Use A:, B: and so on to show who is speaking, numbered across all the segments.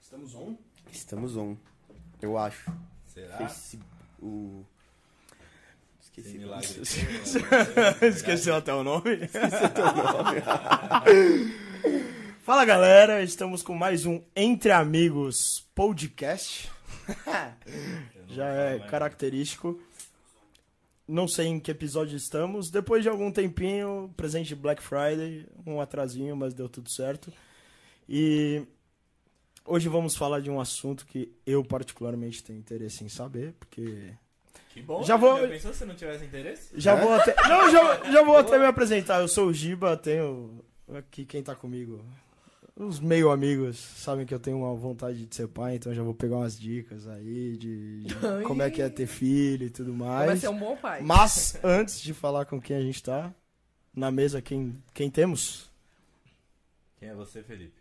A: Estamos on? Ah.
B: Estamos on. Eu acho.
C: Ah,
A: Será?
B: Face- o. Esqueci.
A: Tem milagre. né?
C: Esqueceu até o nome? Fala galera, estamos com mais um Entre Amigos podcast. Já é característico. Não sei em que episódio estamos. Depois de algum tempinho, presente de Black Friday, um atrasinho, mas deu tudo certo. E hoje vamos falar de um assunto que eu particularmente tenho interesse em saber, porque
A: Que bom.
C: Já
A: né?
C: vou-
A: Pensou se não tivesse interesse?
C: já
D: É?
C: vou até. Não, já, já vou até me apresentar. Eu sou o Giba, tenho. Aqui quem tá comigo. Os meio amigos sabem que eu tenho uma vontade de ser pai, então eu já vou pegar umas dicas aí de, de
D: Ai.
C: como é que é ter filho e tudo
D: Vai
C: mais.
D: ser um bom pai.
C: Mas antes de falar com quem a gente tá, na mesa quem, quem temos?
A: Quem é você, Felipe?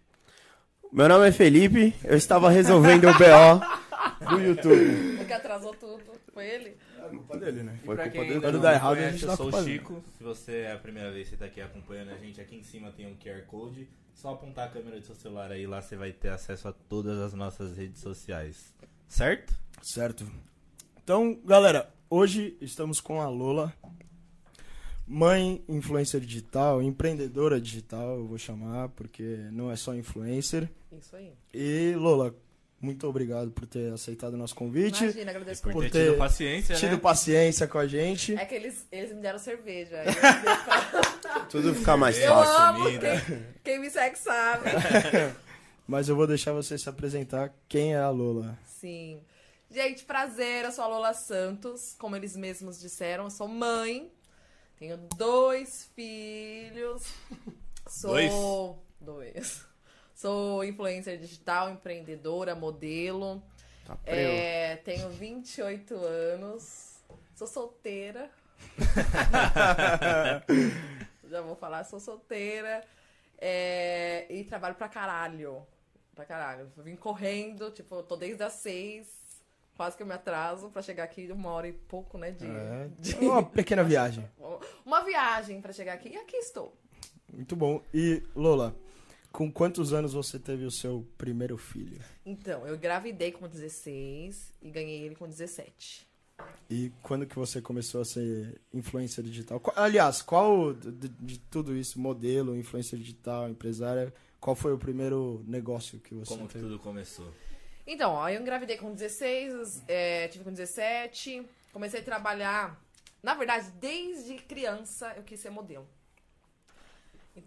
B: Meu nome é Felipe, eu estava resolvendo o BO do YouTube.
D: O que atrasou tudo foi ele.
C: Culpa dele, né?
A: E
B: Foi
A: pra
B: culpa
A: quem
B: dele.
A: ainda
C: Quando
A: não
C: dá
A: me
C: errado, a
A: conhece,
C: gente dá
A: eu sou
C: culpa
A: o
C: dele.
A: Chico. Se você é a primeira vez que você tá aqui acompanhando a gente, aqui em cima tem um QR Code. Só apontar a câmera do seu celular aí, lá você vai ter acesso a todas as nossas redes sociais. Certo?
C: Certo. Então, galera, hoje estamos com a Lola, mãe influencer digital, empreendedora digital, eu vou chamar, porque não é só influencer.
D: Isso aí.
C: E, Lola, muito obrigado por ter aceitado o nosso convite,
D: Imagina, agradeço
A: Por
D: muito.
A: ter
C: Por
A: tido
C: ter
A: paciência,
C: tido
A: né?
C: paciência com a gente.
D: É que eles, eles me deram cerveja. aí
B: Tudo fica mais
D: Eu, eu
B: fácil.
D: amo,
A: comida.
D: quem, quem me segue sabe.
C: Mas eu vou deixar você se apresentar quem é a Lola.
D: Sim. Gente, prazer, eu sou a Lola Santos. Como eles mesmos disseram, eu sou mãe. Tenho dois filhos. Sou. Dois. Sou influencer digital, empreendedora, modelo.
B: Tá preu.
D: É, tenho 28 anos. Sou solteira. Já vou falar, sou solteira. É, e trabalho pra caralho. Pra caralho. Eu Vim correndo, tipo, eu tô desde as seis. Quase que eu me atraso pra chegar aqui uma hora e pouco, né? De,
C: É,
D: de-
C: uma pequena viagem.
D: Uma viagem pra chegar aqui. E aqui estou.
C: Muito bom. E, Lola, com quantos anos você teve o seu primeiro filho?
D: Então, eu gravidei com 16 e ganhei ele com 17.
C: E quando que você começou a ser influencer digital? Qual- aliás, qual de, de tudo isso, modelo, influencer digital, empresária, qual foi o primeiro negócio que você
A: Como que
C: teve?
A: tudo começou?
D: Então, ó, eu engravidei com 16, é, tive com 17, comecei a trabalhar. Na verdade, desde criança eu quis ser modelo.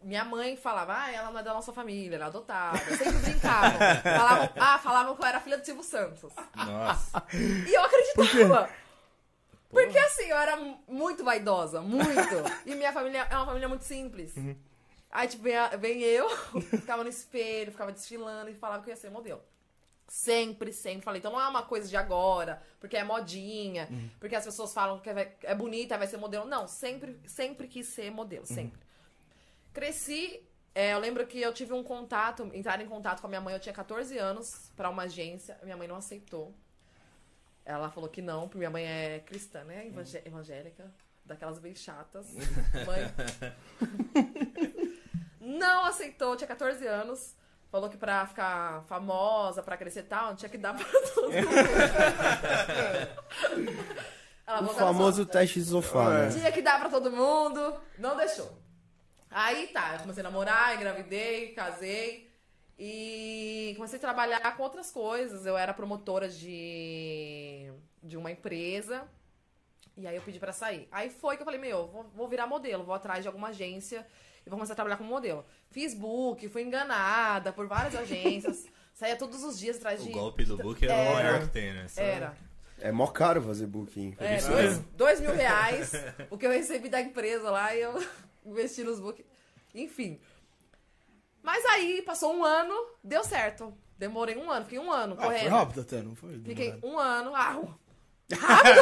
D: Minha mãe falava, ah, ela não é da nossa família, ela é adotada. Eu sempre brincava. falavam, ah, falavam que eu era filha do Silvio Santos.
A: Nossa.
D: E eu acreditava. Porque assim, eu era mu- muito vaidosa, muito. E minha família é uma família muito simples. Aí, tipo, vem, a- vem eu, ficava no espelho, ficava desfilando e falava que eu ia ser modelo. Sempre, sempre falei. Então não é uma coisa de agora, porque é modinha, porque as pessoas falam que vai- é bonita, vai ser modelo. Não, sempre, sempre quis ser modelo, sempre. Cresci, é, eu lembro que eu tive um contato, entrar em contato com a minha mãe, eu tinha 14 anos, pra uma agência, minha mãe não aceitou. Ela falou que não, porque minha mãe é cristã, né? Evangé- evangélica, daquelas bem chatas. mãe. não aceitou, tinha 14 anos. Falou que pra ficar famosa, pra crescer e tal, tinha que dar pra todo mundo. Ela
B: O
D: falou que ela só- É.
B: famoso teste de sofá, né?
D: tinha que dar pra todo mundo, não deixou. Aí tá, eu comecei a namorar, engravidei, casei e comecei a trabalhar com outras coisas. Eu era promotora de, de uma empresa e aí eu pedi pra sair. Aí foi que eu falei, meu, vou, vou virar modelo, vou atrás de alguma agência e vou começar a trabalhar como modelo. Fiz book, fui enganada por várias agências, saía todos os dias atrás
A: O
D: de...
A: golpe do book é o
D: Era.
A: maior que tem, né? Só-
D: Era.
B: É mó caro fazer booking.
D: É,
A: isso
D: dois,
A: mesmo.
D: dois mil reais, o que eu recebi da empresa lá, e eu investi nos book. Enfim. Mas aí, passou um ano, deu certo. Demorei um ano, fiquei um ano
C: Ah, foi
D: correndo.
C: rápido né? até, não foi?
D: fiquei
C: Demorado.
D: um ano. Ah, rápido!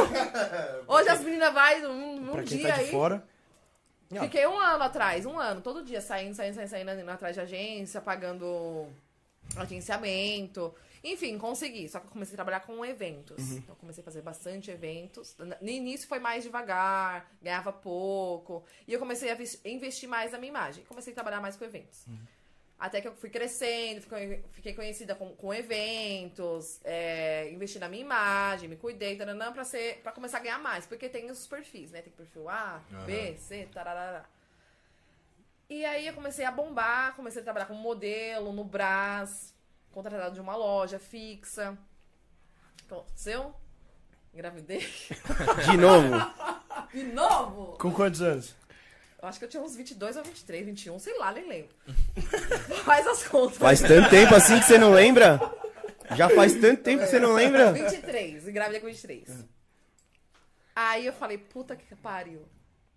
D: Hoje as meninas vai um, um
C: pra quem
D: dia
C: tá de
D: aí.
C: fora.
D: Fiquei um ano atrás, um ano, todo dia, saindo, saindo, saindo, saindo, indo atrás de agência, pagando agenciamento. Enfim, consegui. Só que eu comecei a trabalhar com eventos. Então, eu comecei a fazer bastante eventos. No início foi mais devagar, ganhava pouco. E eu comecei a vis- investir mais na minha imagem. Comecei a trabalhar mais com eventos. Até que eu fui crescendo, fico- fiquei conhecida com, com eventos, é, investi na minha imagem, me cuidei, taranã, pra, ser, pra começar a ganhar mais. Porque tem os perfis, né? Tem perfil A, B,
A: Aham.
D: C, tarará. E aí eu comecei a bombar, comecei a trabalhar como modelo no Brás, contratada de uma loja fixa. Aconteceu? Engravidei.
B: De novo.
D: De novo?
C: Com quantos anos?
D: Eu acho que eu tinha uns 22 ou 23, 21, sei lá, nem lembro. Faz as contas.
B: Faz tanto tempo assim que você não lembra? Já faz tanto tempo que você não lembra?
D: 23, engravidei com 23. Aí eu falei, puta que pariu.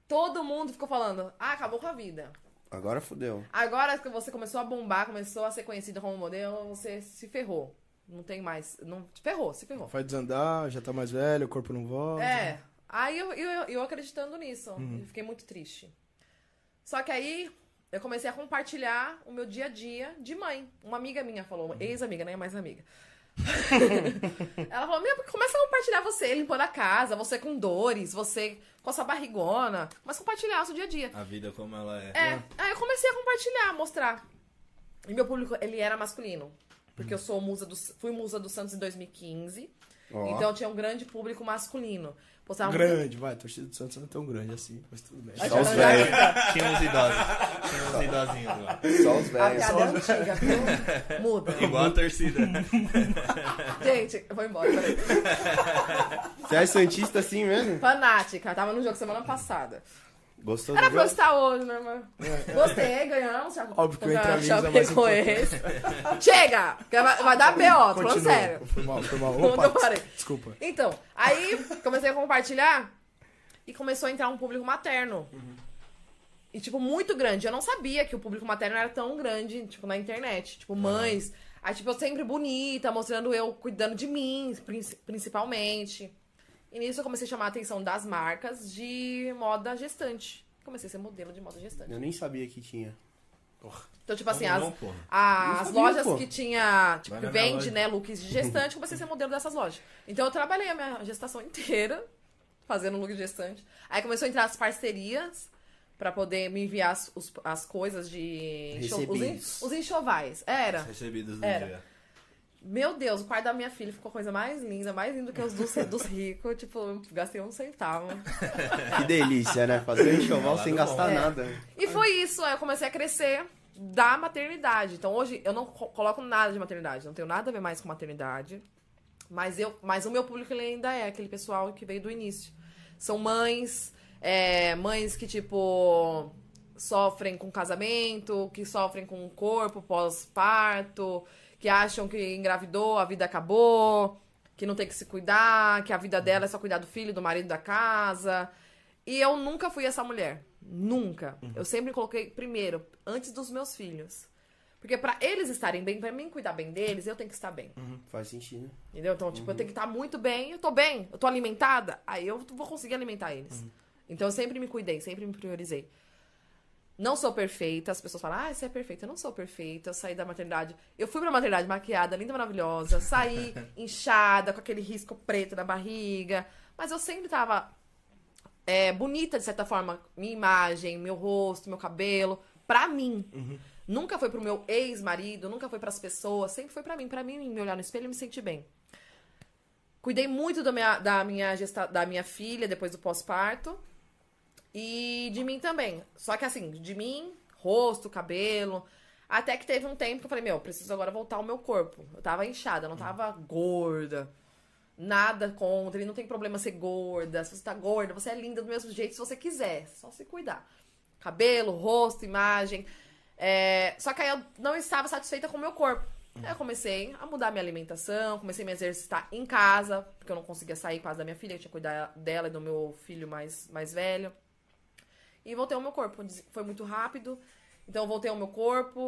D: Todo mundo ficou falando, ah, acabou com a vida.
B: Agora fodeu.
D: Agora que você começou a bombar, começou a ser conhecida como modelo, você se ferrou. Não tem mais. Não, se ferrou, se ferrou.
C: Vai desandar, já tá mais velho, o corpo não volta.
D: É. Aí eu, eu, eu acreditando nisso. Eu fiquei muito triste. Só que aí eu comecei a compartilhar o meu dia a dia de mãe. Uma amiga minha falou, uma ex-amiga, né? Mais amiga. Ela falou: Meu, começa a compartilhar você limpando a casa, você com dores, você com a sua barrigona. Mas compartilhar o seu dia a dia.
A: A vida como ela é.
D: É, aí eu comecei a compartilhar, mostrar. E meu público, ele era masculino. Porque eu sou musa do, fui musa do Santos em 2015.
B: Ó.
D: Então eu tinha um grande público masculino. Postava tá muito- é
C: Grande, vai. Torcida do Santos não é tão grande assim, mas tudo bem.
D: Ai,
B: Só os
D: já-
B: velhos.
A: Tinha uns idosos. Tinha uns idosinhos lá.
B: Só os
D: A
B: velhos.
D: piada é antiga, viu? Muda.
A: Igual a torcida.
D: Gente, eu vou embora. peraí.
B: Você é Santista assim mesmo?
D: Fanática, tava no jogo semana passada.
B: Gostou do
D: Era pra eu
B: jogo?
D: estar hoje, né, mano? Gostei, ganhamos. Já,
C: Óbvio que o
D: já-
C: entre amigos
D: já
C: é mais
D: pegou esse. Chega! que Vai, vai dar B.O., tô falando
C: Continua.
D: sério.
C: Foi mal, foi mal.
D: Não,
C: Opa,
D: não parei.
C: Desculpa.
D: Então, aí comecei a compartilhar e começou a entrar um público materno. E, tipo, muito grande. Eu não sabia que o público materno era tão grande, tipo, na internet. Tipo, mães. Aí, tipo, eu sempre bonita, mostrando eu cuidando de mim, princi- principalmente. E nisso eu comecei a chamar a atenção das marcas de moda gestante. Comecei a ser modelo de moda gestante.
B: Eu nem sabia que tinha.
D: Então, tipo assim,
A: Não,
D: as,
A: não, pô.
D: as
B: Não sabia,
D: lojas
B: pô.
D: que tinha, tipo,
A: Vai
D: que
A: na minha
D: vende,
A: loja.
D: né, looks de gestante, comecei a ser modelo dessas lojas. Então eu trabalhei a minha gestação inteira fazendo look de gestante. Aí começou a entrar as parcerias pra poder me enviar as, os- as coisas de... enxo- Os, en-
B: Recebidos.
D: os enxovais. Era.
A: Recebidos do
D: Era.
A: dia.
D: Meu Deus, o quarto da minha filha ficou a coisa mais linda, mais linda que os dos, dos ricos. Tipo, eu gastei um centavo.
B: Que delícia, né? Fazer um enxoval sem gastar
D: É.
B: nada.
D: E foi isso, aí eu comecei a crescer da maternidade. Então hoje eu não co- coloco nada de maternidade, não tenho nada a ver mais com maternidade. Mas, eu, mas o meu público ele ainda é aquele pessoal que veio do início. São mães, é, mães que, tipo, sofrem com casamento, que sofrem com o corpo pós-parto, que acham que engravidou, a vida acabou, que não tem que se cuidar, que a vida dela é só cuidar do filho, do marido, da casa. E eu nunca fui essa mulher. Nunca. Eu sempre coloquei primeiro, antes dos meus filhos. Porque pra eles estarem bem, pra mim cuidar bem deles, eu tenho que estar bem.
B: Faz sentido.
D: Entendeu? Então, tipo, eu tenho que estar muito bem, eu tô bem, eu tô alimentada, aí eu vou conseguir alimentar eles. Então eu sempre me cuidei, sempre me priorizei. Não sou perfeita, as pessoas falam, ah, você é perfeita. Eu não sou perfeita, eu saí da maternidade. Eu fui pra maternidade maquiada, linda, maravilhosa, saí inchada, com aquele risco preto na barriga. Mas eu sempre tava é, bonita, de certa forma, minha imagem, meu rosto, meu cabelo, pra mim. Nunca foi pro meu ex-marido, nunca foi pras pessoas, sempre foi pra mim. Pra mim, me olhar no espelho e me sentir bem. Cuidei muito da minha, da minha, gesta, da minha filha depois do pós-parto. E de mim também. Só que assim, de mim, rosto, cabelo. Até que teve um tempo que eu falei, meu, preciso agora voltar ao meu corpo. Eu tava inchada, eu não tava gorda. Nada contra, ele não tem problema ser gorda. Se você tá gorda, você é linda do mesmo jeito se você quiser. Só se cuidar. Cabelo, rosto, imagem. É, Só que aí eu não estava satisfeita com o meu corpo. Aí eu comecei a mudar minha alimentação, comecei a me exercitar em casa, porque eu não conseguia sair quase da minha filha, eu tinha que cuidar dela e do meu filho mais, mais velho. E voltei ao meu corpo. Foi muito rápido. Então eu voltei ao meu corpo.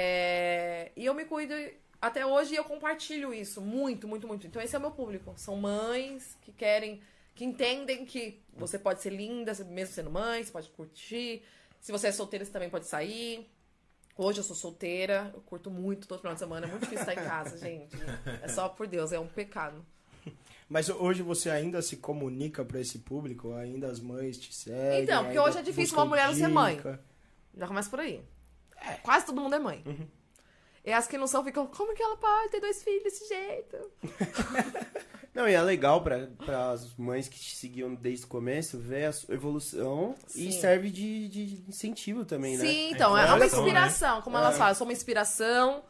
D: é, E eu me cuido até hoje e eu compartilho isso. Muito, muito, muito. Então esse é o meu público. São mães que querem. que entendem que você pode ser linda, mesmo sendo mãe, você pode curtir. Se você é solteira, você também pode sair. Hoje eu sou solteira, eu curto muito todo final de semana. É muito difícil estar em casa, gente. É só por Deus, é um pecado.
C: Mas hoje você ainda se comunica pra esse público? Ainda as mães te seguem?
D: Então, porque
C: ainda
D: hoje é difícil
C: buscam
D: uma mulher não ser mãe.
C: dica?
D: Já começa por aí. Quase todo mundo é mãe.
B: Uhum.
D: E as que não são ficam, como que ela pode ter dois filhos desse jeito?
B: Não, e é legal para as mães que te seguiam desde o começo ver a sua evolução e
D: Sim.
B: serve de, de incentivo também, né? É.
D: Sim, então,
A: É
D: é, uma
A: inspiração,
D: inspiração, como elas falam, eu sou uma inspiração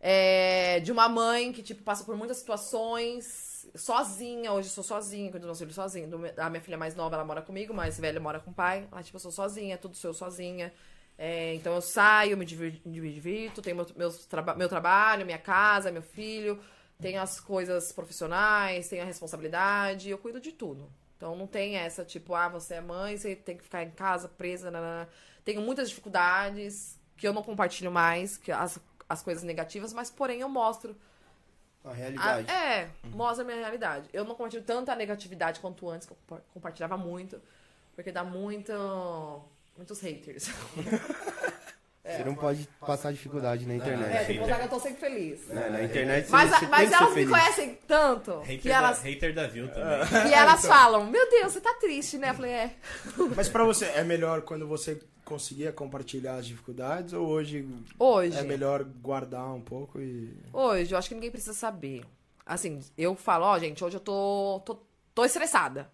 D: é, de uma mãe que, tipo, passa por muitas situações sozinha, hoje eu sou sozinha, com os meus filhos sozinha, Do meu- a minha filha mais nova, ela mora comigo, mais velha mora com o pai, ela, tipo, eu sou sozinha, tudo sou eu sozinha, É, então eu saio, me divir- me divirto, tenho meu, meus traba- meu trabalho, minha casa, meu filho, tenho as coisas profissionais, tenho a responsabilidade, eu cuido de tudo. Então não tem essa, tipo, ah, você é mãe, você tem que ficar em casa, presa, nanana. Tenho muitas dificuldades que eu não compartilho mais, que as, as coisas negativas, mas porém eu mostro.
B: A
D: A,
B: realidade.
D: é, mostra a minha realidade. Eu não compartilho tanta negatividade quanto antes, que eu compa- compartilhava muito, porque dá muito. muitos haters.
B: Você não pode passar dificuldade na internet.
D: É, tem que mostrar que eu tô sempre feliz.
B: Né, Na internet você,
D: Mas, a-
B: você
D: mas
B: tem que
D: elas
B: ser feliz.
D: me conhecem tanto que
A: Hater,
D: elas,
A: da, hater da view também. Ah,
D: que elas falam: Meu Deus, você tá triste, né? Eu falei: É.
C: Mas pra você, é melhor quando você conseguia compartilhar as dificuldades ou hoje
D: Hoje.
C: é melhor guardar um pouco e.
D: Hoje, eu acho que ninguém precisa saber. Assim, eu falo, ó, gente, hoje eu tô, tô, tô estressada.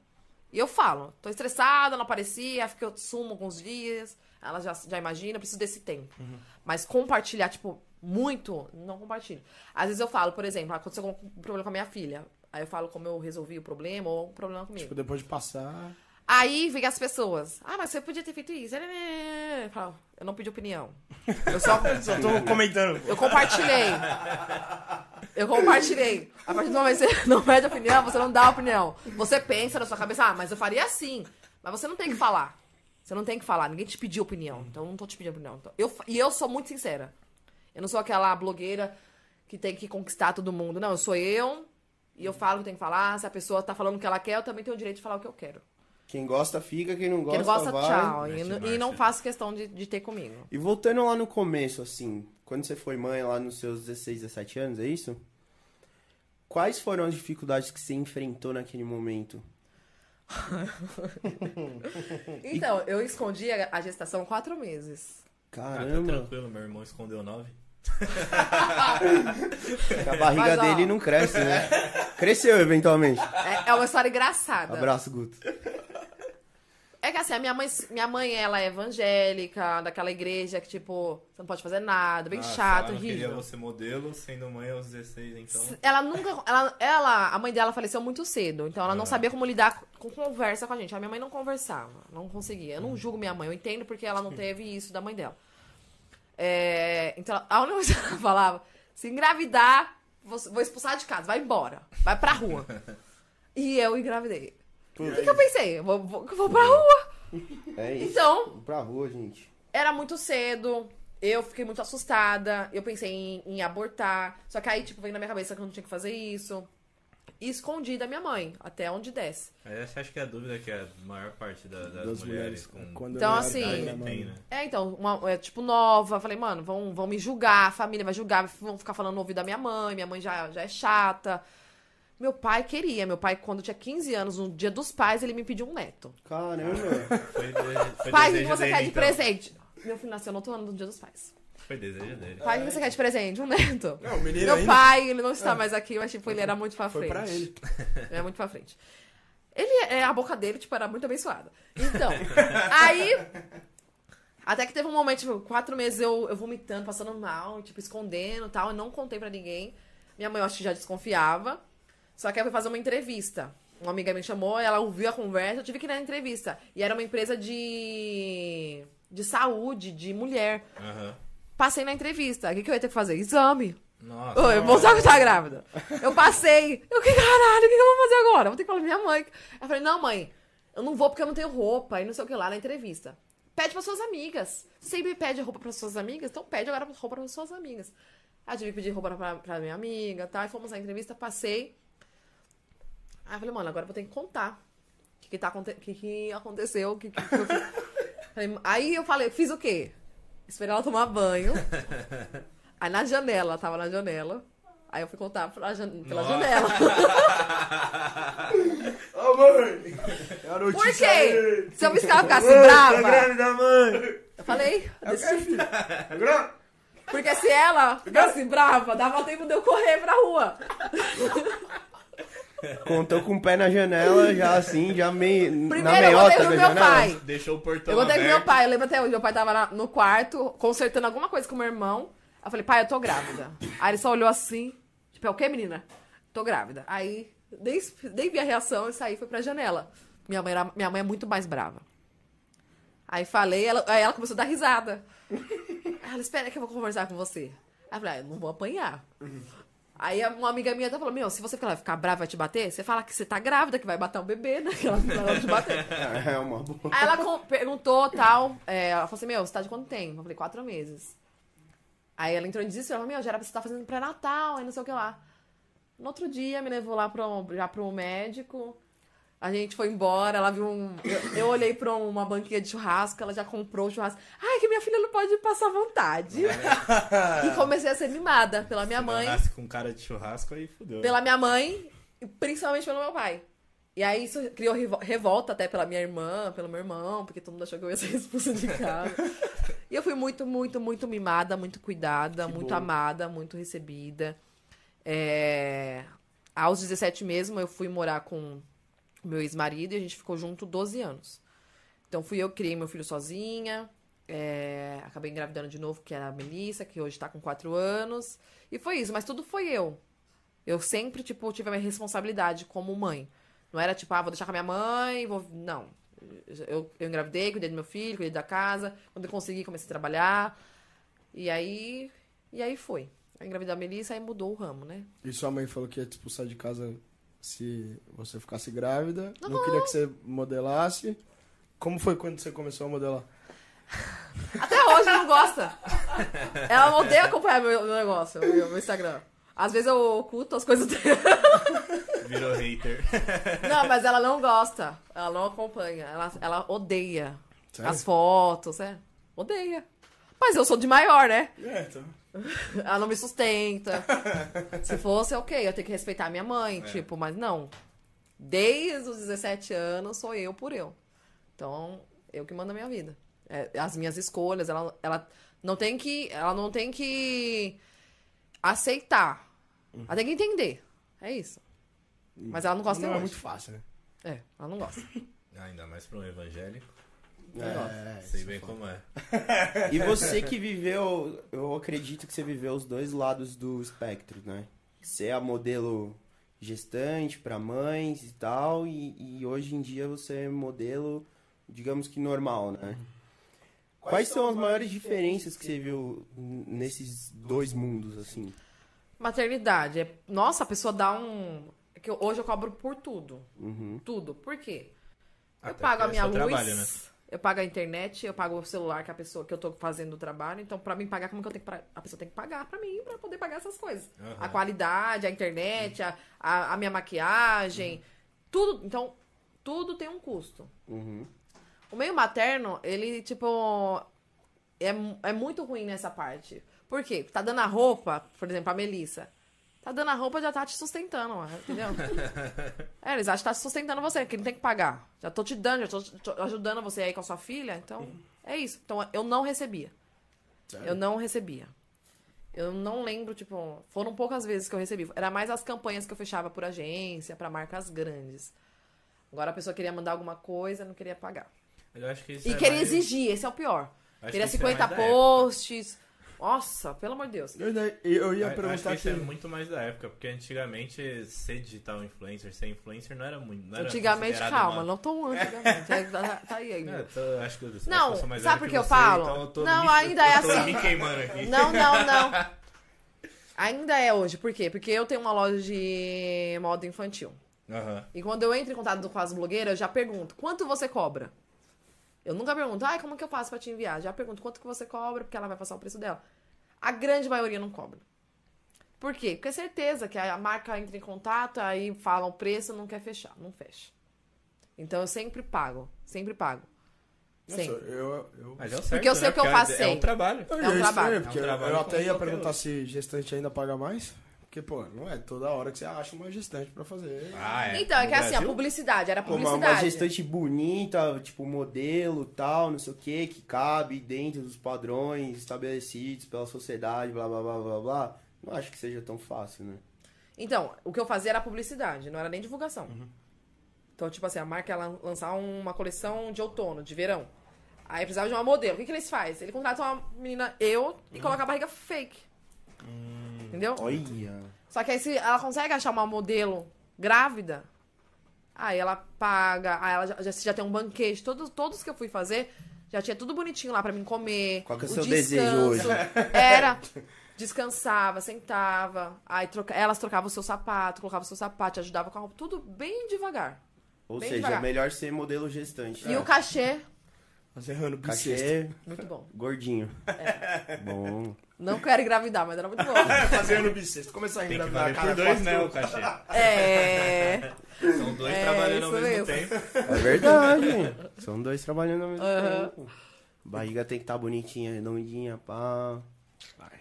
D: E eu falo, tô estressada, não aparecia, fica eu sumo alguns dias, ela já, já imagina, eu preciso desse tempo.
B: Uhum.
D: Mas compartilhar, tipo, muito, não compartilho. Às vezes eu falo, por exemplo, aconteceu algum problema com a minha filha. Aí eu falo como eu resolvi o problema ou um problema comigo.
C: Tipo, depois de passar.
D: Aí vem as pessoas. Ah, mas você podia ter feito isso. "Né, Eu falo, eu não pedi opinião. Eu só,
A: É,
C: Só tô comentando.
D: eu compartilhei. Eu compartilhei. A partir do momento que você não pede opinião, você não dá opinião. Você pensa na sua cabeça, ah, mas eu faria assim. Mas você não tem que falar. Você não tem que falar. Ninguém te pediu opinião. Então eu não tô te pedindo opinião. Então, eu, fa- e eu sou muito sincera. Eu não sou aquela blogueira que tem que conquistar todo mundo. Não, eu sou eu. E eu falo o que tem que falar. Se a pessoa tá falando o que ela quer, eu também tenho o direito de falar o que eu quero.
B: Quem gosta fica, quem não
D: Quem
B: gosta,
D: não gosta,
B: vai.
D: tchau. E,
A: Mete
D: não- e
A: marcha.
D: não faço questão de, de ter comigo.
B: E voltando lá no começo, assim, quando você foi mãe lá nos seus 16, 17 anos, é isso? Quais foram as dificuldades que você enfrentou naquele momento?
A: Hum.
D: Então, eu escondi a a gestação quatro meses.
A: Ah, tá
B: Caramba,
A: tranquilo, meu irmão escondeu nove.
B: a barriga
D: Mas, ó.
B: dele não cresce, né? Cresceu eventualmente.
D: É, é uma história engraçada.
B: Abraço, Guto.
D: É que assim, a minha mãe, minha mãe, ela é evangélica, daquela igreja que, tipo, você não pode fazer nada, bem
A: Ah,
D: chato,
A: ela não Queria
D: horrível.
A: você modelo, sendo mãe aos 16, então.
D: Ela nunca. Ela, ela, a mãe dela faleceu muito cedo, então ela não sabia como lidar com conversa com a gente. A minha mãe não conversava, não conseguia. Eu não julgo minha mãe, eu entendo porque ela não teve isso da mãe dela. É, então, a única coisa que ela falava: se engravidar, vou, vou expulsar de casa, vai embora, vai pra rua. E eu engravidei. O que, que eu pensei? Vou, vou, vou pra rua.
B: É isso.
D: Então,
B: Vamos pra rua, gente.
D: era muito cedo, eu fiquei muito assustada, eu pensei em, em abortar. Só que aí, tipo, veio na minha cabeça que eu não tinha que fazer isso. E escondi da minha mãe, até onde desce.
A: Aí Essa acho que é a dúvida que a maior parte da- das,
C: Das mulheres
A: mulheres, com
C: quando
D: Então,
C: é
D: assim,
A: idade
C: verdade,
A: tem,
C: mano.
A: né?
D: É, então, uma, é, tipo, nova. Falei, mano, vão, vão me julgar, a família vai julgar, vão ficar falando no ouvido da minha mãe, minha mãe já, já é chata. Meu pai queria, meu pai, quando eu tinha 15 anos, no dia dos pais, ele me pediu um neto.
B: Caramba.
A: Foi, de- foi
D: pai, o que
A: desejo
D: você
A: dele,
D: quer de
A: então.
D: presente? Meu filho nasceu no outro ano do dia dos pais.
A: Foi desejo dele.
D: Pai, o que você quer de presente? Um neto.
C: Não, o menino
D: Meu
C: ainda É.
D: pai, ele não está mais aqui, mas tipo, ele era muito pra
C: foi
D: frente.
C: pra ele.
D: Ele era muito pra frente. Ele, é, a boca dele, tipo, era muito abençoada. Então, aí... Até que teve um momento, tipo, quatro meses eu, eu vomitando, passando mal, tipo, escondendo e tal. Eu não contei pra ninguém. Minha mãe, eu acho que já desconfiava. Só que aí eu fui fazer uma entrevista. Uma amiga me chamou, ela ouviu a conversa, eu tive que ir na entrevista. E era uma empresa de... De saúde, de mulher.
A: Aham.
D: Passei na entrevista. O que, que eu ia ter que fazer? Exame.
A: Nossa.
D: Oi, mostrar que tá grávida. Eu passei. Eu que caralho, o que que eu vou fazer agora? Vou ter que falar pra minha mãe. Ela falei, não, mãe, eu não vou porque eu não tenho roupa e não sei o que lá na entrevista. Pede pras suas amigas. Você sempre pede roupa pras suas amigas, então pede agora roupa pras suas amigas. Aí eu tive que pedir roupa pra, pra minha amiga, tá? E fomos na entrevista, passei. Aí eu falei, mano, agora eu vou ter que contar. O que, que, tá, aconte- o que, que aconteceu? o que que- o que eu fiz. Falei, Aí eu falei, fiz o quê? Esperei ela tomar banho. Aí na janela, tava na janela. Aí eu fui contar pra jan- pela janela.
C: Ô, mãe! É a
D: Por
C: notícia
D: quê?
C: aí. é
D: Se eu me escala ficasse assim, brava,
B: mãe!
D: Falei. desse tipo.
C: Agora,
D: Porque se ela ficasse brava, dava tempo de eu correr pra rua.
B: Contou com o pé na janela, já assim, já meio. na
D: Primeiro eu
B: meiota
D: voltei
B: da
D: pro meu
B: janela.
D: pai.
A: Deixou o portão
D: Eu contei pro meu
A: aberto.
D: pai, eu lembro até hoje. Meu pai tava lá no quarto, consertando alguma coisa com meu irmão. Aí Eu falei, pai, eu tô grávida. Aí ele só olhou assim, tipo, é o quê, menina? Tô grávida. Aí, nem, nem vi a reação, eu saí e fui pra janela. Minha mãe, era- minha mãe é muito mais brava. Aí falei, ela, aí ela começou a dar risada. Aí Ela, espera que eu vou conversar com você. Aí eu falei, ah, eu não vou apanhar. Aí uma amiga minha até falou, meu, se você ficar, ficar brava e vai te bater, você fala que você tá grávida, que vai matar o bebê, né? Que ela vai te bater.
B: É uma boa.
D: Aí ela com- perguntou tal. é, ela falou assim: Meu, você tá de quanto tempo? Eu falei: Quatro meses. Aí ela entrou em desespero. Ela falou: Meu, já era pra você estar fazendo pré-natal, aí não sei o que lá. No outro dia, me levou lá pro, já pro médico. A gente foi embora, ela viu um. Eu, eu olhei pra uma banquinha de churrasco, ela já comprou o churrasco. Ai, que minha filha não pode passar vontade. e comecei a ser mimada pela minha
A: Senão
D: mãe
A: Nasce com cara de churrasco aí fudeu.
D: pela minha mãe e principalmente pelo meu pai. E aí isso criou revo- revolta até pela minha irmã, pelo meu irmão, porque todo mundo achou que eu ia ser expulsa de casa. e eu fui muito, muito, muito mimada, muito cuidada, muito amada, muito recebida. É, Aos 17 mesmo, eu fui morar com meu ex-marido e a gente ficou junto 12 anos. Então fui eu que criei meu filho sozinha. é, Acabei engravidando de novo, que era a Melissa, que hoje tá com 4 anos. E foi isso, mas tudo foi eu. Eu sempre, tipo, tive a minha responsabilidade como mãe. Não era tipo, ah, vou deixar com a minha mãe, vou. Não. Eu, eu engravidei, cuidei do meu filho, cuidei da casa. Quando eu consegui, comecei a trabalhar. E aí. E aí foi. Eu engravidei a Melissa e mudou o ramo, né?
C: E sua mãe falou que ia te expulsar de casa se você ficasse grávida. Não, queria que você modelasse. Como foi quando você começou a modelar?
D: Até hoje não gosta. Ela odeia acompanhar meu, meu negócio, meu, meu Instagram. Às vezes eu oculto as coisas dela.
A: Virou hater.
D: Não, mas ela não gosta. Ela não acompanha. Ela, ela odeia
C: Sério?
D: as fotos, é. Odeia. Mas eu sou de maior, né?
C: É, então.
D: Ela não me sustenta. Se fosse, é ok, eu tenho que respeitar minha mãe, tipo, mas não. Desde os 17 anos sou eu por eu. Então, eu que mando a minha vida. É, as minhas escolhas, ela, ela não tem que. Ela não tem que aceitar. Ela tem que entender. É isso. Mas ela não gosta
C: Não
D: até
C: é
D: hoje.
C: muito fácil, né?
D: É, ela não gosta.
A: Ainda mais pra um evangélico.
C: É,
A: Sei bem como é.
B: E você que viveu, eu acredito que você viveu os dois lados do espectro, né? Você é a modelo gestante para mães e tal, e, e hoje em dia você é modelo, digamos que normal, né? Quais são as maiores diferenças que você viu n- nesses dois mundos, assim?
D: Maternidade. É... Nossa, a pessoa dá um. é que eu- hoje eu cobro por tudo.
B: Uhum.
D: Tudo. Por quê? Eu
A: Até
D: pago a
A: porque
D: minha
A: é seu
D: luz,
A: trabalho, né?
D: eu pago a internet, eu pago o celular que a pessoa que eu tô fazendo o trabalho. Então, pra mim pagar, como que eu tenho que pra- a pessoa tem que pagar pra mim pra poder pagar essas coisas.
A: Aham.
D: A qualidade, a internet, a, a, a minha maquiagem,
A: Uhum.
D: tudo. Então, tudo tem um custo.
B: Uhum.
D: O meio materno, ele, tipo, é, mu- é muito ruim nessa parte. Por quê? Tá dando a roupa, por exemplo, a Melissa. Tá dando a roupa, já tá te sustentando, ó, entendeu? é, eles acham que tá te sustentando você, que não tem que pagar. Já tô te dando, já tô, te- tô ajudando você aí com a sua filha, então é isso. Então eu não recebia.
C: Sério?
D: Eu não recebia. Eu não lembro, tipo, foram poucas vezes que eu recebi. Era mais as campanhas que eu fechava por agência, pra marcas grandes. Agora a pessoa queria mandar alguma coisa, não queria pagar.
A: Eu acho que isso
D: E
A: é
D: queria
A: mais-
D: exigir, esse é o pior.
A: acho
D: queria
A: que isso é mais
D: 50
A: da época.
D: posts. Nossa, pelo amor de Deus.
C: Eu, ainda- eu
A: Eu
C: ia
A: acho que
C: perguntar
A: isso
C: que.
A: é muito mais da época, porque antigamente ser digital influencer, ser influencer não era muito. Não era
D: Antigamente,
A: considerado
D: calma,
A: uma-
D: não tão antigamente. É, tá, tá aí
A: É,
D: ainda.
A: tô- acho que eu- acho que eu
D: Não,
A: sou mais velho
D: sabe por que eu
A: você,
D: falo?
A: então eu tô
D: Não,
A: me-
D: ainda é
A: eu tô
D: assim.
A: me queimando aqui.
D: Não, não, não. Ainda é hoje, por quê? Porque eu tenho uma loja de moda infantil.
A: Aham.
D: E quando eu entro em contato com as blogueiras, eu já pergunto, quanto você cobra? Eu nunca pergunto, ai, como que eu faço pra te enviar? Já pergunto quanto que você cobra, porque ela vai passar o preço dela. A grande maioria não cobra. Por quê? Porque é certeza que a marca entra em contato, aí fala o preço, não quer fechar, não fecha. Então eu sempre pago, sempre pago.
C: Nossa,
D: Sempre.
C: eu. eu...
A: Mas é o certo,
D: Porque eu sei
A: né?
D: o que eu
A: Porque é-
D: passei.
A: É um trabalho.
C: Eu
D: um
C: ia estranhar,
D: trabalho.
C: porque
A: É um
C: eu-
A: trabalho
C: eu até
A: como
C: ia
A: qualquer
C: perguntar
A: outro.
C: se gestante ainda paga mais. Porque, pô, não é toda hora que você acha uma gestante pra fazer.
A: Ah, é.
D: Então, é que
A: No
D: assim, a
A: Brasil?
D: publicidade, era
B: Pô, é Uma, uma
D: publicidade.
B: gestante bonita, tipo, modelo tal, não sei o que, que cabe dentro dos padrões estabelecidos pela sociedade, blá blá blá blá blá. Não acho que seja tão fácil, né?
D: Então, o que eu fazia era publicidade, não era nem divulgação. Então, tipo assim, a marca ia lan- lançar uma coleção de outono, de verão. Aí precisava de uma modelo. O que, que eles fazem? Ele contrata uma menina, eu, e coloca a barriga fake. Entendeu?
B: Olha.
D: Só que aí se ela consegue achar uma modelo grávida, aí ela paga, aí ela já, já, já tem um banquete. Todos, todos que eu fui fazer, já tinha tudo bonitinho lá pra mim comer.
B: Qual que é o
D: o
B: seu desejo hoje?
D: Era. Descansava, sentava, aí troca, elas trocavam o seu sapato, colocavam o seu sapato, te ajudava com a roupa, tudo bem devagar.
B: Ou
D: Bem
B: seja,
D: devagar.
B: é melhor ser modelo gestante. É.
D: E o cachê,
C: Mas errando bissexto.
B: cachê
D: muito bom.
B: gordinho.
D: É.
B: Bom.
D: Não quero engravidar, mas era muito bom.
C: Fazer ano bissexto. Começar a
A: Tem que
C: engravidar a
A: valer
C: cada
A: por
C: quatro
A: dois, né, o
C: anos.
A: cachê.
D: É.
A: São dois
D: É,
A: trabalhando ao
D: isso
A: mesmo
D: mesmo.
A: tempo.
B: É verdade. São dois trabalhando ao mesmo
D: Aham.
B: tempo. Barriga tem que estar bonitinha, redondinha, pá.
C: Vai.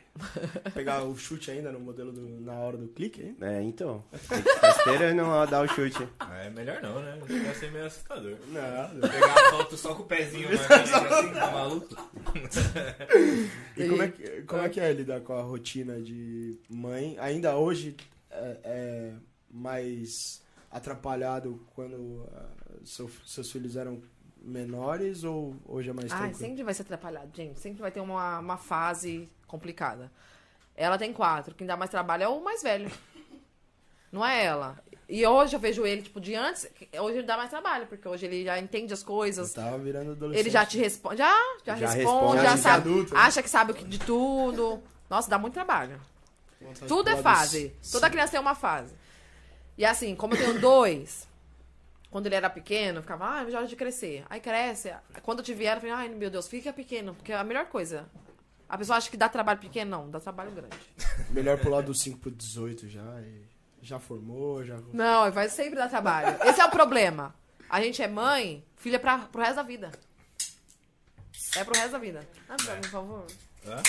C: Pegar o chute ainda no modelo do, na hora do clique, hein?
B: É, então. Tem que ficar esperando ela dar o chute.
A: É melhor não, né? Vai ser meio assustador.
C: Não.
A: Pegar a foto só com o pezinho, mano. Assim, tá maluco?
C: E como é, que, como é que é lidar com a rotina de mãe? Ainda hoje é, é mais atrapalhado quando ah, seu- seus filhos eram menores ou hoje é mais
D: Ai,
C: tranquilo?
D: sempre vai ser atrapalhado, gente. Sempre vai ter uma, uma fase complicada. Ela tem quatro. Quem dá mais trabalho é o mais velho. Não é ela. E hoje eu vejo ele, tipo, de antes. Hoje ele dá mais trabalho, porque hoje ele já entende as
C: Eu
D: coisas.
C: tava virando adolescente.
D: Ele já te responde. Já, já,
B: Já
D: responde,
B: responde,
D: já
B: já
D: sabe.
C: adulto, né?
D: acha que sabe o que- de tudo. Nossa, dá muito trabalho.
C: Vontade
D: Tudo
C: de
D: é
C: pular do
D: fase.
C: c-
D: Toda criança tem uma fase. E assim, como eu tenho dois, quando ele era pequeno, eu ficava, ah, já é hora de crescer. Aí cresce. Quando eu tive ela, eu falei, ai meu Deus, fica pequeno, porque é a melhor coisa. A pessoa acha que dá trabalho pequeno, não, dá trabalho grande.
C: Melhor pular do 5 pro 18 já. e já formou, já.
D: Não, vai sempre dar trabalho. Esse é o problema. A gente é mãe, filha pra, pro resto da vida. É pro resto da vida. Ah, por favor.
A: Hã?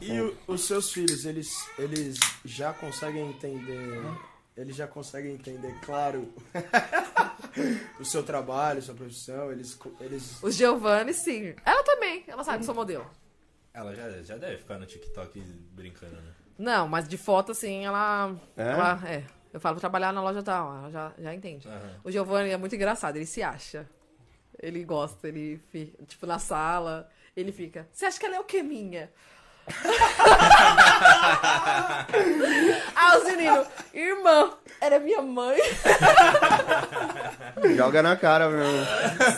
C: E o- os seus filhos, eles, eles já conseguem entender. Eles já conseguem entender, claro, o seu trabalho, sua profissão. Eles. co- eles
D: O Giovanni, sim. Ela também, ela sabe que sou modelo.
A: Ela já, já deve ficar no TikTok brincando, né?
D: Não, mas de foto, assim, ela.
B: É?
D: Ela, é. Eu falo, vou trabalhar na loja tal, ela já, já entende.
A: Aham.
D: O Giovanni é muito engraçado, ele se acha. Ele gosta, ele fica, tipo, na sala, ele fica. Você acha que ela é o que minha? ah, os meninos, irmã, era minha mãe.
B: Joga na cara, meu.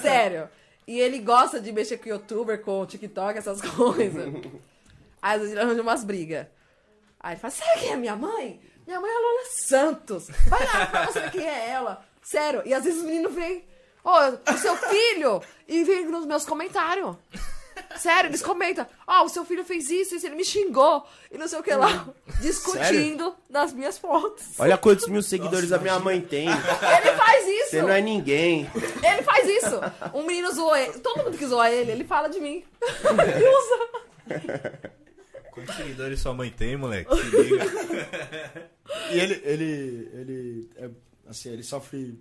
D: Sério. E ele gosta de mexer com youtuber, com TikTok, essas coisas. Aí às vezes ele arranja umas brigas. Aí ele fala: sabe quem é minha mãe? Minha mãe é a Lola Santos. Vai lá, fala saber quem é ela. Sério. E às vezes o menino vem, ô, o seu filho, e vem nos meus comentários. Sério, eles comentam, ó, o seu filho fez isso, isso, ele me xingou, e não sei o que lá, discutindo nas minhas fotos.
B: Olha quantos mil seguidores
C: Nossa,
B: a minha mãe tem.
D: Ele faz isso!
B: Você não é ninguém.
D: Ele faz isso. Um menino zoou ele. Todo mundo que zoa ele, ele fala de mim. Ele usa.
A: Quantos seguidores sua mãe tem, moleque? Se liga.
C: e ele. Ele. Ele. é- assim, ele sofre.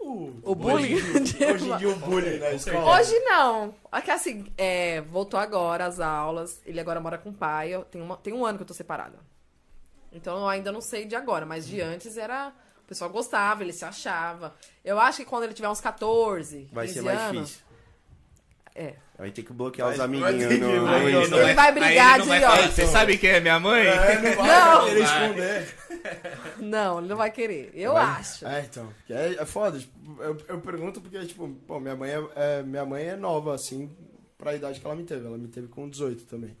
C: o-
D: O bullying.
C: Hoje em dia o bullying na escola.
D: Hoje não. Aqui assim, é, voltou agora as aulas. Ele agora mora com o pai. Eu- Tem, uma, tem um ano que eu tô separada. Então eu ainda não sei de agora, mas de antes era. O pessoal gostava, ele se achava. Eu acho que quando ele tiver uns 14,
B: Vai
D: 15
B: ser mais
D: anos,
B: difícil.
D: É.
B: Vai ter que bloquear os
C: Vai- vai
B: amiguinhos
C: ter que
B: no,
C: bloquear os
B: no Insta.
D: amiguinhos.
A: é.
D: vai brigar
A: ele não vai
D: de
A: falar,
D: ódio.
A: Você sabe quem é minha mãe?
C: É, não vai
D: Não.
C: querer esconder.
D: Não, ele não vai querer. Eu acho.
C: É, então. É, é foda. tipo, eu, eu pergunto porque, tipo, pô, minha mãe é, é- minha mãe é nova, assim, pra idade que ela me teve. Ela me teve com 18 também.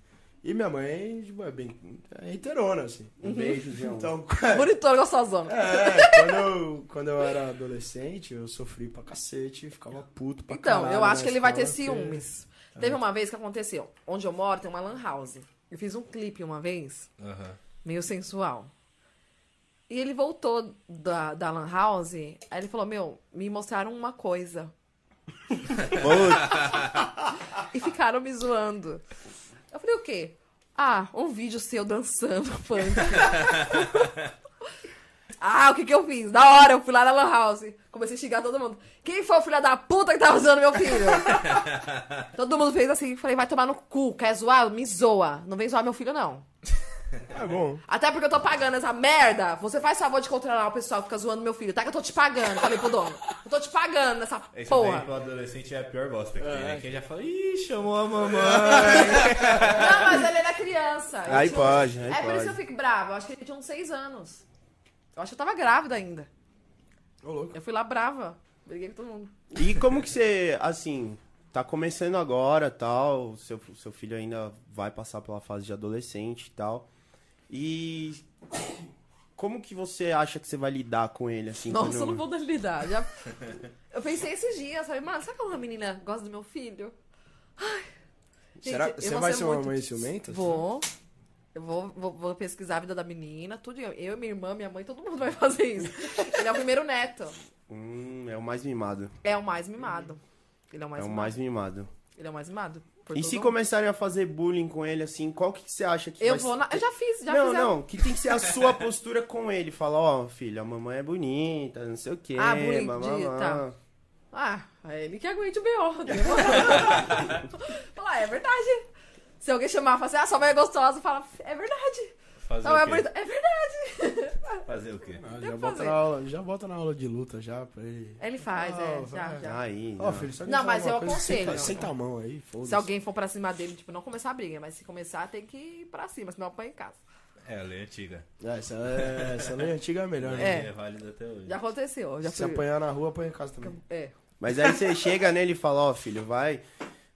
C: E minha mãe, tipo, é bem. É inteirona, assim.
D: Uhum.
B: Um beijo, João.
C: Então,
D: Bonitona, gostosona.
C: é, quando eu, quando eu era adolescente, eu sofri pra cacete, ficava puto pra
D: Então,
C: caralho né,
D: eu
C: na
D: acho que ele vai ter
C: escola, porque-
D: ciúmes.
C: É.
D: Teve uma vez que aconteceu. Onde eu moro tem uma lan house. Eu fiz um clipe uma vez,
A: Aham.
D: meio sensual. E ele voltou da, da lan house, aí ele falou, meu, me mostraram uma coisa.
B: Putz,
D: E ficaram me zoando. Eu falei, o quê? Ah, um vídeo seu dançando funk. ah, o que que eu fiz? Da hora, eu fui lá na Lan House. Comecei a xingar todo mundo. Quem foi o filho da puta que tá usando meu filho? todo mundo fez assim. Falei, vai tomar no cu. Quer zoar? Me zoa. Não vem zoar meu filho, não.
C: Tá bom.
D: Até porque eu tô pagando essa merda. Você faz favor de controlar o pessoal que fica zoando meu filho. Tá que eu tô te pagando. Falei pro dono. Eu tô te pagando nessa
A: Esse daí
D: porra.
A: pro adolescente é a pior bosta que tem, né?
C: É.
A: Quem já fala, ih, chamou a mamãe.
D: Não, mas ele era criança. Eu
B: Aí
D: tinha
B: pode, aí
D: É por isso que eu
B: pode.
D: fico brava. Eu acho que ele tinha uns seis anos. Eu acho que eu tava grávida ainda.
C: Ô, louco.
D: Eu fui lá brava. Briguei com todo mundo.
B: E como que você, assim, tá começando agora tal, seu, seu filho ainda vai passar pela fase de adolescente e tal. E como que você acha que você vai lidar com ele, assim?
D: Nossa, eu
B: quando-
D: não vou dar lidar. Já... Eu pensei esses dias, sabe? Mano, será que uma menina gosta do meu filho? Ai. Gente,
C: Será
D: eu
C: você
D: vou
C: vai
D: ser
C: ser uma
D: muito...
C: mãe ciumenta?
D: Vou. Eu vou, vou, vou pesquisar a vida da menina, tudo. Eu, minha irmã, minha mãe, todo mundo vai fazer isso. Ele é o primeiro neto.
B: Hum, é o mais mimado.
D: É o mais mimado. Ele é o mais
B: é o
D: mimado.
B: mais mimado.
D: Ele é o mais mimado. por
B: E
D: todo
B: se
D: mundo.
B: começarem a fazer bullying com ele, assim, qual que você acha que
D: Eu
B: vai
D: vou
B: ser-
D: na... Eu já fiz, já
B: não,
D: fiz. a-
B: não, que tem que ser a sua postura com ele. Fala, ó, filho, a mamãe é bonita, não sei o quê.
D: Ah, bullying,
B: mamamã.
D: de- tá. Ah, é ele que aguente o B.O. Falar, é verdade. Se alguém chamar e falar assim, ah, sua mãe é gostosa, fala, é verdade.
A: Fazer
D: Sua mãe é
A: o quê?
D: bonita, é verdade.
A: Fazer o quê?
C: Ah,
D: Tem
C: já,
D: que
C: bota
D: fazer.
C: na aula, já bota na aula de luta já pra ele.
D: Ele faz, é,
C: Ah,
D: já,
C: vai.
D: já.
B: Tá Aí,
C: Ó,
B: não.
C: filho, se
D: Não,
C: falar
D: mas
C: alguma
D: eu
C: coisa, senta-
D: aconselho.
C: Senta a mão aí, foda-se.
D: Se alguém for pra cima dele, tipo, não começar a briga, mas se começar, tem que ir pra cima, senão apanha em casa.
A: É, a lei é antiga.
C: É, essa, é, essa lei antiga é melhor, né?
D: É.
A: É válida até hoje.
D: Já aconteceu, já
C: Se
D: fui...
C: apanhar na rua, apanha em casa também.
D: É.
B: Mas aí você chega nele e fala, ó, filho, vai.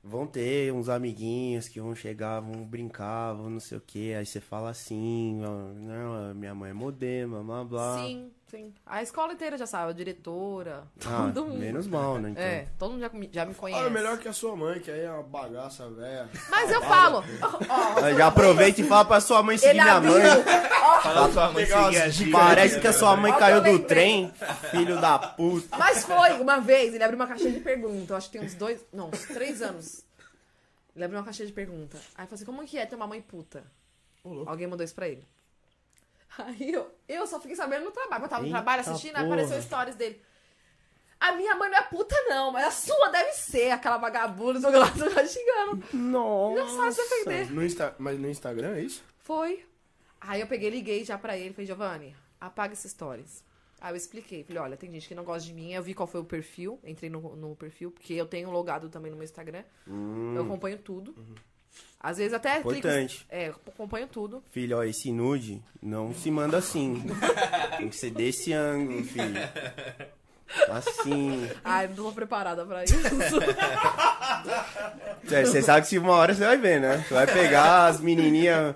B: Vão ter uns amiguinhos que vão chegar, vão brincar, vão não sei o quê. Aí você fala assim, ó, não, minha mãe é modema, blá blá.
D: Sim, sim. A escola inteira já sabe, a diretora,
B: Ah,
D: todo mundo.
B: menos mal, né? Então.
D: É, todo mundo já, me- já me conhece.
C: Olha, melhor que a sua mãe, que aí é uma bagaça velha.
D: Mas eu falo, ó,
B: Aí Já aproveita e fala pra sua mãe é- seguir
D: ele
B: minha
D: abriu,
B: mãe.
A: Fala sua mãe
C: Legal,
A: seguir a né?
C: as
A: dica.
B: Parece que a sua mãe
D: Olha o
B: caiu
D: que eu
B: do
D: lembrei.
B: trem, filho da puta.
D: Mas foi uma vez, ele abriu uma caixinha de pergunta. Eu acho que tem uns dois. Não, uns três anos. Ele abriu uma caixinha de pergunta. Aí eu falei assim: como que é ter uma mãe puta?
C: Ô, louco.
D: Alguém mandou isso pra ele. Aí eu, eu só fiquei sabendo no trabalho. Eu tava no
B: Eita
D: trabalho assistindo, aí
B: porra.
D: apareceu stories dele. A minha mãe não é puta, não, mas a sua deve ser, aquela vagabunda, jogando lá, tô já xingando.
B: Nossa.
D: Não sabe defender.
C: No Insta... Mas no Instagram é isso?
D: Foi. Aí eu peguei, liguei já pra ele. Falei, Giovanni, apaga esses stories. Aí eu expliquei. Falei, olha, tem gente que não gosta de mim. Eu vi qual foi o perfil. Entrei no, no perfil, porque eu tenho logado também no meu Instagram. Eu acompanho tudo. Às vezes até clico...
B: Hum. Uhum. Importante.
D: É, eu acompanho tudo.
B: Filho, ó, esse nude não se manda assim. Tem que ser desse ângulo, filho. Assim.
D: Ai, não tô preparada pra isso.
B: É, Você sabe que se uma hora você vai ver, né? Você vai pegar as menininhas.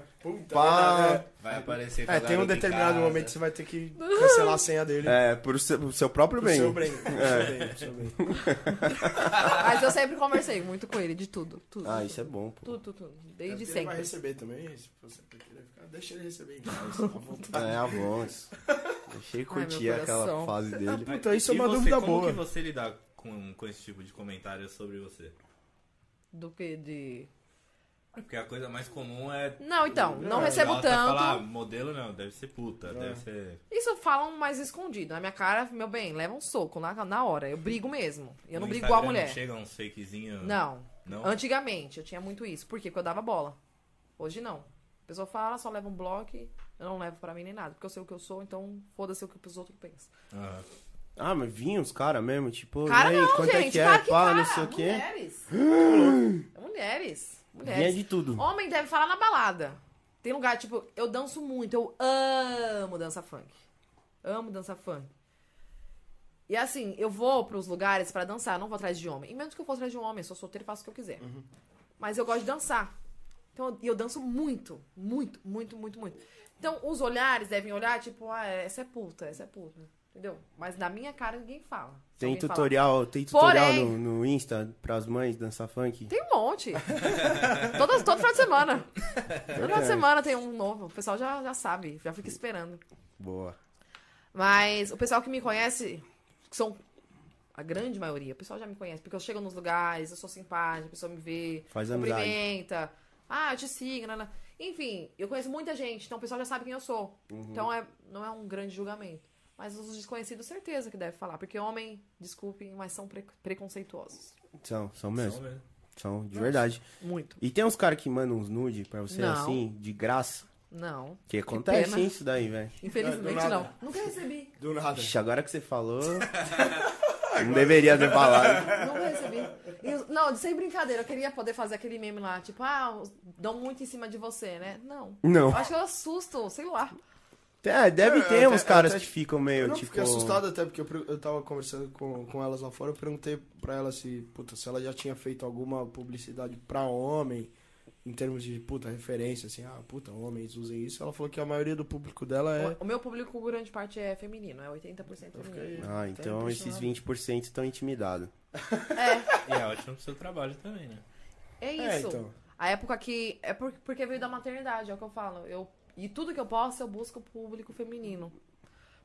B: Pá,
A: Vai aparecer com a
C: É, tem um
A: garota em
C: determinado
A: casa.
C: momento que você vai ter que cancelar a senha dele.
B: é, pro seu, pro seu próprio
C: Pro
B: bem.
C: seu bem. pro
A: é.
C: seu bem, pro seu bem.
D: Mas eu sempre conversei muito com ele, de tudo. tudo
B: Ah,
D: tudo,
B: isso é bom, pô.
D: Tudo, tudo, tudo.
C: Ele
D: Desde
C: vai
D: sempre.
C: receber também, se você querer ficar, deixa ele receber então, em casa, à vontade.
B: É, a voz. Deixei curtir
D: Ai, meu
B: aquela
D: coração.
B: fase dele.
C: Puta, isso é
A: E
C: uma
A: você,
C: dúvida
A: como
C: boa.
A: que você lidar com, com esse tipo de comentário sobre você? É,
D: Do que de...
A: Porque a coisa mais comum é...
D: Não, então, não
A: Ah,
D: recebo
A: ela tá
D: tanto.
A: Falar, ah, modelo não, deve ser puta,
C: É.
A: deve ser...
D: Isso falam mais escondido. Na minha cara, meu bem, leva um soco na, na hora. Eu brigo mesmo. Eu
A: No
D: não brigo igual a
A: Instagram
D: mulher.
A: Não chega uns fakezinhos...
D: Não.
A: Não?
D: Antigamente, eu tinha muito isso. Por quê? Porque eu dava bola. Hoje não. A pessoa fala, só leva um bloco, eu não levo pra mim nem nada. Porque eu sei o que eu sou, então foda-se o que os outros pensam.
A: Ah,
B: Ah, mas vinha os caras mesmo, tipo,
D: Cara,
B: e aí,
D: não,
B: quanto
D: gente.
B: é que é?
D: cara, que
B: pá,
D: cara.
B: não sei o quê.
D: Mulheres. Mulheres.
B: Vinha
D: Mulheres.
B: de tudo.
D: Homem deve falar na balada. Tem lugar, tipo, eu danço muito, eu amo dança funk. Amo dança funk. E assim, eu vou pros lugares pra dançar, eu não vou atrás de homem. E mesmo que eu for atrás de um homem, eu sou solteira e faço o que eu quiser.
B: Uhum.
D: Mas eu gosto de dançar. Então, eu- e eu danço muito, muito, muito, muito, muito. Então, os olhares devem olhar, tipo, ah, essa é puta, essa é puta. Entendeu? Mas na minha cara ninguém fala. Se
B: Tem
D: alguém falar-
B: tutorial, tem tutorial
D: Porém-
B: no, no Insta pras mães dançar funk?
D: Tem um monte. todo, todo final de semana. Todo final de semana tem um novo. O pessoal já, já sabe, já fica esperando.
B: Boa.
D: Mas o pessoal que me conhece, que são a grande maioria, o pessoal já me conhece, porque eu chego nos lugares, eu sou simpática, a pessoa me vê,
B: Faz amizade.
D: cumprimenta. Ah, eu te sigo, nana. Enfim, eu conheço muita gente, então o pessoal já sabe quem eu sou.
B: Uhum.
D: Então é, não é um grande julgamento. Mas os desconhecidos, certeza que deve falar. Porque homem, desculpem, mas são pre- preconceituosos.
B: São, são mesmo.
A: São mesmo.
B: São, de verdade.
D: Muito.
B: E tem uns caras que mandam uns nude pra você
D: Não.
B: assim, de graça.
D: Não.
B: Que acontece
D: pena.
B: hein, isso daí, velho.
D: Infelizmente,
C: É, Do nada.
D: não. Nunca recebi.
C: Do nada.
B: Ixi, agora que você falou. não deveria ter falado.
D: Nunca recebi. E os- não, sem brincadeira, eu queria poder fazer aquele meme lá, tipo, ah, os- dão muito em cima de você, né? Não.
B: Não.
D: Eu acho que eu assusto, sei lá.
B: É, deve
C: É,
B: ter
C: eu
B: uns
C: até-
B: caras
C: eu até-
B: que ficam meio
C: Eu não
B: tipo.
C: fiquei assustado até porque eu, pre- eu tava conversando com, com elas lá fora, eu perguntei pra ela se, puta, se ela já tinha feito alguma publicidade pra homem, em termos de, puta, referência, assim, ah, puta, homens usem isso. Ela falou que a maioria do público dela é...
D: O, o meu público, grande parte, é feminino, é 80%
C: Eu
D: feminino.
C: fiquei-
B: Ah,
C: até
B: então esses
C: impressionado.
B: 20% estão intimidados.
A: E é ótimo pro seu trabalho também, né?
D: É
C: É,
D: isso.
C: então.
D: A época que. É por- porque veio da maternidade, é o que eu falo. Eu, e tudo que eu posso, eu busco o público feminino.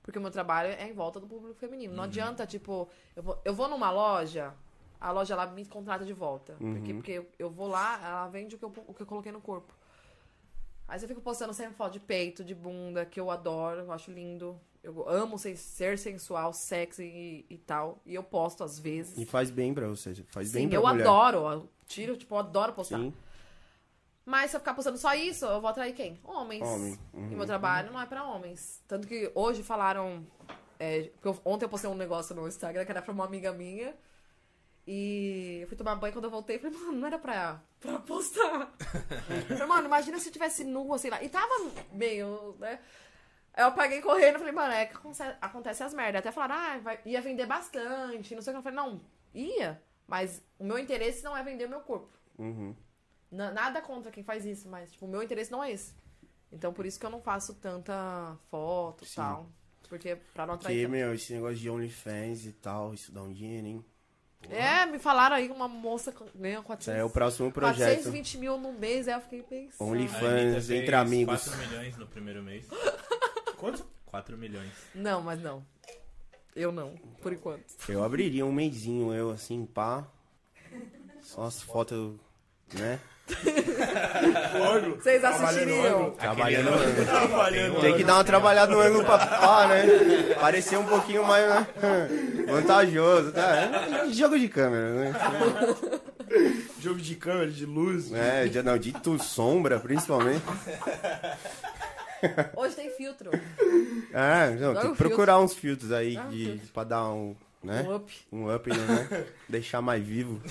D: Porque o meu trabalho é em volta do público feminino.
B: Uhum.
D: Não adianta, tipo, eu vou, eu vou numa loja, a loja lá me contrata de volta.
B: Uhum.
D: Porque, porque eu, eu vou lá, ela vende o que, eu, o que eu coloquei no corpo. Aí eu fico postando sempre foto de peito, de bunda, que eu adoro, eu acho lindo. Eu amo ser, ser sensual, sexy e, e tal. E eu posto às vezes.
B: E faz bem pra você. Faz bem
D: Sim,
B: pra
D: eu
B: mulher.
D: adoro. Eu tiro, tipo, eu adoro postar.
B: Sim.
D: Mas se eu ficar postando só isso, eu vou atrair quem? Homens.
B: Homem.
D: E meu trabalho não é pra homens. Tanto que hoje falaram. é, porque eu- ontem eu postei um negócio no Instagram que era pra uma amiga minha. E eu fui tomar banho quando eu voltei. Falei, mano, não era pra, pra postar. falei, mano, imagina se eu tivesse nua, sei lá. E tava meio, né? Aí eu apaguei correndo falei, mano, é que aconte- acontece as merdas. Até falaram, ah, vai- ia vender bastante, não sei o que. Eu falei, não, ia, mas o meu interesse não é vender o meu corpo.
B: Uhum.
D: Na- Nada contra quem faz isso, mas, tipo, o meu interesse não é esse. Então, por isso que eu não faço tanta foto e
B: Sim.
D: tal. Porque, pra não atrair...
B: Porque,
D: tanto.
B: meu, esse negócio de OnlyFans e tal, isso dá um dinheiro, hein?
D: É, me falaram aí que uma moça ganhou
B: Isso aí é o
D: 400,
B: próximo projeto.
D: 420 mil num mês, aí eu fiquei pensando.
A: A
B: OnlyFans.
A: Anitta
B: Fãs entre
A: fez
B: amigos.
A: 4 milhões no primeiro mês. Quanto? 4 milhões.
D: Não, mas não. Eu não, por enquanto.
B: Eu abriria um meizinho, eu assim, pá. Só as fotos, né?
D: Vocês assistiriam?
B: Trabalhando.
A: Aquele ano-
C: Trabalhando.
B: Tem que
D: um
B: dar uma trabalhada no ângulo pra pá, né? Parecer um pouquinho mais, né? Vantajoso, tá? É Jogo de câmera, né?
C: Jogo de câmera, de luz.
B: É, de- não, de tu, sombra, principalmente.
D: Hoje tem filtro.
B: É, não,
D: Joga
B: tem
D: um
B: que procurar uns filtros aí
D: Joga um
B: de,
D: filtro.
B: pra dar um, né?
D: Um up.
B: Um up, né? Deixar mais vivo.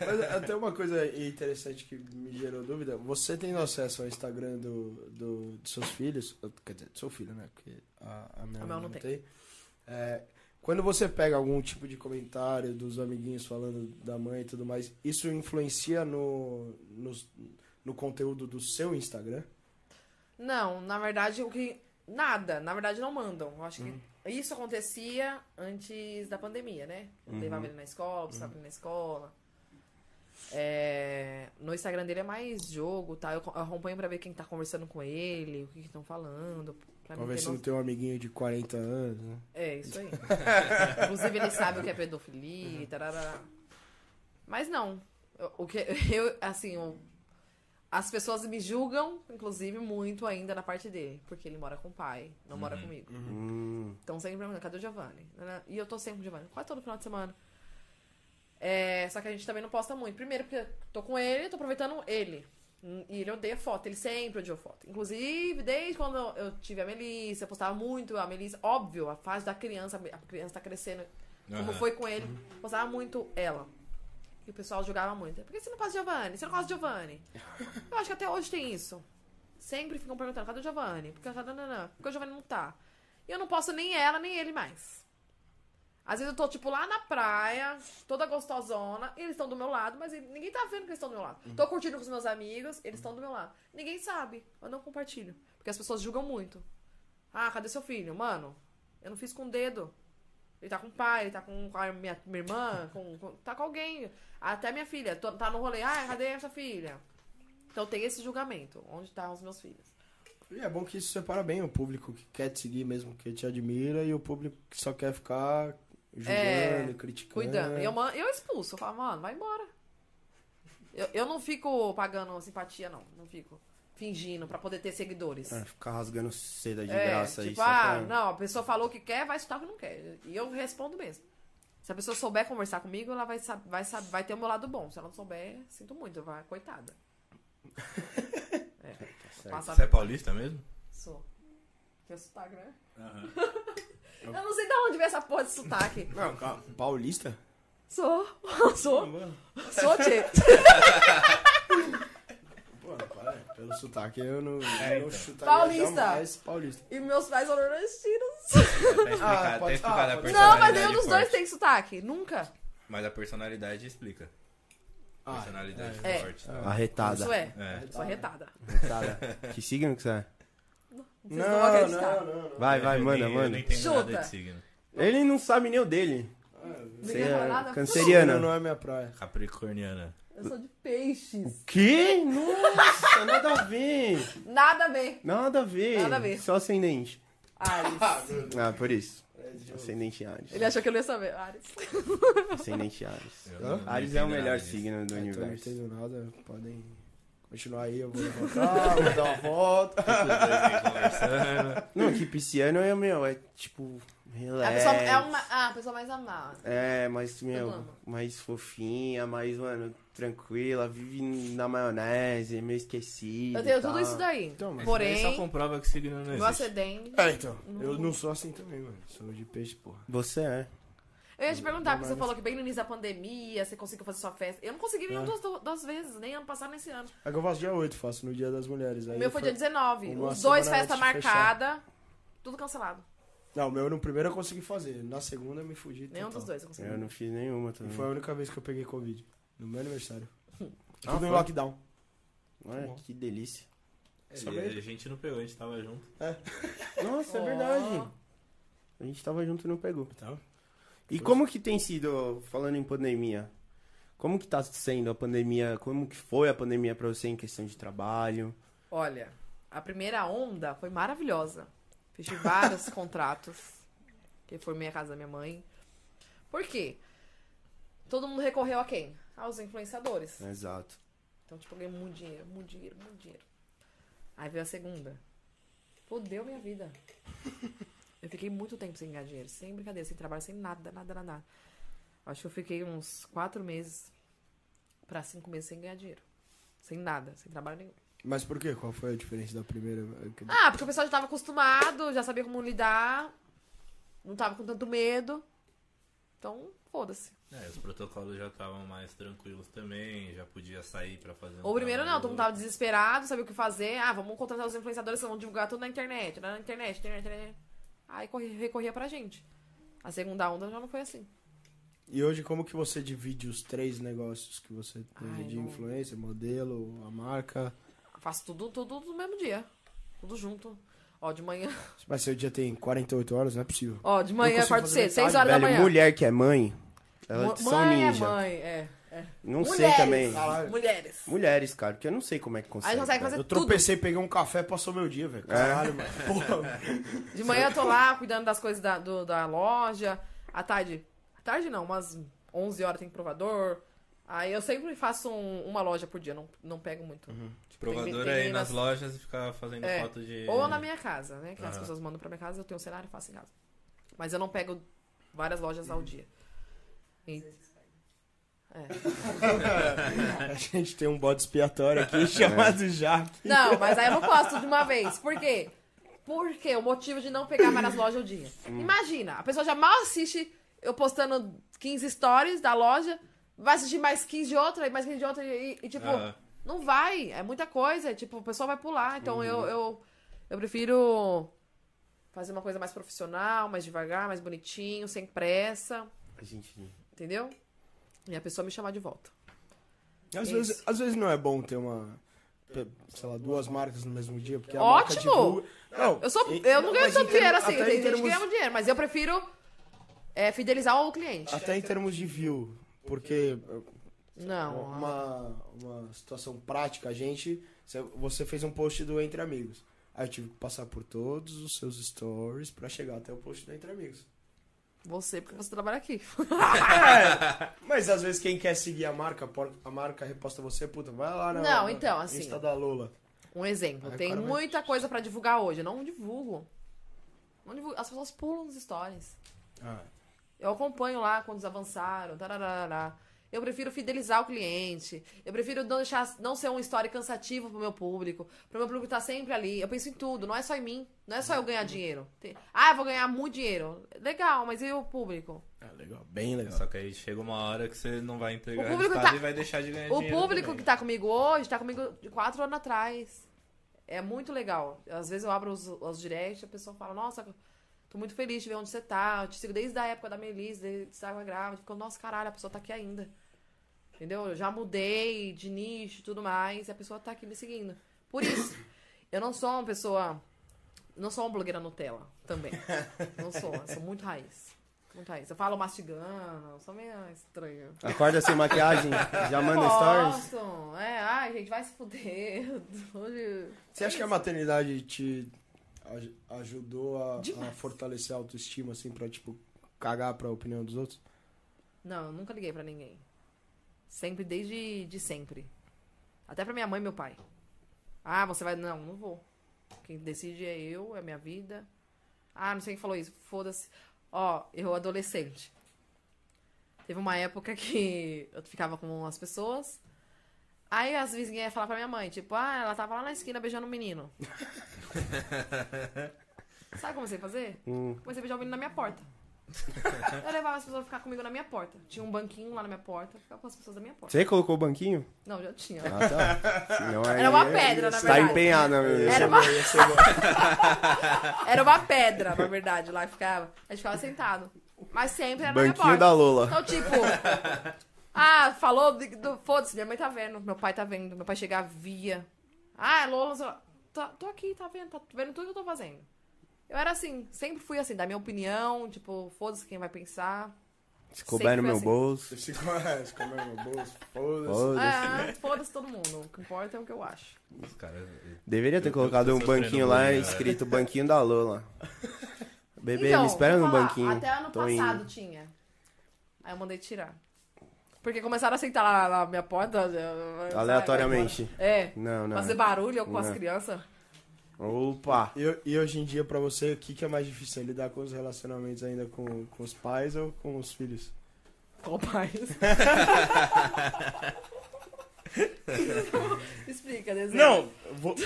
C: Mas até uma coisa interessante que me gerou dúvida. Você tem acesso ao Instagram do, do, dos seus filhos? Quer dizer, do seu filho, né? Porque a, a minha
D: A
C: mãe
D: Mel
C: não
D: não
C: tem.
D: tem.
C: É, quando você pega algum tipo de comentário dos amiguinhos falando da mãe e tudo mais, isso influencia no, nos- no conteúdo do seu Instagram?
D: Não, na verdade, o que. Nada, na verdade não mandam. Eu acho que isso acontecia antes da pandemia, né? Eu levava ele na escola, buscava ele na escola. É, No Instagram dele é mais jogo, tá? Eu co- eu acompanho pra ver quem tá conversando com ele, o que estão falando. Pra mim
C: Talvez
D: ter
C: você não
D: noção.
C: tenha um amiguinho de 40 anos, né?
D: É, isso aí. Inclusive, ele sabe o que é pedofilia e tarará. Mas não. Eu- O que eu, assim, o- as pessoas me julgam, inclusive, muito ainda na parte dele. Porque ele mora com o pai, não mora comigo.
B: Hum,
D: Então sempre perguntando, cadê o Giovanni? Nanã. E eu tô sempre com o Giovanni, quase todo final de semana. É, só que a gente também não posta muito. Primeiro, porque eu tô com ele, tô aproveitando ele. Hum, E ele odeia foto, ele sempre odiou foto. Inclusive, desde quando eu tive a Melissa, eu postava muito a Melissa. Óbvio, a fase da criança, a criança tá crescendo. Como
A: Aham.
D: foi com ele, postava muito ela. E o pessoal julgava muito. Por que você não posta Giovanni? Você não gosta de Giovanni? Eu acho que até hoje tem isso. Sempre ficam perguntando, cadê o Giovanni? Porque, nananã, porque o Giovanni não tá. E eu não posso nem ela, nem ele mais. Às vezes eu tô, tipo, lá na praia, toda gostosona, e eles estão do meu lado, mas ele- ninguém tá vendo que eles estão do meu lado. Tô curtindo com os meus amigos, eles estão do meu lado. Ninguém sabe, eu não compartilho. Porque as pessoas julgam muito. Ah, cadê seu filho? Mano, eu não fiz com o dedo. Ele tá com o pai, ele tá com a minha, minha irmã, com, com- tá com alguém. Até minha filha, tô- tá no rolê. Ah, cadê essa filha? Então tem esse julgamento, onde tá os meus filhos.
C: E é bom que isso separa bem o público que quer te seguir mesmo, que te admira, e o público que só quer ficar julgando,
D: É,
C: criticando.
D: Cuidando. E Eu, man- eu expulso, eu falo, mano, vai embora. Eu, eu não fico pagando simpatia, não. Não fico. fingindo pra poder ter seguidores.
B: É, ficar rasgando seda de
D: É,
B: graça aí.
D: tipo,
B: só
D: ah,
B: pra-
D: não, a pessoa falou o que quer, vai escutar o que não quer. E eu respondo mesmo. Se a pessoa souber conversar comigo, ela vai, sab- vai, sab- vai ter o meu lado bom. Se ela não souber, sinto muito, vai, coitada. é. Passa
A: Você é paulista mesmo?
D: Sou. Que é sotaque, né? eu não sei de onde vem essa porra de sotaque.
B: Não, calma.
C: Paulista?
D: Sou.
C: Hum.
D: Sou. Sou, tchê.
C: Pô, para. Pelo sotaque eu não.
A: É,
C: eu
A: então.
C: chutaria
D: Paulista.
C: jamais paulista.
D: E meus pais são nordestinos.
A: Tá explicado,
C: Ah,
A: tá
C: pode-
A: explicado
C: ah,
A: a
C: pode-
A: personalidade.
D: Não, mas nenhum dos dois
A: né, forte.
D: tem sotaque. Nunca.
A: Mas a personalidade explica.
C: Ah,
A: personalidade
D: é.
A: forte. tá?
B: Arretada.
D: Isso é.
A: É.
D: Sou arretada.
B: Arretada. que signo que você é?
D: Vocês não vão acreditar.
C: não, não.
B: Vai, vai,
A: Eu
B: manda,
A: É, nem- Eu
B: manda.
A: nem entendo
D: Chuta.
A: nada de signo.
B: Ele não sabe nem o dele. Você
D: Ninguém fala nada?
B: é
C: Seriana.
B: canceriana.
C: Não é minha praia.
A: Capricorniana.
D: Eu sou de peixes.
B: Que? Nossa, nada a ver.
D: Nada a ver.
B: Nada a ver.
D: Nada a ver.
B: Só ascendente.
D: Ares.
B: Ah, por isso.
A: É
B: Ascendente Ares.
D: Ele achou que eu não ia saber. Ares.
B: Ascendente Ares.
A: Eu não- não
B: Ares é o
A: entendo nada
B: melhor
A: disso.
B: signo do
C: Então, não
B: universo.
C: entendo nada, podem continuar aí, eu vou levantar, vou dar uma volta.
A: Os dois vêm conversando.
B: Não, que pisciano é, meu, é tipo...
D: A
B: Relax.
D: pessoa é uma. Ah, a pessoa mais amada.
B: É, mas,
D: Eu
B: meu,
D: amo.
B: mais fofinha, mais, mano, tranquila, vive na maionese, meio esquecida.
D: Eu tenho
B: e tal.
D: tudo isso daí.
C: Então, mas
D: Porém,
A: Isso aí só comprova que signo não
D: Meu
A: existe.
D: acidente.
C: É, então, eu não sou assim também, mano. Sou de peixe, porra.
B: Você é.
D: Eu ia te perguntar,
C: Não,
D: porque
C: mas-
D: você falou que bem no início da pandemia você conseguiu fazer sua festa. Eu não consegui nenhuma das duas, duas vezes, nem ano passado, nem esse ano.
C: É que eu faço dia 8, faço no dia das mulheres. Aí
D: O meu foi dia 19.
C: uma
D: Os dois
C: semana
D: festa
C: antes de
D: marcada, tudo cancelado.
C: Não, o meu no primeiro eu consegui fazer, na segunda eu me fugi.
D: Nenhum
C: total.
D: dos dois eu consegui.
C: é,
B: Eu não fiz nenhuma
C: E
B: também.
C: foi a única vez que eu peguei Covid, no meu aniversário.
D: Hum.
B: Ah,
C: Tudo
B: foi?
C: em lockdown.
B: Olha, que delícia.
C: É
A: Só que a gente não pegou, a gente tava junto.
B: Nossa, é
D: Ó. Oh.
B: verdade. A gente tava junto e não pegou.
C: Tá.
B: E como que tem sido, falando em pandemia, como que tá sendo a pandemia, como que foi a pandemia pra você em questão de trabalho?
D: Olha, a primeira onda foi maravilhosa. Fechei vários contratos, que foi minha casa da minha mãe. Por quê? Todo mundo recorreu a quem? Aos influenciadores.
B: Exato.
D: Então, tipo, eu ganhei muito dinheiro, muito dinheiro, muito dinheiro. Aí veio a segunda. Fodeu minha vida. Eu fiquei muito tempo sem ganhar dinheiro, sem brincadeira, sem trabalho, sem nada, nada, nada. nada. Acho que eu fiquei uns quatro meses pra cinco meses sem ganhar dinheiro. Sem nada, sem trabalho nenhum.
C: Mas por quê? Qual foi a diferença da primeira?
D: Ah, porque o pessoal já tava acostumado, já sabia como lidar, não tava com tanto medo. Então, foda-se.
A: É, os protocolos já estavam mais tranquilos também, já podia sair pra fazer um
D: Ou primeiro não,
A: trabalho.
D: todo mundo tava desesperado, sabia o que fazer. Ah, vamos contratar os influenciadores, vamos divulgar tudo na internet, na internet, internet, internet. Aí corri- recorria pra gente. A segunda onda já não foi assim.
C: E hoje, como que você divide os três negócios que você teve
D: Ai,
C: de
D: não.
C: influência, modelo, a marca?
D: Faço tudo, tudo no mesmo dia. Tudo junto. Ó, de manhã.
C: Mas seu dia tem 48 horas, não é possível.
D: Ó, de manhã,
C: consigo
D: quarto
C: fazer
D: cedo, 6
C: metade,
D: horas da
B: Velho,
D: manhã.
B: mulher que é mãe, elas
D: Mu-
B: são
D: mãe
B: ninja.
D: é mãe, é. é.
B: Não sei
D: Mulheres.
B: também.
D: Mulheres.
B: Mulheres, cara, porque eu não sei como é que consegue.
D: Aí consegue
B: velho.
D: fazer
C: Eu
D: tudo.
C: tropecei, peguei um café, passou meu dia, velho. Caralho, mano. Porra.
D: De manhã eu tô lá cuidando das coisas da, do- da loja. À tarde. À tarde não, umas 11 horas tem provador. Aí eu sempre faço um- uma loja por dia, não, não pego muito. Tipo, tem-
A: Provador
D: tem
A: aí
D: meninas-
A: nas lojas e ficava fazendo
D: É.
A: foto de.
D: Ou na minha casa, né? Que as
A: Aham.
D: pessoas mandam pra minha casa, eu tenho um cenário e faço em casa. Mas eu não pego várias lojas ao dia. E- É.
C: A gente tem um bode expiatório aqui chamado Jaque.
D: Não, mas aí eu não posso tudo de uma vez. Por quê? Por quê? O motivo de não pegar várias lojas ao dia. Imagina, a pessoa já mal assiste eu postando 15 stories da loja, vai assistir mais 15 de outra, e mais 15 de outra, e, e, tipo,
A: Aham.
D: não vai. É muita coisa, é, tipo, o pessoal vai pular. Então eu, eu, eu prefiro fazer uma coisa mais profissional, mais devagar, mais bonitinho, sem pressa,
B: A gente...
D: entendeu? E a pessoa me chamar de volta.
C: Às
D: Isso.
C: vezes, às vezes não é bom ter uma. pe- Sei lá, duas marcas no mesmo dia, porque a marca
D: Ótimo!
C: divulga... Não,
D: Eu, sou,
C: e-
D: eu não ganho
C: mas em
D: tanto dinheiro
C: termos-
D: assim,
C: até
D: tem
C: em
D: gente que
C: termos-
D: ganha muito dinheiro, mas eu prefiro é, fidelizar o cliente.
C: Até em termos de view, porque
D: Não,
C: uma, uma situação prática, a gente. cê- Você fez um post do Entre Amigos. Aí eu tive que passar por todos os seus stories pra chegar até o post do Entre Amigos.
D: você, porque você trabalha aqui.
C: Mas às vezes quem quer seguir a marca, por- a marca reposta você, puta, vai lá na,
D: Não,
C: na
D: então, assim-
C: Insta da Lula.
D: Um exemplo.
C: Ah,
D: Tem
C: claramente.
D: muita coisa pra divulgar hoje. Eu não divulgo. Não divulgo. As pessoas pulam nos stories.
C: Ah,
D: Eu acompanho lá quando eles avançaram. tarararará. Eu prefiro fidelizar o cliente. Eu prefiro não deixar não ser um story cansativo pro meu público. Pro meu público estar sempre ali. Eu penso em tudo, não é só em mim. Não é só eu
C: Uhum.
D: ganhar dinheiro. Tem- Ah, eu vou ganhar muito dinheiro. Legal, mas e o público?
C: ah, legal, bem legal.
A: Só que aí chega uma hora que você não vai entregar
D: O público
A: resultado
D: tá-
A: e vai deixar de ganhar
D: O
A: Né, dinheiro.
D: público
A: também.
D: que tá comigo hoje tá comigo de quatro anos atrás. É muito legal. Às vezes eu abro os, os directs e a pessoa fala, nossa, tô muito feliz de ver onde você tá. Eu te sigo desde a época da Melissa, desde a água grávida. Ficou, nossa, caralho, a pessoa tá aqui ainda. Entendeu? Eu já mudei de nicho e tudo mais. E a pessoa tá aqui me seguindo. Por isso, eu não sou uma pessoa. Não sou uma blogueira Nutella também. Não sou, eu sou muito raiz. Muito raiz. Eu falo mastigando, eu sou meio estranha.
B: Acorda sem maquiagem, já manda stories.
D: Posso. É, ai, gente, vai se fuder. Hoje-
C: Você acha que a maternidade te aj- ajudou a, a
D: Demais.
C: fortalecer a autoestima, assim, pra, tipo, cagar pra opinião dos outros?
D: Não, eu nunca liguei pra ninguém. Sempre, desde de sempre. Até pra minha mãe e meu pai. Ah, você vai. Não, não vou. Quem decide é eu, é minha vida. Ah, não sei quem falou isso. Foda-se. Ó, eu adolescente. Teve uma época que eu ficava com as pessoas. Aí as vizinhas iam falar pra minha mãe, tipo, ah, ela tava lá na esquina beijando um menino. Sabe como eu comecei a fazer? Comecei a beijar o menino na minha porta. Eu levava as pessoas a ficar comigo na minha porta. Tinha um banquinho lá na minha porta, eu ficava com as pessoas da minha porta.
B: Você colocou o banquinho?
D: Não, já tinha.
B: Ah, tá. Senão aí-
D: Era uma pedra, na
B: Tá
D: verdade.
B: empenhada, meu
D: Era
B: Deus.
D: uma... Era uma pedra, na verdade, lá que ficava. A gente ficava sentado. Mas sempre era na minha
B: Banquinho
D: porta.
B: da Lola.
D: Então, tipo. Ah, falou. de- do- Foda-se, minha mãe tá vendo. Meu pai tá vendo. Meu pai chegar, via. Ah, Lola. sei lá. Tá- tô aqui, tá vendo? Tá vendo tudo que eu tô fazendo. Eu era assim, sempre fui assim, da minha opinião, tipo, foda-se quem vai pensar.
B: Se couber no
D: Sempre
B: meu
D: assim.
B: bolso.
C: Você se conhece, como é meu bolso, foda-se.
B: foda-se.
D: Ah, foda-se todo mundo. O que importa é o que eu acho.
A: Os caras...
D: Tá
B: Deveria ter
A: Eu-
B: colocado
A: eu
B: um
A: tô sofrendo né?
B: banquinho lá
A: bullying,
B: escrito Banquinho da Lola. Bebê,
D: Então,
B: me espera
D: vou
B: no
D: falar,
B: banquinho.
D: Até ano
B: Tô indo.
D: passado tinha. Aí eu mandei tirar. Porque começaram a sentar lá na minha porta. eu- eu- eu-
B: Aleatoriamente.
D: É.
B: Não, não.
D: Fazer barulho eu com as
B: Não.
D: crianças.
B: Opa!
C: E, e hoje em dia, pra você, o que, que é mais difícil? é Lidar com os relacionamentos ainda com, com os pais ou com os filhos?
D: Com o pai. Explica, desenho.
C: Não, vo-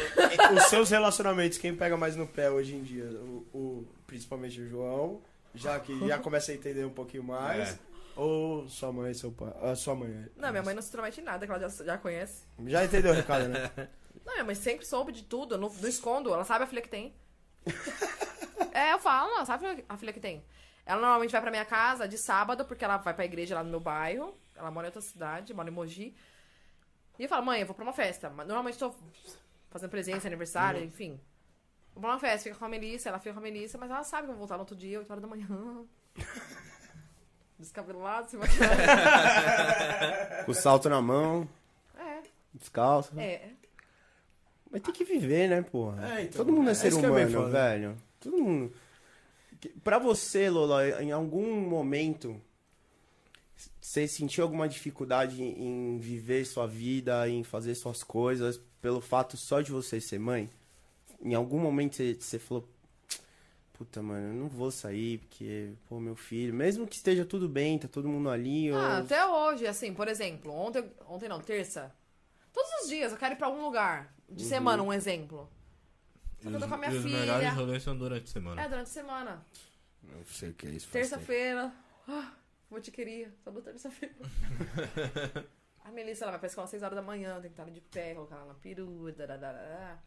C: os seus relacionamentos, quem pega mais no pé hoje em dia? O, o- principalmente o João, já que já começa a entender um pouquinho mais.
A: É.
C: Ou sua mãe e seu pai? Ah, sua mãe. né?
D: Não, minha mãe não se promete em nada, que ela já, já conhece.
C: Já entendeu o recado, né?
D: Não, minha mãe sempre soube de tudo. Eu não, não escondo. Ela sabe a filha que tem. é, eu falo, ela sabe a filha que tem. Ela normalmente vai pra minha casa de sábado, porque ela vai pra igreja lá no meu bairro. Ela mora em outra cidade, mora em Mogi. E eu falo, mãe, eu vou pra uma festa. Mas Normalmente tô fazendo presença, aniversário, enfim. Vou pra uma festa, fica com a Melissa, ela fica com a Melissa, mas ela sabe que eu vou voltar no outro dia, 8 horas da manhã. Descabelado, se maquiar.
B: Com o salto na mão,
D: É,
B: descalço.
D: é.
B: Mas tem que viver, né, porra?
C: É, então.
B: Todo mundo é,
C: É
B: ser
C: isso que é bem
B: humano,
C: foda.
B: velho. Todo mundo. Que- Pra você, Lola, em algum momento, você sentiu alguma dificuldade em viver sua vida, em fazer suas coisas, pelo fato só de você ser mãe? Em algum momento você- você falou. Puta, mano, eu não vou sair porque, pô, meu filho, mesmo que esteja tudo bem, tá todo mundo ali, eu-
D: Ah, até hoje, assim, por exemplo, ontem, ontem não, terça. Todos os dias eu quero ir pra algum lugar. De semana, um exemplo. Só que eu tô com a minha
A: e Uhum. os
D: filha.
A: melhores rolês são durante a
D: É,
A: semana.
D: durante a semana.
C: Não sei o que é isso. faz tempo.
D: Terça-feira. Ah, vou te queria. Só botar terça-feira. a Melissa, ela vai pra escola às 6 horas da manhã, tem que estar de pé, colocar ela na perua. dararara.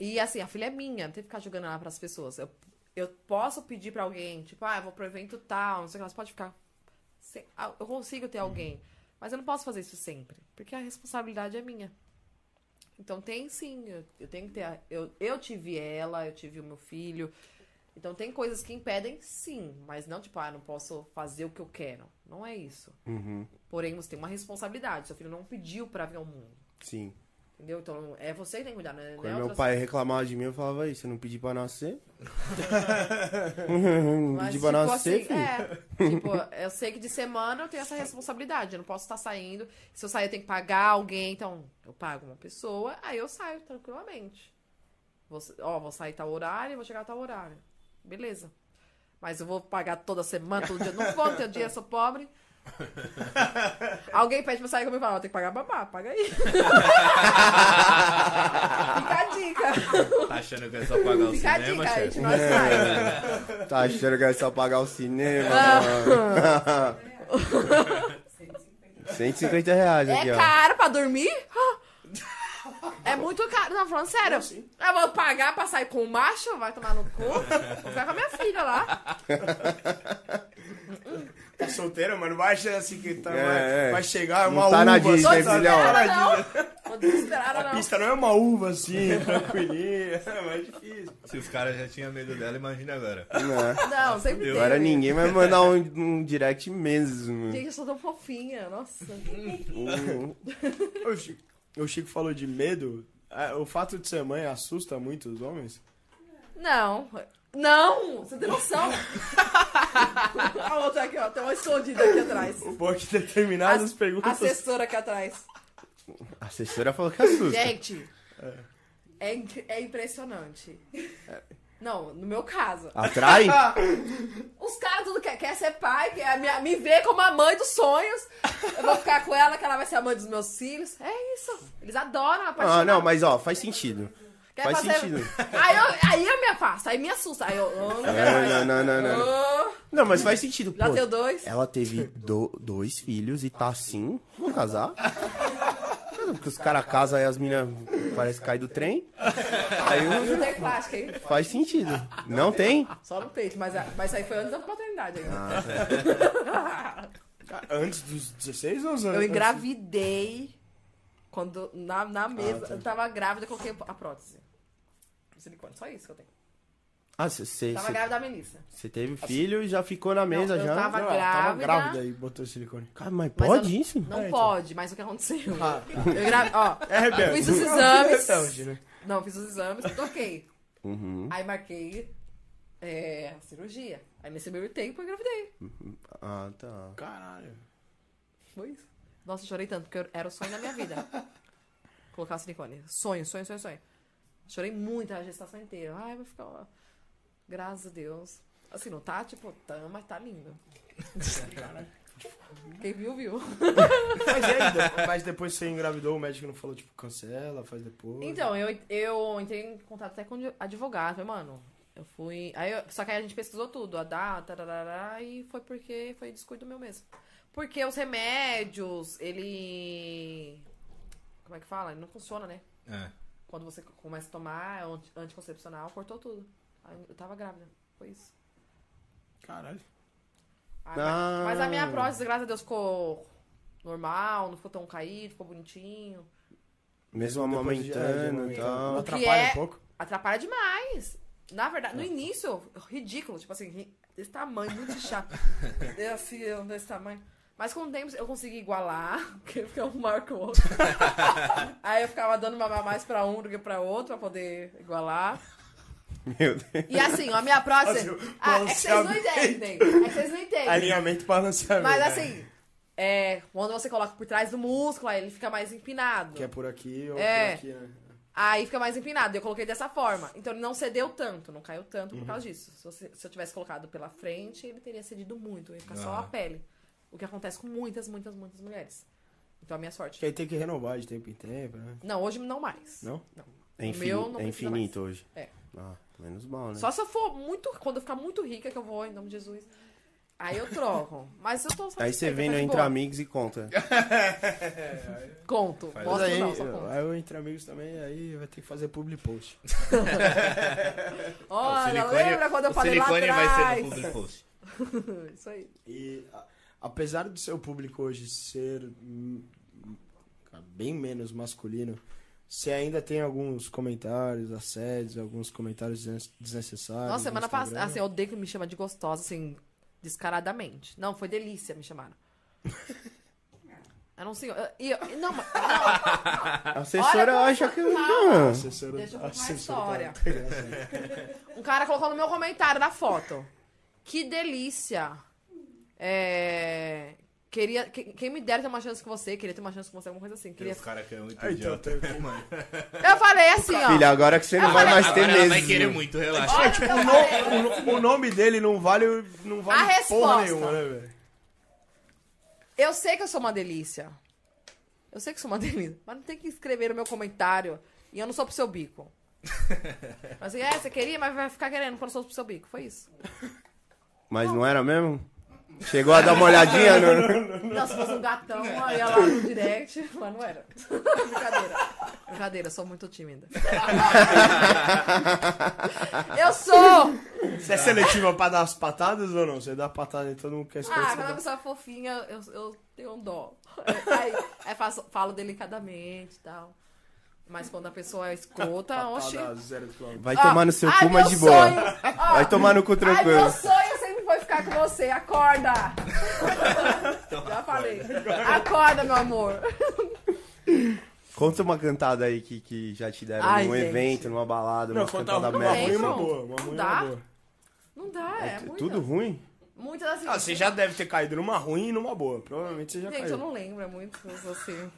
D: E assim, a filha é minha, não tem que ficar jogando ela pras pessoas. Eu, eu posso pedir pra alguém, tipo, ah, eu vou pro evento tal, não sei o que, elas podem ficar. se- ah, Eu consigo
C: Uhum.
D: ter alguém. Mas eu não posso fazer isso sempre, porque a responsabilidade é minha. Então tem sim, eu, eu tenho que ter. a- eu, eu tive ela, eu tive o meu filho. Então tem coisas que impedem, sim, mas não tipo, ah, não posso fazer o que eu quero. Não é isso. Porém, você tem uma responsabilidade. Seu filho não pediu pra vir ao mundo.
B: Sim.
D: Entendeu? Então é você que tem que cuidar, né?
B: Quando
D: Não é
B: meu
D: outras-
B: pai reclamava de mim, eu falava isso, eu não pedi pra nascer. não
D: Mas,
B: pedi
D: tipo
B: pra nascer,
D: assim,
B: filho.
D: é. Tipo, eu sei que de semana eu tenho essa responsabilidade. Eu não posso estar saindo. Se eu sair, eu tenho que pagar alguém. Então, eu pago uma pessoa, aí eu saio tranquilamente. Vou, sa- ó, vou sair tal horário, vou chegar a tal horário. Beleza. Mas eu vou pagar toda semana, todo dia. Não vou ter dinheiro, sou pobre. Alguém pede pra eu sair comigo e fala, ó, tem que pagar babá, paga aí. Fica a dica.
A: Tá achando que é só pagar o
D: Fica a
A: cinema,
D: dica, aí,
A: chefe?
D: gente. Nós sai.
B: Tá achando que é só pagar o cinema,
D: Ah.
B: mano. 150 reais aqui,
D: É
B: ó.
D: caro pra dormir? É muito caro. Não, falando sério. Eu vou pagar pra sair com o macho? Vai tomar no cu? Vou ficar com a minha filha lá.
C: Tá solteira, mano. Vai achar assim que tá,
B: É,
C: vai,
B: é.
C: vai chegar é
B: Não
C: uma
B: tá
C: uva.
B: na Disney,
C: sabe?
B: filhão.
C: Tá na
D: Não.
C: Disney.
D: Tô desesperada, não.
C: Pista não é uma uva assim, tranquilinha. É mais difícil.
A: Se os caras já tinham medo dela, imagina agora.
B: Não.
D: Não, sempre tem.
B: Agora ninguém vai mandar um, um direct mesmo.
D: Gente, eu sou tão fofinha. Nossa.
B: Hum.
C: O Chico, o Chico falou de medo. Ah, O fato de ser mãe assusta muito os homens?
D: Não. Não! Você tem noção? a outra aqui, ó. Tem uma escondida aqui atrás.
C: O bom é que determinadas
D: A-
C: perguntas...
D: Assessora aqui atrás.
B: A assessora falou que assusta.
D: Gente, é, inc- é impressionante. Não, no meu caso.
B: Atrai?
D: Os caras tudo quer, quer ser pai, quer me, me ver como a mãe dos sonhos. Eu vou ficar com ela, que ela vai ser a mãe dos meus filhos. É isso. Eles adoram a paixão.
B: Ah, não, mas ó, faz sentido.
D: Quer
B: faz
D: fazer-
B: sentido.
D: Aí eu, aí eu me afasto, aí me assusta. Aí eu. Oh, não, quero mais.
B: É, Não, não, não, não, não.
D: Oh,
B: Não, mas faz sentido, pô.
D: já deu dois.
B: Ela teve do- dois filhos e tá assim. Vou casar. Porque os caras casam e as minas parece que cai do trem. Aí eu-
D: Não tem plástica, hein?
B: faz sentido. Não tem?
D: Só no peito, mas, a- mas isso aí foi antes da paternidade. Ainda.
B: Ah,
C: Cara, Antes dos 16 ou antes?
D: Eu engravidei quando na,
B: Ah,
D: na
B: tá.
D: mesa. Eu tava grávida, eu coloquei a prótese. De silicone, só isso que eu tenho.
B: Ah, você
D: Tava grávida da Melissa.
B: teve filho e já ficou na mesa
D: eu
B: já? Ah,
D: tava-
C: Não, ela tava
D: grávida.
C: grávida e botou silicone.
B: Cara, mas
D: Mas
B: pode
D: eu-
B: isso?
D: Não
C: É, então. Ah.
D: pode, mas o que aconteceu? Eu gra... Ó,
C: É rebelde.
D: Fiz os exames.
C: né?
D: não, fiz os exames, toquei.
B: Uhum.
D: Aí marquei é, a cirurgia. Aí nesse meio tempo eu engravidei.
B: Ah, tá.
C: Caralho.
D: Foi isso. Nossa, eu chorei tanto, porque eu- era o sonho da minha vida. Colocar o silicone. Sonho, sonho, sonho, sonho. Chorei muito a gestação inteira. Ai, vai ficar. ó. Graças a Deus. Assim, não tá tipo, tá, mas tá lindo. Quem viu, viu.
C: Mas, e aí, de- mas depois você engravidou, o médico não falou, tipo, cancela, faz depois.
D: Então, eu, eu entrei em contato até com advogado, falei, mano. Eu fui. Aí eu- só que aí a gente pesquisou tudo, a data, tarará, e foi porque foi descuido meu mesmo. Porque os remédios, ele. Como é que fala? Ele não funciona, né?
A: É.
D: Quando você começa a tomar é um anti- anticoncepcional, cortou tudo. Aí eu tava grávida. Foi isso.
C: Caralho.
D: Aí,
B: Ah.
D: mas, mas a minha prótese, graças a Deus, ficou normal, não ficou tão caído, ficou bonitinho.
B: Mesmo
C: Depois de- é, de
B: amamentando e
C: amamentar.
B: tal.
C: Atrapalha
D: é-
C: um pouco.
D: Atrapalha demais. Na verdade, no início, ridículo. Tipo assim, ri- desse tamanho, muito chato. É assim, eu desse tamanho. Mas com o tempo eu consegui igualar, porque eu ficava um maior que o outro. Aí eu ficava dando mamar mais pra um do que pra outro, pra poder igualar.
B: Meu Deus.
D: E assim, ó, a minha
C: Nossa,
D: próxima.
C: o
D: Ah, é que vocês não
C: balanceamento.
D: entendem. É que vocês não entendem.
C: Alinhamento balanceamento.
D: Mas
C: né?
D: assim, é, quando você coloca por trás do músculo, aí ele fica mais empinado.
C: Que é por aqui ou
D: É.
C: por aqui, né?
D: Aí fica mais empinado. Eu coloquei dessa forma. Então ele não cedeu tanto, não caiu tanto
A: Uhum.
D: por causa disso. Se, você- se eu tivesse colocado pela frente, ele teria cedido muito. Ia ficar só
A: Ah.
D: a pele. O que acontece com muitas, muitas, muitas mulheres. Então a minha
C: Que
D: sorte.
C: aí tem que renovar de tempo em tempo, né?
D: Não, hoje não mais.
C: Não?
B: É, infin-
D: meu não
B: é
D: precisa
B: infinito hoje.
D: É.
B: Ah, menos mal, né?
D: Só se eu for muito. Quando eu ficar muito rica, que eu vou, em nome de Jesus. Aí eu troco. Mas eu tô
B: Aí você
D: satisfeita,
B: vem
A: né,
D: tá
B: no
D: de
B: Entre
D: boa.
B: Amigos e conta.
D: Conto.
A: Faz Ah,
D: Mostro
C: aí,
D: não, só conto.
C: aí eu entre amigos também, aí vai ter que fazer public post.
A: O
D: Olha,
A: silicone-
D: lembra quando eu
A: o
D: falei lá
A: silicone vai ser
D: atrás?
A: no public post.
D: Isso aí.
C: E a- apesar do seu público hoje ser hum, bem menos masculino, você ainda tem alguns comentários, assédios, alguns comentários desnes- desnecessários.
D: Nossa,
C: no
D: semana
C: Instagram?
D: passada, assim, eu odeio que me chama de gostosa, assim, descaradamente. Não, foi delícia me chamaram. Era um senhor. E eu, não, mas. Não,
B: A
D: Olha,
B: assessora
D: tá
B: acha que.
D: calma.
B: Ah,
C: Assessora,
D: Deixa eu contar a
C: assessora tá-
D: um cara colocou no meu comentário da foto. Que delícia. É. Queria. que- Quem me dera ter uma chance com você, queria ter uma chance com você, alguma coisa assim. Queria... tá
A: Os caras que é muito
C: Ah, então,
A: idiota.
C: tem que-
D: Eu falei assim, ó.
B: filha, agora que você não vai mais ter
A: Agora ela vai
B: meses.
A: querer
B: né?
A: muito, relaxa.
D: Olha o que eu
C: O
D: falei.
C: Tipo, no- o, o nome dele não vale, não vale
D: A
C: porra
D: resposta.
C: nenhuma, né, velho?
D: Eu sei que eu sou uma delícia. Eu sei que sou uma delícia. Mas não tem que escrever no meu comentário. E eu não sou pro seu bico. Mas assim, é, você queria, mas vai ficar querendo quando eu sou pro seu bico. Foi isso.
B: Mas não era mesmo? Chegou a dar uma olhadinha no.
D: Não, se fosse um gatão, aí
C: Tá.
D: ia lá no direct. Mas não era. Brincadeira. Brincadeira, eu sou muito tímida. eu sou!
C: Você é seletiva pra dar as patadas ou não? Você dá patada em todo mundo que é
D: Ah,
C: escroto,
D: quando a
C: você
D: pessoa é fofinha, eu, eu tenho um dó. Aí, aí faço- falo delicadamente e tal. Mas quando a pessoa é escrota,
C: dá
D: oxi.
C: patada zero quilômetro.
B: Vai
D: Ó,
B: tomar no seu
D: ai,
B: cu, mas
D: Ah, meu
B: de boa.
D: sonho. Ó,
B: Vai tomar no cu
D: Ai,
B: tranquilo.
D: meu sonho sempre foi ficar com você. Acorda! Já falei. Acorda, meu amor.
B: Conta uma cantada aí que, que já te deram
D: Ai,
B: num
D: gente.
B: evento, numa balada,
C: Não,
B: uma
C: quando
B: cantada
C: tá ruim,
D: merda.
C: uma ruim, uma boa.
D: Não,
C: Uma ruim,
D: dá.
C: uma boa.
D: Não dá, é, muito.
B: Tudo ruim?
D: Muitas assim.
C: Ah, você já deve ter caído numa ruim e numa boa. Provavelmente você já
D: Gente,
C: caiu.
D: eu não lembro, é muito assim.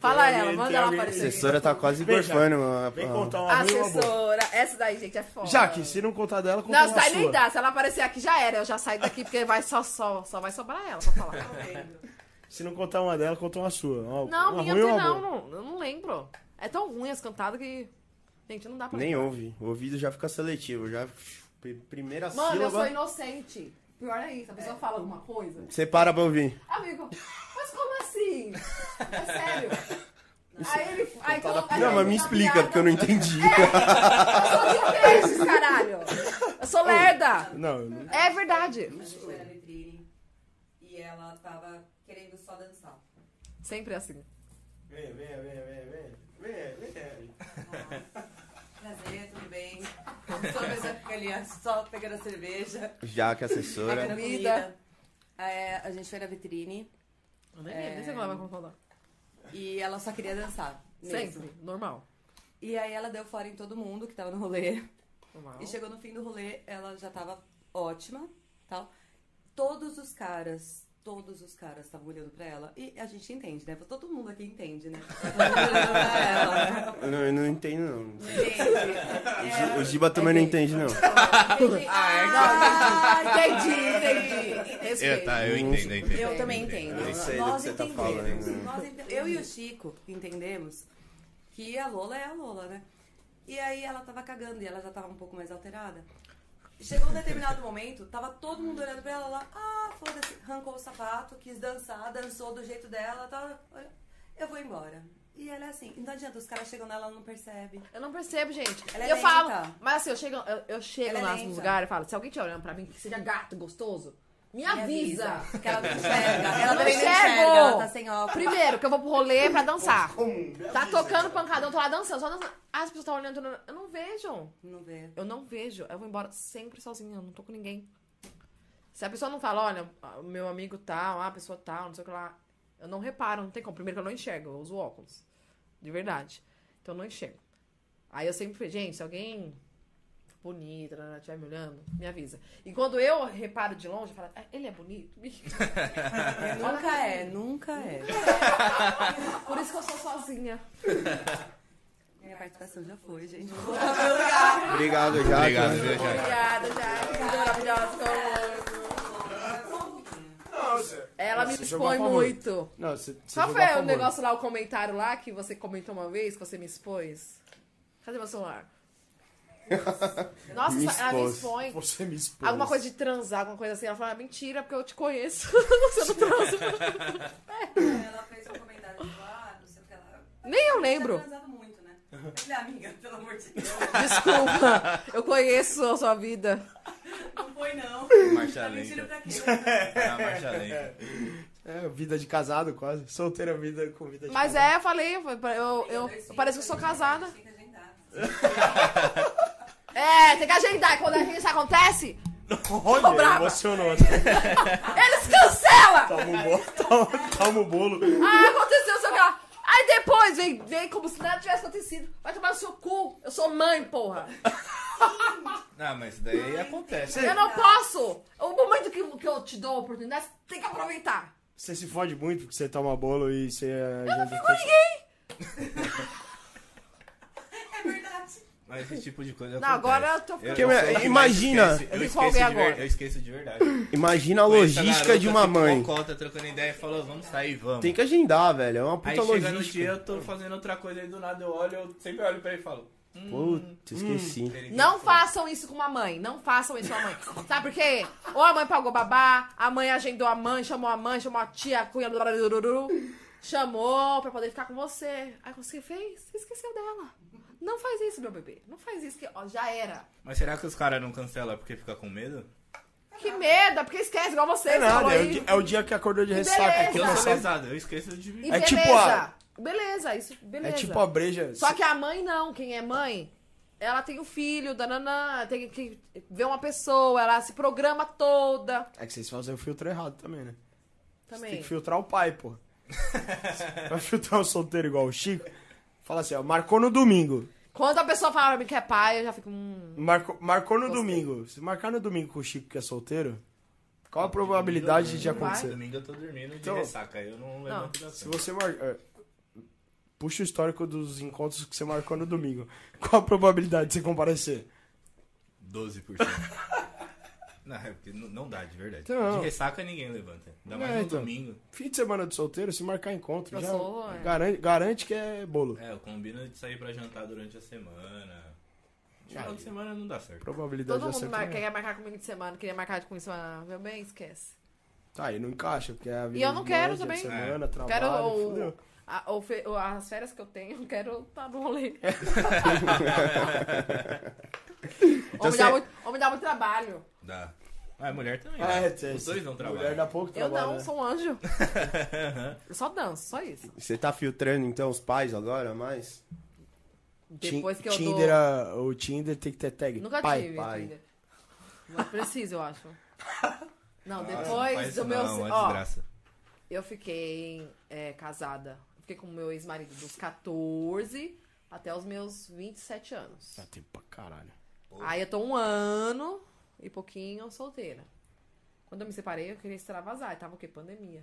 D: Fala ela,
C: alguém-
D: manda
C: tem
D: ela
C: alguém-
B: A
D: aparecer.
B: assessora tá quase
C: Veja,
B: gorfando. a-
C: Vem
B: a-
C: contar uma ruim e uma boa.
D: Assessora, essa daí, gente, é foda.
C: Jaque, se não contar dela, conta
D: Não,
C: uma
D: sai nem
C: sua.
D: dá. Se ela aparecer aqui, já era. Eu já saio daqui porque vai só, só, só vai sobrar ela pra falar.
C: Se não contar uma dela, conta uma sua. Uma,
D: Não,
C: uma
D: minha
C: ruim,
D: não,
C: ou um uma
D: não,
C: boa.
D: não, eu não lembro. É tão ruim as cantadas que. Gente, não dá pra
B: Nem
D: lembrar.
B: ouve. O ouvido já fica seletivo. Já. P- Primeira
D: Mano, eu sou
B: sílaba.
D: inocente. Pior é isso, a pessoa fala alguma coisa.
B: Você para pra ouvir.
D: Amigo, mas como assim? É sério. Aí ele. Aí, coloca- aí
B: Não, mas
D: ele
B: me
D: dá
B: explica,
D: piada.
B: porque eu não entendi.
D: Eu sou de peixes, caralho. Eu sou lerda.
C: Não, não.
D: É verdade.
E: Eu era vitrine e ela tava querendo só dançar.
D: Sempre assim.
C: Vem, vem, vem, vem, vem. Vem,
E: Prazer, tudo bem? Só a pessoa fica ali só pegando a cerveja,
B: Já que a
E: pegando a
B: assessora.
E: comida. É, a gente foi na vitrine
D: Eu nem lembro, nem sei como é que eu vou falar.
E: e ela só queria dançar.
D: É,
E: mesmo.
D: Sempre, normal.
E: E aí ela deu fora em todo mundo que tava no rolê.
D: Normal.
E: E chegou no fim do rolê, ela já tava ótima, tal. Todos os caras, todos os caras estavam olhando pra ela. E a gente entende, né? Todo mundo aqui entende, né? Todo mundo olhando pra ela.
B: Eu não, eu não entendo, não.
D: É.
E: Gente,
B: O Giba também não entende, não.
D: Ah, entendi, entendi.
A: É,
D: Respeito.
A: tá, eu entendo, eu entendo.
E: Eu também entendo.
B: Eu sei do
E: Nós
B: que você tá
E: entendemos.
B: falando.
E: Nós ente- Eu e o Chico entendemos que a Lola é a Lola, né? E aí ela tava cagando e ela já tava um pouco mais alterada. Chegou um determinado momento, tava todo mundo olhando pra ela lá, ah, foda-se, arrancou o sapato, quis dançar, dançou do jeito dela, tá, olha, eu vou embora. E ela é assim, não adianta, os caras chegam nela, ela não percebe.
D: Eu não percebo, gente.
E: Ela é
D: eu
E: lenta.
D: falo, mas assim, eu chego, eu, eu chego
E: Ela é
D: lá nos
E: lenta.
D: lugares e falo, se alguém te olhando pra mim, que seja gato, gostoso, me,
E: Me
D: avisa.
E: Que ela não enxerga. Ela
D: não
E: também não
D: enxergo.
E: enxerga, ela tá sem óculos.
D: Primeiro, que eu vou pro rolê pra dançar. Tá tocando pancadão, tô lá dançando, só dançando. Ah, as pessoas estão olhando, olhando. eu não vejo.
E: Não vê.
D: Eu não vejo. Eu vou embora sempre sozinha, eu não tô com ninguém. Se a pessoa não fala, olha, ah, meu amigo tal, ah, a pessoa tal, não sei o que lá. Eu não reparo, não tem como. Primeiro que eu não enxergo, eu uso óculos. De verdade. Então eu não enxergo. Aí eu sempre falei, gente, se alguém bonita, né, estiver me olhando, me avisa. E quando eu reparo de longe, eu falo, "Ah, ele é bonito?
E: Nunca é, nunca é.
D: Por isso que eu sou sozinha.
E: Minha participação já foi, gente.
B: Obrigado, já.
A: Obrigado,
B: né?
A: viu, Jaque?
D: Obrigada, Jaque. Maravilhosa, como Ela me
C: Você
D: expõe
C: jogou a favor.
D: muito.
C: Não, você, você
D: Qual
C: jogou a
D: foi o
C: favor.
D: um negócio lá, o comentário lá que você comentou uma vez, que você me expôs? Cadê meu celular? Nossa,
B: Me
D: ela me
B: expôs.
D: expõe.
C: Você me expôs.
D: Alguma coisa de transar, alguma coisa assim. Ela fala, mentira, porque eu te conheço. você não tá- transa.
E: Ela fez um comentário tipo, ah, não sei o que ela.
D: Nem eu
E: Tá
D: lembro.
E: transado muito, né? Eu falei, amiga, pelo amor de Deus,
D: Desculpa. Eu conheço a sua vida.
E: não foi não.
A: Marcha
E: Tá mentindo
A: lenta.
E: pra quê?
A: Tá na marcha lenta.
C: É, vida de casado quase. Solteira vida com vida de
D: Mas
C: casado.
D: é, eu falei, eu, eu, eu-
E: Dois filhos,
D: parece que eu sou casada.
E: Tem que agendar.
D: É, tem que agendar. Quando a gente isso acontece, Tô
C: Olha,
D: brava.
C: emocionou.
D: Eles cancelam!
C: Toma o bolo. Toma, toma o bolo.
D: Ah, aconteceu, sei lá. Aí depois vem, vem como se nada tivesse acontecido. Vai tomar no seu cu. Eu sou mãe, porra.
A: Ah, mas isso daí acontece.
D: Eu não posso. O momento que, que eu te dou a oportunidade, você tem que aproveitar.
C: Você se fode muito porque você toma bolo e você. é
D: Eu não fico com ninguém.
E: É verdade.
A: Mas esse tipo de coisa
D: Não,
A: acontece.
D: agora eu tô ficando-
B: Que-
A: sou o que mais
B: imagina.
A: esquece-
D: Eu
A: Eu
D: me
A: esqueço,
D: empolguei
A: de ver-
D: agora.
A: eu esqueço de verdade.
B: Imagina a
A: Conheço
B: logística
A: garota
B: de uma
A: que
B: mãe.
A: Mocota trocando ideia e falou, vamos sair, vamos.
B: Tem que agendar, velho. É uma
A: Aí
B: puta
A: chega no dia,
B: logística.
A: eu tô fazendo outra coisa e do nada eu olho, eu sempre olho pra ele e falo.
B: Putz, esqueci.
A: ele
D: Não
A: tem-
D: façam isso com uma mãe. Não façam isso com a mãe. Sabe por quê? Ou a mãe pagou babá, a mãe agendou a mãe, chamou a mãe, chamou a tia, a cunha, blá, blá, blá, blá, blá, blá, chamou pra poder ficar com você. Aí quando você fez, você esqueceu dela. Não faz isso, meu bebê. Não faz isso, que ó, já era.
A: Mas será que os caras não cancelam porque fica com medo?
D: Que merda, porque esquece, igual você.
C: É
D: você falou
C: nada, é o,
D: aí.
C: di- é o dia que acordou de
D: Beleza.
C: ressaca. que
A: Eu sou
C: começava-
A: lesado, eu esqueço de.
D: E
C: É
D: beleza.
C: tipo a-
D: Beleza, isso, beleza.
C: É tipo a breja.
D: Só que a mãe não, quem é mãe, ela tem o filho, dananã, tem que ver uma pessoa, ela se programa toda
C: É que vocês fazem o filtro errado também, né? Você tem
D: também.
C: que filtrar o pai, pô. Vai filtrar um solteiro igual o Chico? Fala assim, ó, marcou no domingo.
D: Quando a pessoa fala pra mim que é pai, eu já fico. Hum,
C: Marcou, marcou no
D: Gostei.
C: domingo. Se marcar no domingo com o Chico que é solteiro, qual a probabilidade de
A: Domingo-
C: acontecer?
A: Domingo eu tô dormindo de
C: Então-
A: ressaca, eu não levanto da
C: Se
A: cama.
C: você mar... é, Puxa o histórico dos encontros que você marcou no domingo. Qual a probabilidade de você comparecer?
A: 12%. Não, é porque não, não dá, de verdade.
C: Então-
A: de ressaca ninguém levanta. Ainda mais
C: É,
A: no
C: então.
A: domingo.
C: Fim de semana de solteiro, se marcar encontro,
D: Eu
C: já
D: sou, é.
C: garante, garante que é bolo.
A: É, eu combino de sair pra jantar durante a semana. De
C: Ah,
A: final de semana não dá certo.
C: Probabilidade
D: todo
C: de
D: mundo é.
C: acertar.
D: mar- quer marcar comigo de semana, queria marcar comigo de semana. Meu bem, esquece.
C: Tá, aí não encaixa, porque é a vida
D: eu não
C: de
D: quero
C: média,
D: também. É.
C: Semana, trabalho,
D: Quero o-
C: fudeu.
D: a- o fe- o- as férias que eu tenho, eu quero estar no rolê. ou, me
C: Então você-
D: dá muito, ou me dá muito trabalho.
A: Dá. Ah, mulher também.
C: Ah,
A: né?
C: é, tem-
A: Os dois não
C: Mulher dá
A: trabalham.
C: pouco
D: Eu
C: trabalho.
D: não,
C: né?
D: sou um anjo. eu só danço, só isso.
B: Você tá filtrando então os pais agora, mas.
C: Ti-
D: Depois que eu
C: Tinder,
D: dou.
C: a- o Tinder tem que ter tag.
D: Nunca
C: pai,
D: tive
B: pai.
D: Tinder. Mas preciso, eu acho. Não,
A: Nossa, Ah, não
D: depois
A: faz
D: do
A: isso
D: meu.
A: Não, é
D: ó,
A: desgraça.
D: eu fiquei é, casada. Eu Fiquei com o meu ex-marido dos 14 até os meus 27 anos.
C: Dá tempo Tá, pra caralho.
D: Aí eu tô um ano e pouquinho solteira. Quando eu me separei, eu queria extravasar. E tava o quê? Pandemia.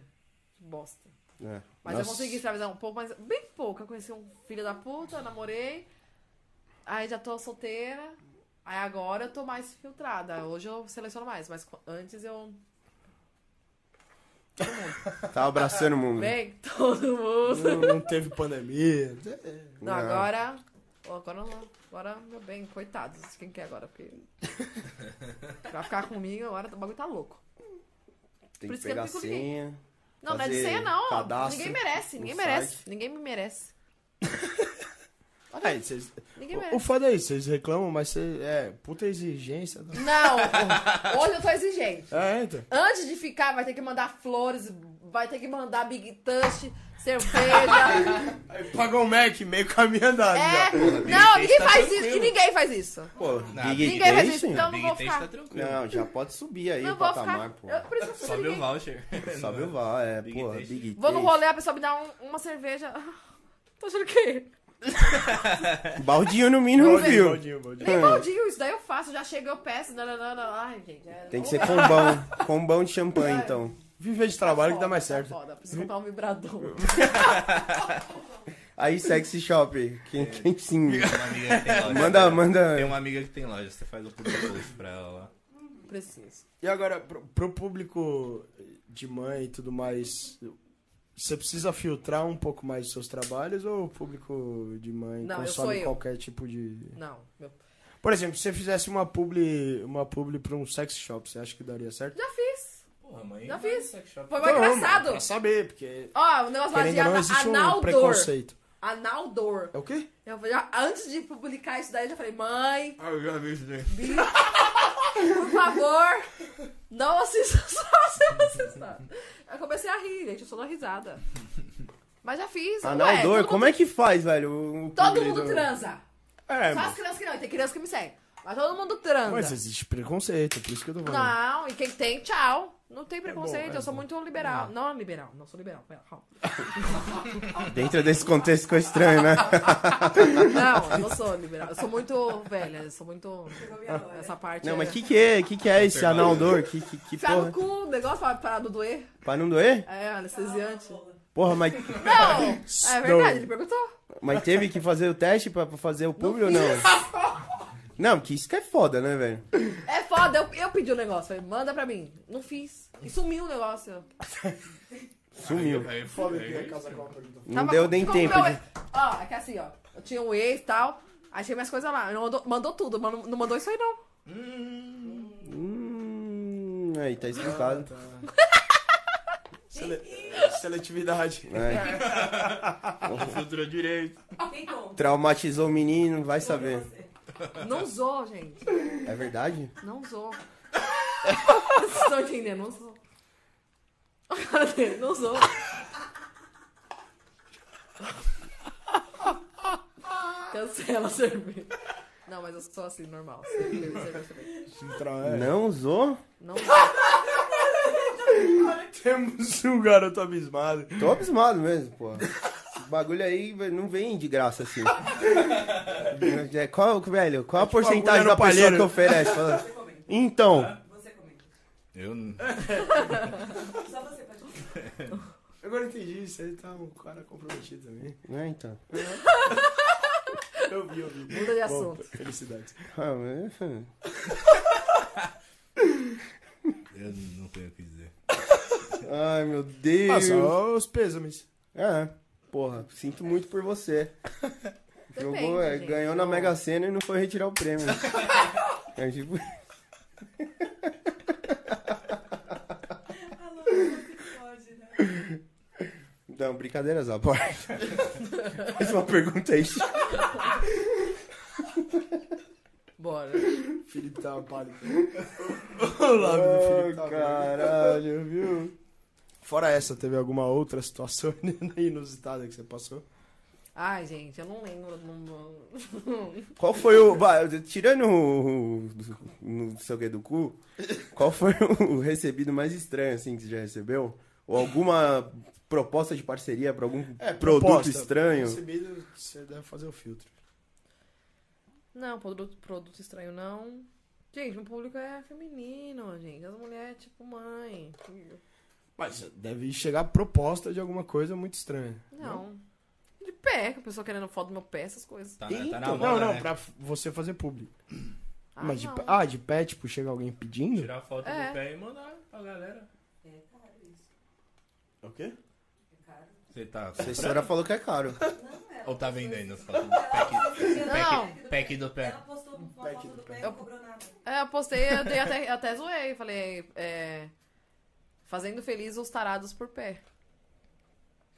D: Que bosta.
B: É.
D: Mas eu
B: Nossa.
D: consegui extravasar um pouco, mas bem pouco. Eu conheci um filho da puta, namorei. Aí já tô solteira. Aí agora eu tô mais filtrada. Hoje eu seleciono mais, mas co- antes eu. Todo mundo.
B: Tá abraçando o mundo.
D: Bem, todo mundo.
C: Não, não teve pandemia.
D: Não, agora. Ô, Agora não. Agora, meu bem, coitados. Quem quer agora? Porque. Pra ficar comigo agora, o bagulho tá louco. Por
B: Tem que
D: isso que eu
B: pegar
D: não
B: a
D: fico ninguém.
B: senha.
D: Não, não é de
B: fazer
D: senha, não.
B: cadastro
D: Ninguém merece,
B: no
D: ninguém merece.
B: site.
D: Ninguém me merece.
C: Aí, vocês-
D: Ninguém
C: o,
D: merece.
C: o foda é isso, vocês reclamam, mas cê- é puta exigência. Tá?
D: Não, hoje eu tô exigente.
C: É, então.
D: Antes de ficar, vai ter que mandar flores, vai ter que mandar Big Touch, cerveja.
C: Aí pagou um Mac meio caminho andado já.
D: é.
A: Big
D: Não,
A: Touch
D: ninguém
A: tá
D: faz
A: tranquilo.
D: isso. E ninguém faz isso.
B: Pô,
A: Nada.
B: Big
D: Ninguém faz
B: Day,
D: isso,
B: sim.
D: então não
A: Big
D: vou
A: Taste
D: ficar.
A: tá tranquilo.
B: Não, já pode subir aí
D: Não
B: o
D: vou
B: patamar,
D: ficar.
B: pô.
D: Eu, por isso que eu sou
A: Sobe o
D: ninguém.
A: voucher.
B: Sobe o VAR, é,
A: Big
B: porra,
A: Taste.
B: Big
D: Vou no
B: Taste.
D: rolê, a pessoa me dá um- uma cerveja. Tô achando que.
B: Baldinho no mínimo, viu?
C: Baldinho, baldinho.
D: Nem baldinho, isso daí eu faço, já chego, eu peço. nananana. Ai, gente. é-
B: Tem que ser combão. combão de champanhe, então.
C: Viver de trabalho que dá mais
D: Foda, tá
C: certo.
D: Foda, preciso comprar um vibrador.
B: Aí, sexy shop. Quem, quem sim?
A: Tem uma amiga que tem loja.
B: Manda,
A: Tem
B: manda.
A: uma amiga que tem loja, você faz o público hoje pra ela lá.
D: Preciso.
C: E agora, pro, pro público de mãe e tudo mais, você precisa filtrar um pouco mais os seus trabalhos ou o público de mãe
D: Não, eu sou
C: consome
D: eu.
C: qualquer tipo de.
D: Não, meu.
C: Por exemplo, se você fizesse uma publi, uma publi pra um sex shop, você acha que daria certo?
D: Já fiz.
A: Porra, mãe.
D: Já fiz.
A: sex shop.
D: Foi mais
C: Não,
D: é engraçado.
C: mano, Pra saber, porque.
D: Ó, o negócio lá de
C: Querendo ou não, existe um
D: anal dor.
C: preconceito.
D: Anal dor.
C: É o quê?
D: Eu já, antes de publicar isso daí, eu já falei, mãe,
A: Ah, eu já vi isso daí.
D: Bi, por favor, não assista só se eu assustar. Eu comecei a rir, gente, eu sou uma risada. Mas já fiz.
C: Ah,
B: Ah,
D: ué,
B: Analdor,
D: todo
B: como é que faz, velho? o- o
D: mundo, Todo
B: publi
D: mundo
B: do-
D: transa.
C: É,
D: Só as
C: mano.
D: crianças que não, e tem criança que me segue. Mas todo mundo transa.
C: Mas existe preconceito, é por isso que eu tô falando.
D: Não, e quem tem, tchau. Não tem preconceito,
C: bom, é
D: eu sou
C: bom.
D: muito liberal. Não, é liberal, não sou liberal. pera, calma.
B: Dentro desse contexto ficou estranho, né?
D: Não, eu não sou liberal. Eu sou muito velha, eu sou muito.
E: Chegou minha hora.
D: Essa parte.
B: Não,
D: é-
B: mas que que é? Que que é esse anal dor? Que, que, que
D: Enfiar
B: porra?
D: no cu, o negócio pra parar do doer.
B: Pra não doer?
D: É, anestesiante.
B: Porra, mas,
D: Não! É verdade, ele perguntou.
B: mas teve que fazer o teste pra, pra fazer o público ou não? Não, que isso que é foda, né, velho?
D: É foda, eu, eu pedi o negócio. Falei, manda pra mim. Não fiz. E sumiu o negócio.
B: Sumiu.
F: Aí,
C: Foda
F: aí,
A: né,
C: que é
F: aí,
C: casar com uma pergunta.
B: Não
D: Tava
B: deu
D: com-
B: nem
D: com
B: tempo.
D: meu
B: de-
D: ex- Ó, é que assim, ó. Eu tinha um ex e tal. Achei minhas coisas lá. Ele Mandou, mandou tudo, mas não, não mandou isso aí, não.
B: Hum, aí, tá explicado.
C: Seletividade.
B: É,
F: Filtrou direito.
E: Quem conta?
B: traumatizou o menino, vai saber.
D: Não usou, gente.
B: É verdade?
D: Não usou. Vocês estão entendendo? Não usou. A cara dele, Não usou. Cancela a cerveja. Não, mas eu sou assim, normal. Cerveja, cerveja, cerveja.
C: Entra, é.
B: Não usou?
D: Não usou.
C: Temos um garoto abismado.
B: Tô abismado mesmo, pô. Esse bagulho aí velho, não vem de graça assim. É, Qual, velho, qual a porcentagem
C: agulha Tipo, no
B: da pessoa
C: palheiro.
B: que oferece? Fala, Então,
E: Você comenta.
A: Eu n-
E: Só você pode comentar.
C: Agora eu entendi, você tá um cara comprometido também.
B: né, então.
C: Eu vi, eu vi.
D: Muda de
C: Bom,
D: assunto.
C: Felicidades.
B: Ah, mas-
A: eu não tenho o que dizer.
B: Ai, meu Deus.
C: Ah, só os pêsames.
B: É, porra, sinto muito por você.
D: Depende,
B: Jogou, é,
D: gente.
B: ganhou na Mega Sena e não foi retirar o prêmio. é tipo,
E: Alô, você pode, né?
B: não, brincadeiras à parte. Faz uma pergunta aí.
D: Bora.
C: O Felipe tá pálido. o lábio do Felipe tá
B: Ah, caralho, viu?
C: Fora essa, teve alguma outra situação inusitada que você passou?
D: Ai, gente, eu não lembro. Não, não-
B: Qual foi o. bah, Tirando o. o- Não sei o que do cu, qual foi o recebido mais estranho, assim, que você já recebeu? Ou alguma proposta de parceria pra algum É, produto
C: proposta.
B: estranho?
C: Recebido, você deve fazer o filtro.
D: Não, produto, produto estranho não. Gente, meu público é feminino, gente. As mulheres, tipo, mãe. filho.
C: Mas deve chegar proposta de alguma coisa muito estranha.
D: Não. De pé, que a pessoa querendo foto do meu pé, essas coisas.
A: Tá, na- tá na
C: Então,
A: moda,
C: não, não,
A: né?
C: pra f- você fazer público.
D: Ah,
C: Mas de,
D: não.
C: pé- ah, de pé, tipo, chega alguém pedindo?
F: Tirar foto
D: É.
F: do pé e mandar pra galera.
E: É caro isso.
B: O quê?
E: É caro.
A: Você tá.
B: A senhora falou que é caro.
E: Não é.
A: Ou tá vendendo as fotos do pack,
D: Não.
A: pack, pack do pé?
E: tá, Ela postou uma
C: Pack
E: foto
C: do
E: do
C: pé.
E: pé e não cobrou nada.
D: É, eu postei, eu dei até, eu até zoei. Falei, é, Fazendo feliz os tarados por pé.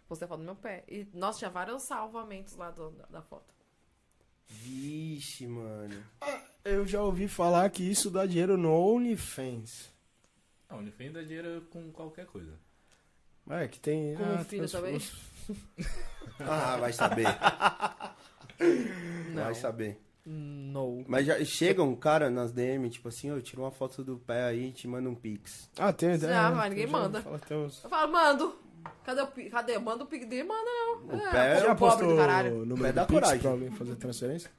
D: Postei a foto do meu pé. E, nossa, tinha vários salvamentos lá do- da, da foto.
B: Vixe, mano.
C: Eu já ouvi falar que isso dá dinheiro no OnlyFans.
A: Não, no fim dá dinheiro com qualquer coisa.
C: É, que tem.
D: Com um filho
C: trans-
D: também?
B: Ah, vai saber.
D: Não.
B: Vai saber.
D: Não.
B: Mas já chega um cara nas DM, tipo assim, eu tiro uma foto do pé aí e te manda um pix.
C: Ah, tem. tem-
D: Ah, mas ninguém
C: eu já ouvi
D: manda.
C: falar que tem uns-
D: Eu falo, mando. Cadê o pi- Cadê? Manda o pique dele, manda não.
B: O
D: é,
B: pé-
D: eu
C: Já
D: sou pobre do
C: postou
D: caralho.
C: o
B: Vai
C: número
B: dar
C: do Pix
B: coragem.
C: pra alguém fazer transferência?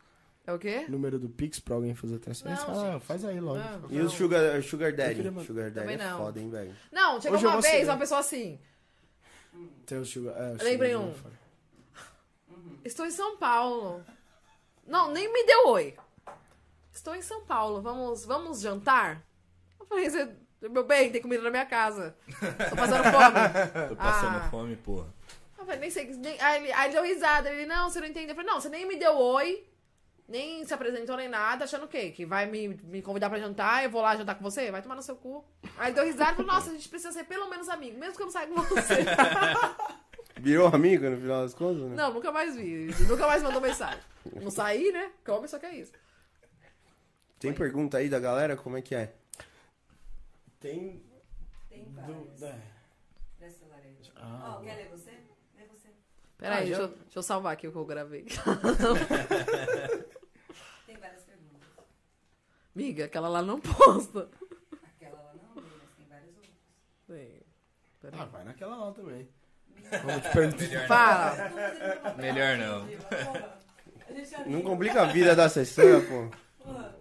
D: É o quê?
C: Número do Pix pra alguém fazer transferência?
D: Não,
C: Fala,
D: gente.
C: faz aí logo.
D: Não.
B: E o Sugar, sugar Daddy?
C: queria mandar-
B: Sugar Daddy
D: Também
B: é
D: não.
B: foda, hein, velho?
D: Não, chegou
C: Hoje eu
D: uma
C: vou ser
D: vez
C: gay.
D: uma pessoa assim.
C: Tem o Sugar. É, o Sugar
D: Lembrei
C: Daddy
D: um.
C: fora.
D: Estou em São Paulo. Não, nem me deu oi. Estou em São Paulo, vamos, vamos jantar? Eu falei, "Cê- meu bem, tem comida na minha casa. Tô passando fome.
A: Tô passando
D: Ah.
A: fome, porra.
D: Eu falei, nem sei. Nem... Aí, ele, aí ele deu risada. Ele, não, você não entende. Eu falei, não, você nem me deu oi, nem se apresentou nem nada, achando o quê? Que vai me, me convidar pra jantar, eu vou lá jantar com você? Vai tomar no seu cu. Aí ele deu risada e falou, nossa, a gente precisa ser pelo menos amigo, mesmo que eu não saia com você.
B: Virou amigo no final das contas, né?
D: Não, nunca mais vi. Ele Nunca mais mandou mensagem. Não saí, né? Porque homem só quer isso.
B: Tem pergunta aí da galera? Como é que é?
C: Tem.
E: Tem
C: Do,
E: várias.
C: é.
E: Dessa laranja.
C: Ah,
E: Ó, quer ler você? Lê você.
D: Peraí,
C: Ah, já-
D: deixa, eu- deixa eu salvar aqui o que eu gravei.
E: Tem várias perguntas.
D: Miga, aquela lá não posta.
E: Aquela lá não, mas tem vários outros.
D: Sim. Peraí.
C: Ah, vai naquela lá também. Vamos te perguntar.
D: Fala.
A: Tá. Melhor não.
E: A gente já
B: Não complica a vida da Cessanha, pô.
E: Porra,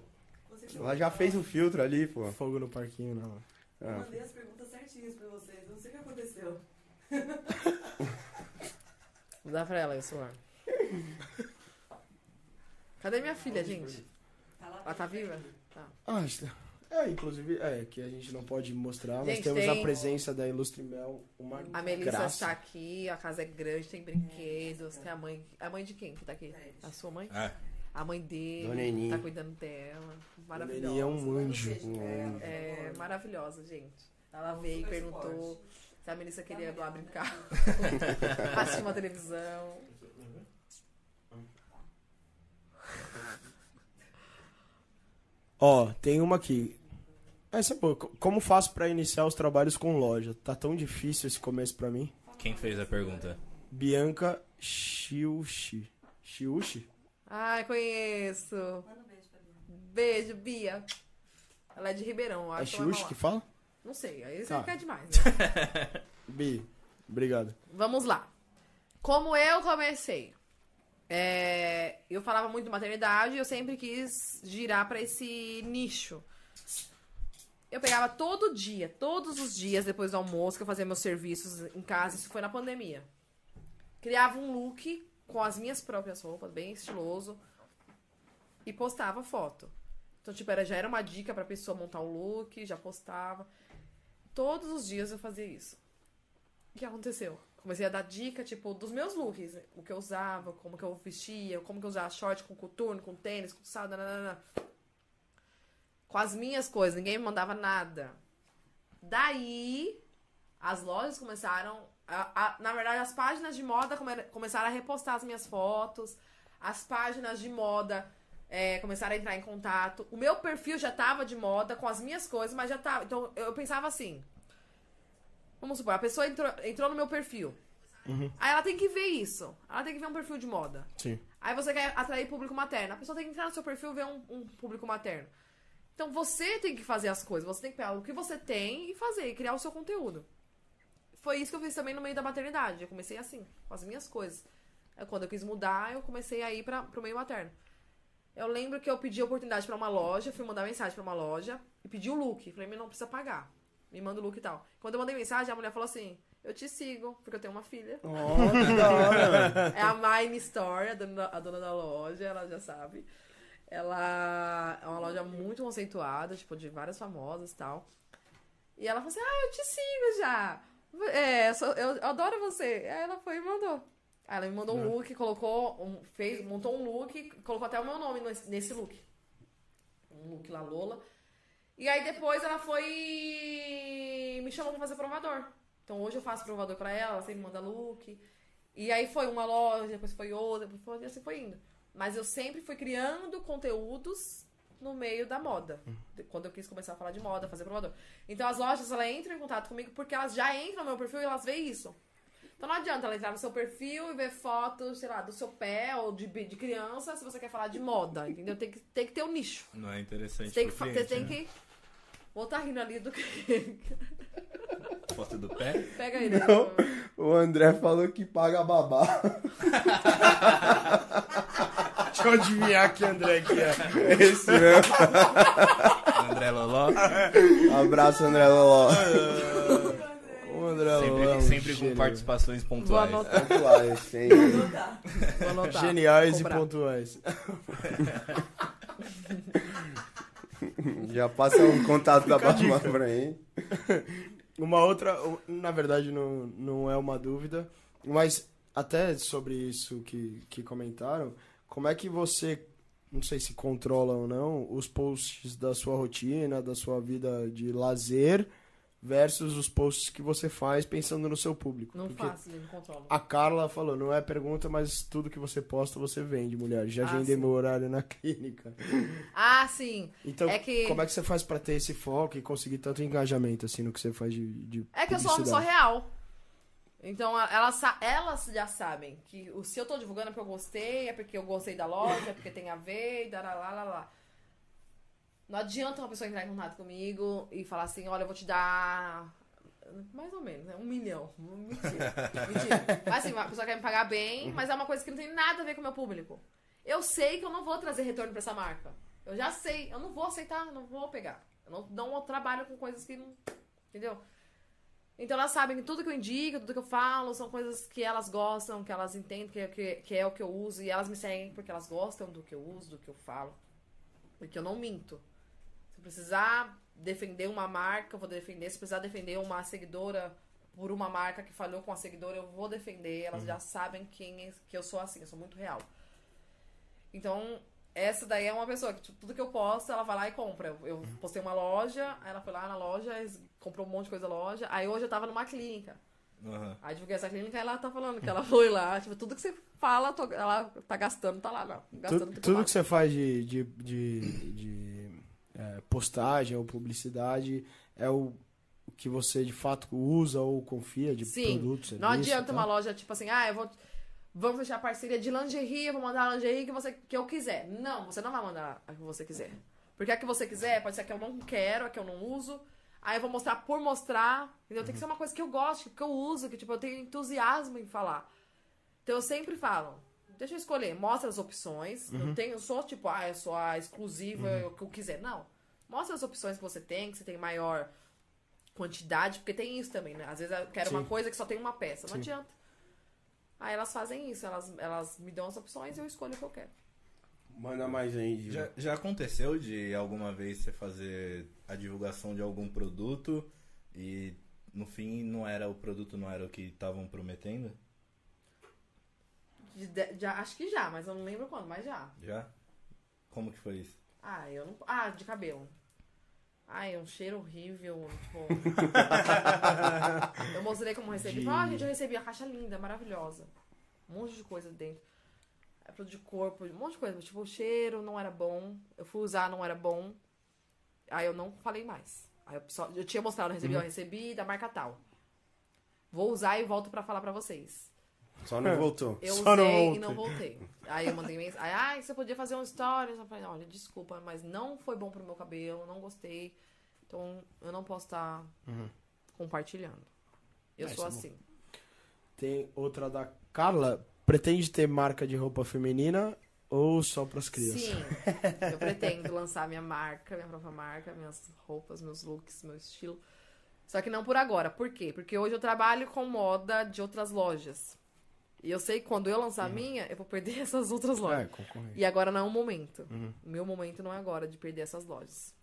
E: vocês são
B: Ela já fez o filtro ali, pô.
C: Fogo no parquinho, né, não.
E: Eu mandei as perguntas certinhas pra vocês, não sei o que aconteceu.
D: Dá pra ela isso lá. Cadê minha filha, gente?
E: Tá lá
D: Ela tá viva? Tá.
C: Ah, está. É, inclusive, é que a gente não pode mostrar, mas
D: Gente,
C: temos a
D: tem-
C: presença da Ilustre Mel, uma
D: A Melissa
C: graça.
D: está aqui, a casa é grande, tem brinquedos, tem a mãe. A mãe de quem que tá aqui?
E: É
D: A sua mãe?
A: Ah,
D: A mãe dele.
B: Dona Eni.
D: Tá cuidando dela. Maravilhosa.
C: Ele é um anjo.
E: tá
D: É maravilhosa, gente.
E: é
D: Ela
E: um
D: veio e perguntou se a Melissa queria ir lá brincar, assistir uma televisão.
C: Ó, tem uma aqui. Essa é boa. Co- Como faço pra iniciar os trabalhos com loja? Tá tão difícil esse começo pra mim.
A: quem fez a pergunta?
C: Bianca Shiushi. Shiushi? É
D: Ai, conheço.
E: Manda um beijo pra mim.
D: Beijo, Bia. Ela é de Ribeirão, eu
C: É
D: acho. ela é
C: Shiushi
D: lá.
C: que fala?
D: Não sei, aí você
C: Tá.
D: quer demais. né?
C: Bi, obrigado.
D: Vamos lá. Como eu comecei? É, eu falava muito de maternidade e eu sempre quis girar pra esse nicho. Eu pegava todo dia, todos os dias depois do almoço, que eu fazia meus serviços em casa, isso foi na pandemia. Criava um look com as minhas próprias roupas, bem estiloso, e postava foto. Então, tipo, era, já era uma dica pra pessoa montar um look, já postava. Todos os dias eu fazia isso. O que aconteceu? Comecei a dar dica, tipo, dos meus looks. né? O que eu usava, como que eu vestia, como que eu usava short com coturno, com tênis, com salto, nananana. Com as minhas coisas, ninguém me mandava nada. Daí, as lojas começaram... a- a- na verdade, as páginas de moda come- começaram a repostar as minhas fotos. As páginas de moda é, começaram a entrar em contato. O meu perfil já tava de moda com as minhas coisas, mas já tava... Então, eu pensava assim... Vamos supor, a pessoa entrou, entrou no meu perfil. Aí ela tem que ver isso. Ela tem que ver um perfil de moda.
C: Sim.
D: Aí você quer atrair público materno. A pessoa tem que entrar no seu perfil e ver um, um público materno. Então você tem que fazer as coisas. Você tem que pegar o que você tem e fazer, e criar o seu conteúdo. Foi isso que eu fiz também no meio da maternidade. Eu comecei assim, com as minhas coisas. Aí, Quando eu quis mudar, eu comecei a ir pra, pro meio materno. Eu lembro que eu pedi oportunidade pra uma loja, fui mandar mensagem pra uma loja e pedi o look. Falei, mas não precisa pagar. Me manda o look e tal. Quando eu mandei mensagem, a mulher falou assim: Eu te sigo, porque eu tenho uma filha.
B: Ó, que da hora.
D: É a Mine Store, a dona, a dona da loja, ela já sabe. Ela é uma loja muito conceituada, tipo, de várias famosas e tal. E ela falou assim: Ah, eu te sigo já. É, eu sou- eu, eu adoro você. Aí ela foi e mandou. Aí ela me mandou um look, colocou, um- fez, montou um look, colocou até o meu nome nesse, nesse look. Um look lá, Lola. E aí depois ela foi e me chamou pra fazer provador. Então hoje eu faço provador pra ela, ela sempre manda look. E aí foi uma loja, depois foi outra, depois foi outra, e assim foi indo. Mas eu sempre fui criando conteúdos no meio da moda. De- Quando eu quis começar a falar de moda, fazer provador. Então as lojas, ela entra em contato comigo porque elas já entram no meu perfil e elas veem isso. Então não adianta ela entrar no seu perfil e ver fotos, sei lá, do seu pé ou de, bi- de criança se você quer falar de moda, entendeu? Tem que, tem que ter um nicho.
A: Não é interessante.
D: Você tem que.
A: pro
D: fa- Você
A: cliente,
D: tem
A: né?
D: que. Vou tá rindo ali do que.
A: Foto do pé?
D: Pega ele. né?
B: Não. O André falou que paga babá.
C: Deixa eu adivinhar que André aqui é.
B: Esse mesmo.
A: André Loló?
B: Abraço, André Loló.
C: O André Loló é um
A: Sempre, sempre com
C: gênio.
A: participações
D: Vou
A: pontuais.
D: anotar.
B: Vamos lá, esse aí.
E: Então tá.
D: Vou anotar.
C: Geniais
D: Cobrar.
C: e pontuais.
B: Já passa um contato da Batman pra ele.
C: Uma outra, um, na verdade não, não é uma dúvida, mas até sobre isso que, que comentaram, como é que você, não sei se controla ou não, os posts da sua rotina, da sua vida de lazer, versus os posts que você faz pensando no seu público?
D: Não
C: Porque
D: faço, gente, não controlo.
C: A Carla falou, não é pergunta, mas tudo que você posta você vende, mulher. Já
D: Ah,
C: agendei
D: sim.
C: meu horário na clínica.
D: Ah, sim.
C: Então,
D: É que-
C: como é que você faz pra ter esse foco e conseguir tanto engajamento assim no que você faz de, de
D: É que eu sou uma pessoa
C: publicidade?
D: real. Então, a- elas, sa- elas já sabem que o- se eu tô divulgando é porque eu gostei, é porque eu gostei da loja, é porque tem a ver, e dará, lá, lá, lá. Não adianta uma pessoa entrar em contato comigo e falar assim, olha, eu vou te dar mais ou menos, né? Um milhão. Mentira. Mentira. Mas assim, uma pessoa quer me pagar bem, mas é uma coisa que não tem nada a ver com o meu público. Eu sei que eu não vou trazer retorno pra essa marca. Eu já sei, eu não vou aceitar, não vou pegar. Eu não, não trabalho com coisas que não. Entendeu? Então elas sabem que tudo que eu indico, tudo que eu falo, são coisas que elas gostam, que elas entendem, que, que, que é o que eu uso, e elas me seguem porque elas gostam do que eu uso, do que eu falo. Porque eu não minto. Se precisar defender uma marca, eu vou defender. Se precisar defender uma seguidora por uma marca que falhou com a seguidora, eu vou defender. Elas já sabem quem é- que eu sou assim, eu sou muito real. Então, essa daí é uma pessoa que tipo, tudo que eu posto, ela vai lá e compra. Eu
C: Uhum.
D: postei uma loja, aí ela foi lá na loja, es- comprou um monte de coisa na loja. Aí hoje eu tava numa clínica.
A: Aham.
D: Aí divulguei essa clínica e ela tá falando que ela foi lá. Tipo, tudo que você fala, tô- ela tá gastando, tá lá, não.
C: Tu-
D: Gastando
C: tudo
D: fala.
C: que você faz de, de, de, de, é, postagem ou publicidade é o o que você de fato usa ou confia de
D: Sim.
C: produtos. tá?
D: Não adianta uma loja, tipo assim, ah, eu vou. Vamos fechar parceria de lingerie, eu vou mandar a lingerie que, você, que eu quiser. Não, você não vai mandar a que você quiser. Porque a que você quiser pode ser a que eu não quero, a que eu não uso. Aí eu vou mostrar por mostrar. Entendeu? Tem que ser uma coisa que eu gosto, que eu uso, que tipo, eu tenho entusiasmo em falar. Então eu sempre falo, deixa eu escolher, mostra as opções. Não tenho, eu sou tipo, ah, eu sou a exclusiva, eu- o que eu quiser. Não. Mostra as opções que você tem, que você tem maior quantidade, porque tem isso também, né? Às vezes eu quero uma
C: Sim.
D: coisa que só tem uma peça, não
C: Sim.
D: adianta. Aí elas fazem isso, elas, elas me dão as opções e eu escolho o que eu quero.
B: Manda mais aí, Gil.
A: Já, já aconteceu de alguma vez você fazer a divulgação de algum produto e no fim não era o produto, não era o que estavam prometendo?
D: De- de- já, acho que já, mas eu não lembro quando, mas já.
A: Já? Como que foi isso?
D: Ah, eu não. Ah, de cabelo. Ai, um cheiro horrível, tipo. eu mostrei como eu recebi. Falei, Ah, gente, eu recebi a caixa linda, maravilhosa. Um monte de coisa dentro. É produto de corpo, um monte de coisa. mas, Tipo, o cheiro não era bom. Eu fui usar, não era bom. Aí eu não falei mais. Aí eu, só, eu tinha mostrado, eu recebi, ó, recebi da marca tal. Vou usar e volto pra falar pra vocês.
B: Só não voltou.
D: Eu
C: Só não
D: usei
C: voltei.
D: e não voltei. Aí eu mandei mensagem. Ai, você podia fazer um story. Eu falei, olha, desculpa, mas não foi bom pro meu cabelo, não gostei. Então eu não posso estar compartilhando. Eu
C: Uhum. Ah,
D: sou
C: isso é
D: assim.
C: Tem outra da Carla. Pretende ter marca de roupa feminina ou só pras crianças?
D: Sim, eu pretendo lançar minha marca, minha própria marca, minhas roupas, meus looks, meu estilo. Só que não por agora. Por quê? Porque hoje eu trabalho com moda de outras lojas. E eu sei que quando eu lançar a minha, eu vou perder essas outras
C: É,
D: lojas.
C: concorrente.
D: E agora não é o momento. O meu momento não é agora de perder essas lojas.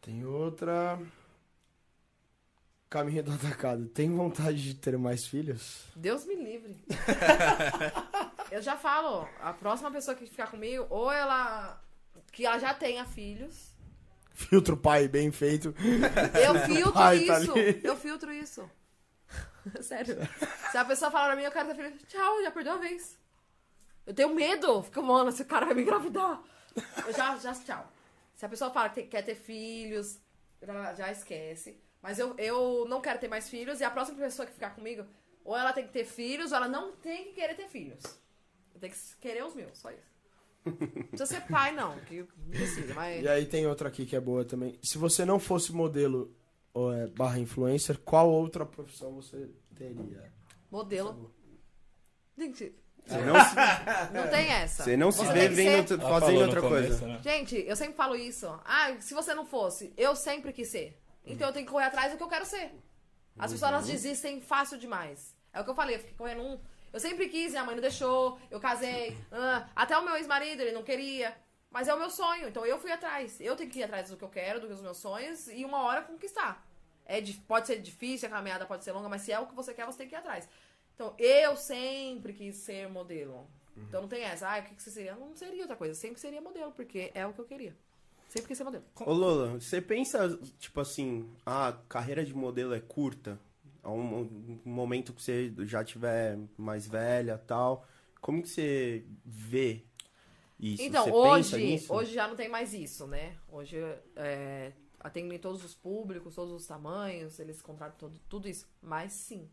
C: Tem outra. Caminho do atacado. Tem vontade de ter mais filhos?
D: Deus me livre. eu já falo, a próxima pessoa que ficar comigo, ou ela. que ela já tenha filhos.
C: Filtro pai bem feito.
D: Eu filtro
C: Ai, tá
D: isso.
C: ali.
D: eu filtro isso. Sério. Se a pessoa falar pra mim, eu quero ter filho, tchau, já perdeu a vez. Eu tenho medo. Fica, mano, esse cara vai me engravidar. Eu já, já, tchau. Se a pessoa fala que quer ter filhos, já, já esquece. Mas eu, eu não quero ter mais filhos e a próxima pessoa que ficar comigo, ou ela tem que ter filhos, ou ela não tem que querer ter filhos. Eu tenho que querer os meus, só isso. Não precisa ser pai, não, que não precisa, mas.
C: E aí tem outra aqui que é boa também. Se você não fosse modelo ou, é, barra influencer, qual outra profissão você teria?
D: Modelo. Gente,
B: Você não se,
D: não tem essa.
B: você não se
D: Você
B: vê
D: tem que
B: vendo
D: ser-
B: outra- fazendo outra coisa.
A: né?
D: Gente, eu sempre falo isso. Ah, se você não fosse, eu sempre quis ser. Então eu tenho que correr atrás do que eu quero ser. As
B: Uhum.
D: pessoas elas desistem fácil demais. É o que eu falei, eu fiquei correndo um. Eu sempre quis, minha mãe não deixou, eu casei. ah, até o meu ex-marido, ele não queria. Mas é o meu sonho, então eu fui atrás. Eu tenho que ir atrás do que eu quero, dos meus sonhos, e uma hora conquistar. É, di- pode ser difícil, a caminhada pode ser longa, mas se é o que você quer, você tem que ir atrás. Então, eu sempre quis ser modelo. Então não tem essa, ah, o que, que você seria? Eu Não seria outra coisa, eu sempre seria modelo, porque é o que eu queria. Sempre quis ser modelo.
B: Ô Lola, você pensa, tipo assim, a carreira de modelo é curta? A um, um momento que você já tiver mais velha tal. Como que você vê isso?
D: Então,
B: você pensa
D: hoje,
B: nisso?
D: hoje já não tem mais isso, né? Hoje é, atendem todos os públicos, todos os tamanhos, eles contratam todo- tudo isso. Mas sim,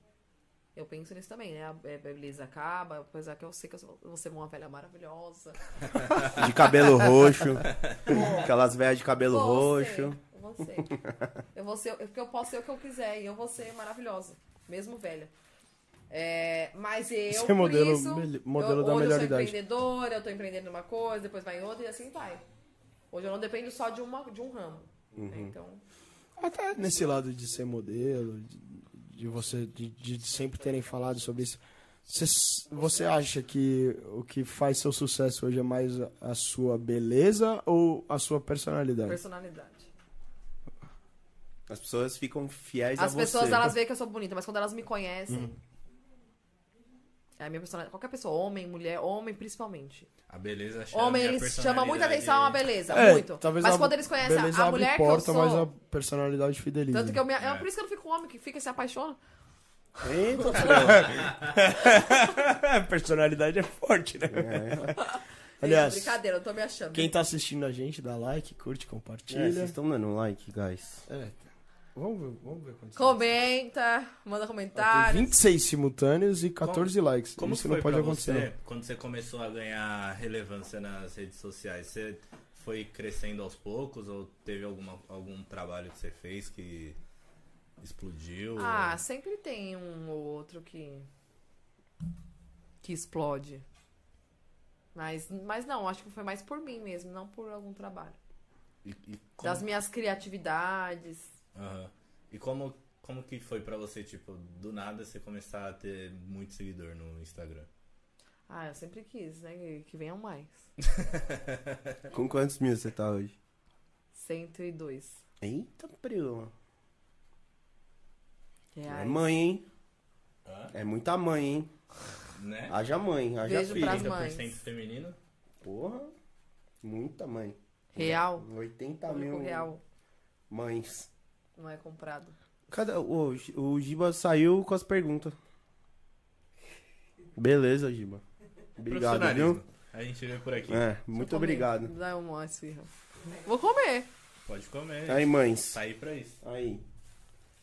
D: eu Eu penso nisso também, né? A a beleza acaba, apesar que eu sei que eu sou- eu vou ser uma velha maravilhosa.
B: De cabelo roxo. Aquelas velhas de cabelo
D: Vou ser,
B: roxo.
D: Eu vou ser. Eu vou ser, porque eu posso ser o que eu quiser e eu vou ser maravilhosa, mesmo velha. É, mas eu,
C: Você é
D: por
C: modelo-
D: isso,
C: mel- modelo
D: eu,
C: da
D: hoje eu
C: melhor
D: sou
C: idade.
D: empreendedora, eu tô empreendendo uma coisa, depois vai em outra e assim vai. Hoje eu não dependo só de, uma, de um ramo. né?
C: Uhum.
D: Então,
C: Até nesse lado de ser modelo, de, de você de, de sempre terem falado sobre isso, você, você acha que o que faz seu sucesso hoje é mais a, a sua beleza ou a sua personalidade?
D: personalidade.
B: As pessoas ficam fiéis a
C: é
D: As
B: você.
D: pessoas, elas veem que eu sou bonita, mas quando elas me conhecem.
C: Uhum.
D: É a minha personalidade. Qualquer pessoa, homem, mulher, homem principalmente.
A: A beleza chama.
D: Homem,
A: e a
D: eles chamam muita
A: personalidade-
D: atenção a beleza,
C: É,
D: muito.
C: talvez
D: mas
C: a
D: quando eles conhecem a-
C: beleza
D: a
C: abre
D: mulher
C: porta,
D: que eu
C: mas a
D: sou.
C: personalidade fideliza.
D: Tanto que eu me. É.
A: É.
D: por isso que eu não fico homem, que fica e se apaixona.
B: Eita,
C: A personalidade é forte, né?
B: é,
C: Aliás,
D: Gente, brincadeira, eu tô me achando.
C: Quem tá assistindo a gente, dá like, curte,
B: é, vocês
C: compartilha.
B: estão dando like, guys.
C: É, vamos ver, vamos ver quantos.
D: Comenta, manda
C: Ó, tem
D: comentário.
C: 26 simultâneos e 14 likes.
A: Como
C: Isso
A: foi
C: não pode
A: pra
C: acontecer.
A: você quando você começou a ganhar relevância nas redes sociais? Você foi crescendo aos poucos ou teve alguma, algum trabalho que você fez que explodiu?
D: Ah, sempre tem um ou outro que. que explode. Mas, mas não, acho que foi mais por mim mesmo, não por algum trabalho.
A: E, e como,
D: Das minhas criatividades.
A: Aham. E como, como que foi pra você, tipo, do nada você começar a ter muito seguidor no Instagram?
D: Ah, eu sempre quis, né? Que- Que venham mais.
B: Com quantos mil você tá hoje?
D: 102
B: Eita, prima. É
D: reais.
B: mãe, hein?
A: Hã?
B: É muita mãe, hein?
A: Né?
B: Haja mãe, haja
D: Beijo
B: filho.
D: Ah, pras
A: 30%
D: mães.
A: feminino?
B: Porra, muita mãe.
D: Real.
B: 80
D: Público
B: mil
D: real.
B: mães.
D: Não é comprado.
B: Cada, o, o Giba saiu com as perguntas. Beleza, Giba. Obrigado, viu?
A: Profissionalismo. A gente vê por aqui.
B: É, muito
D: Vou comer.
B: obrigado.
D: Dá uma esfirra. Vou comer.
A: Pode comer.
B: Aí, mães.
A: Sair pra isso.
B: Aí.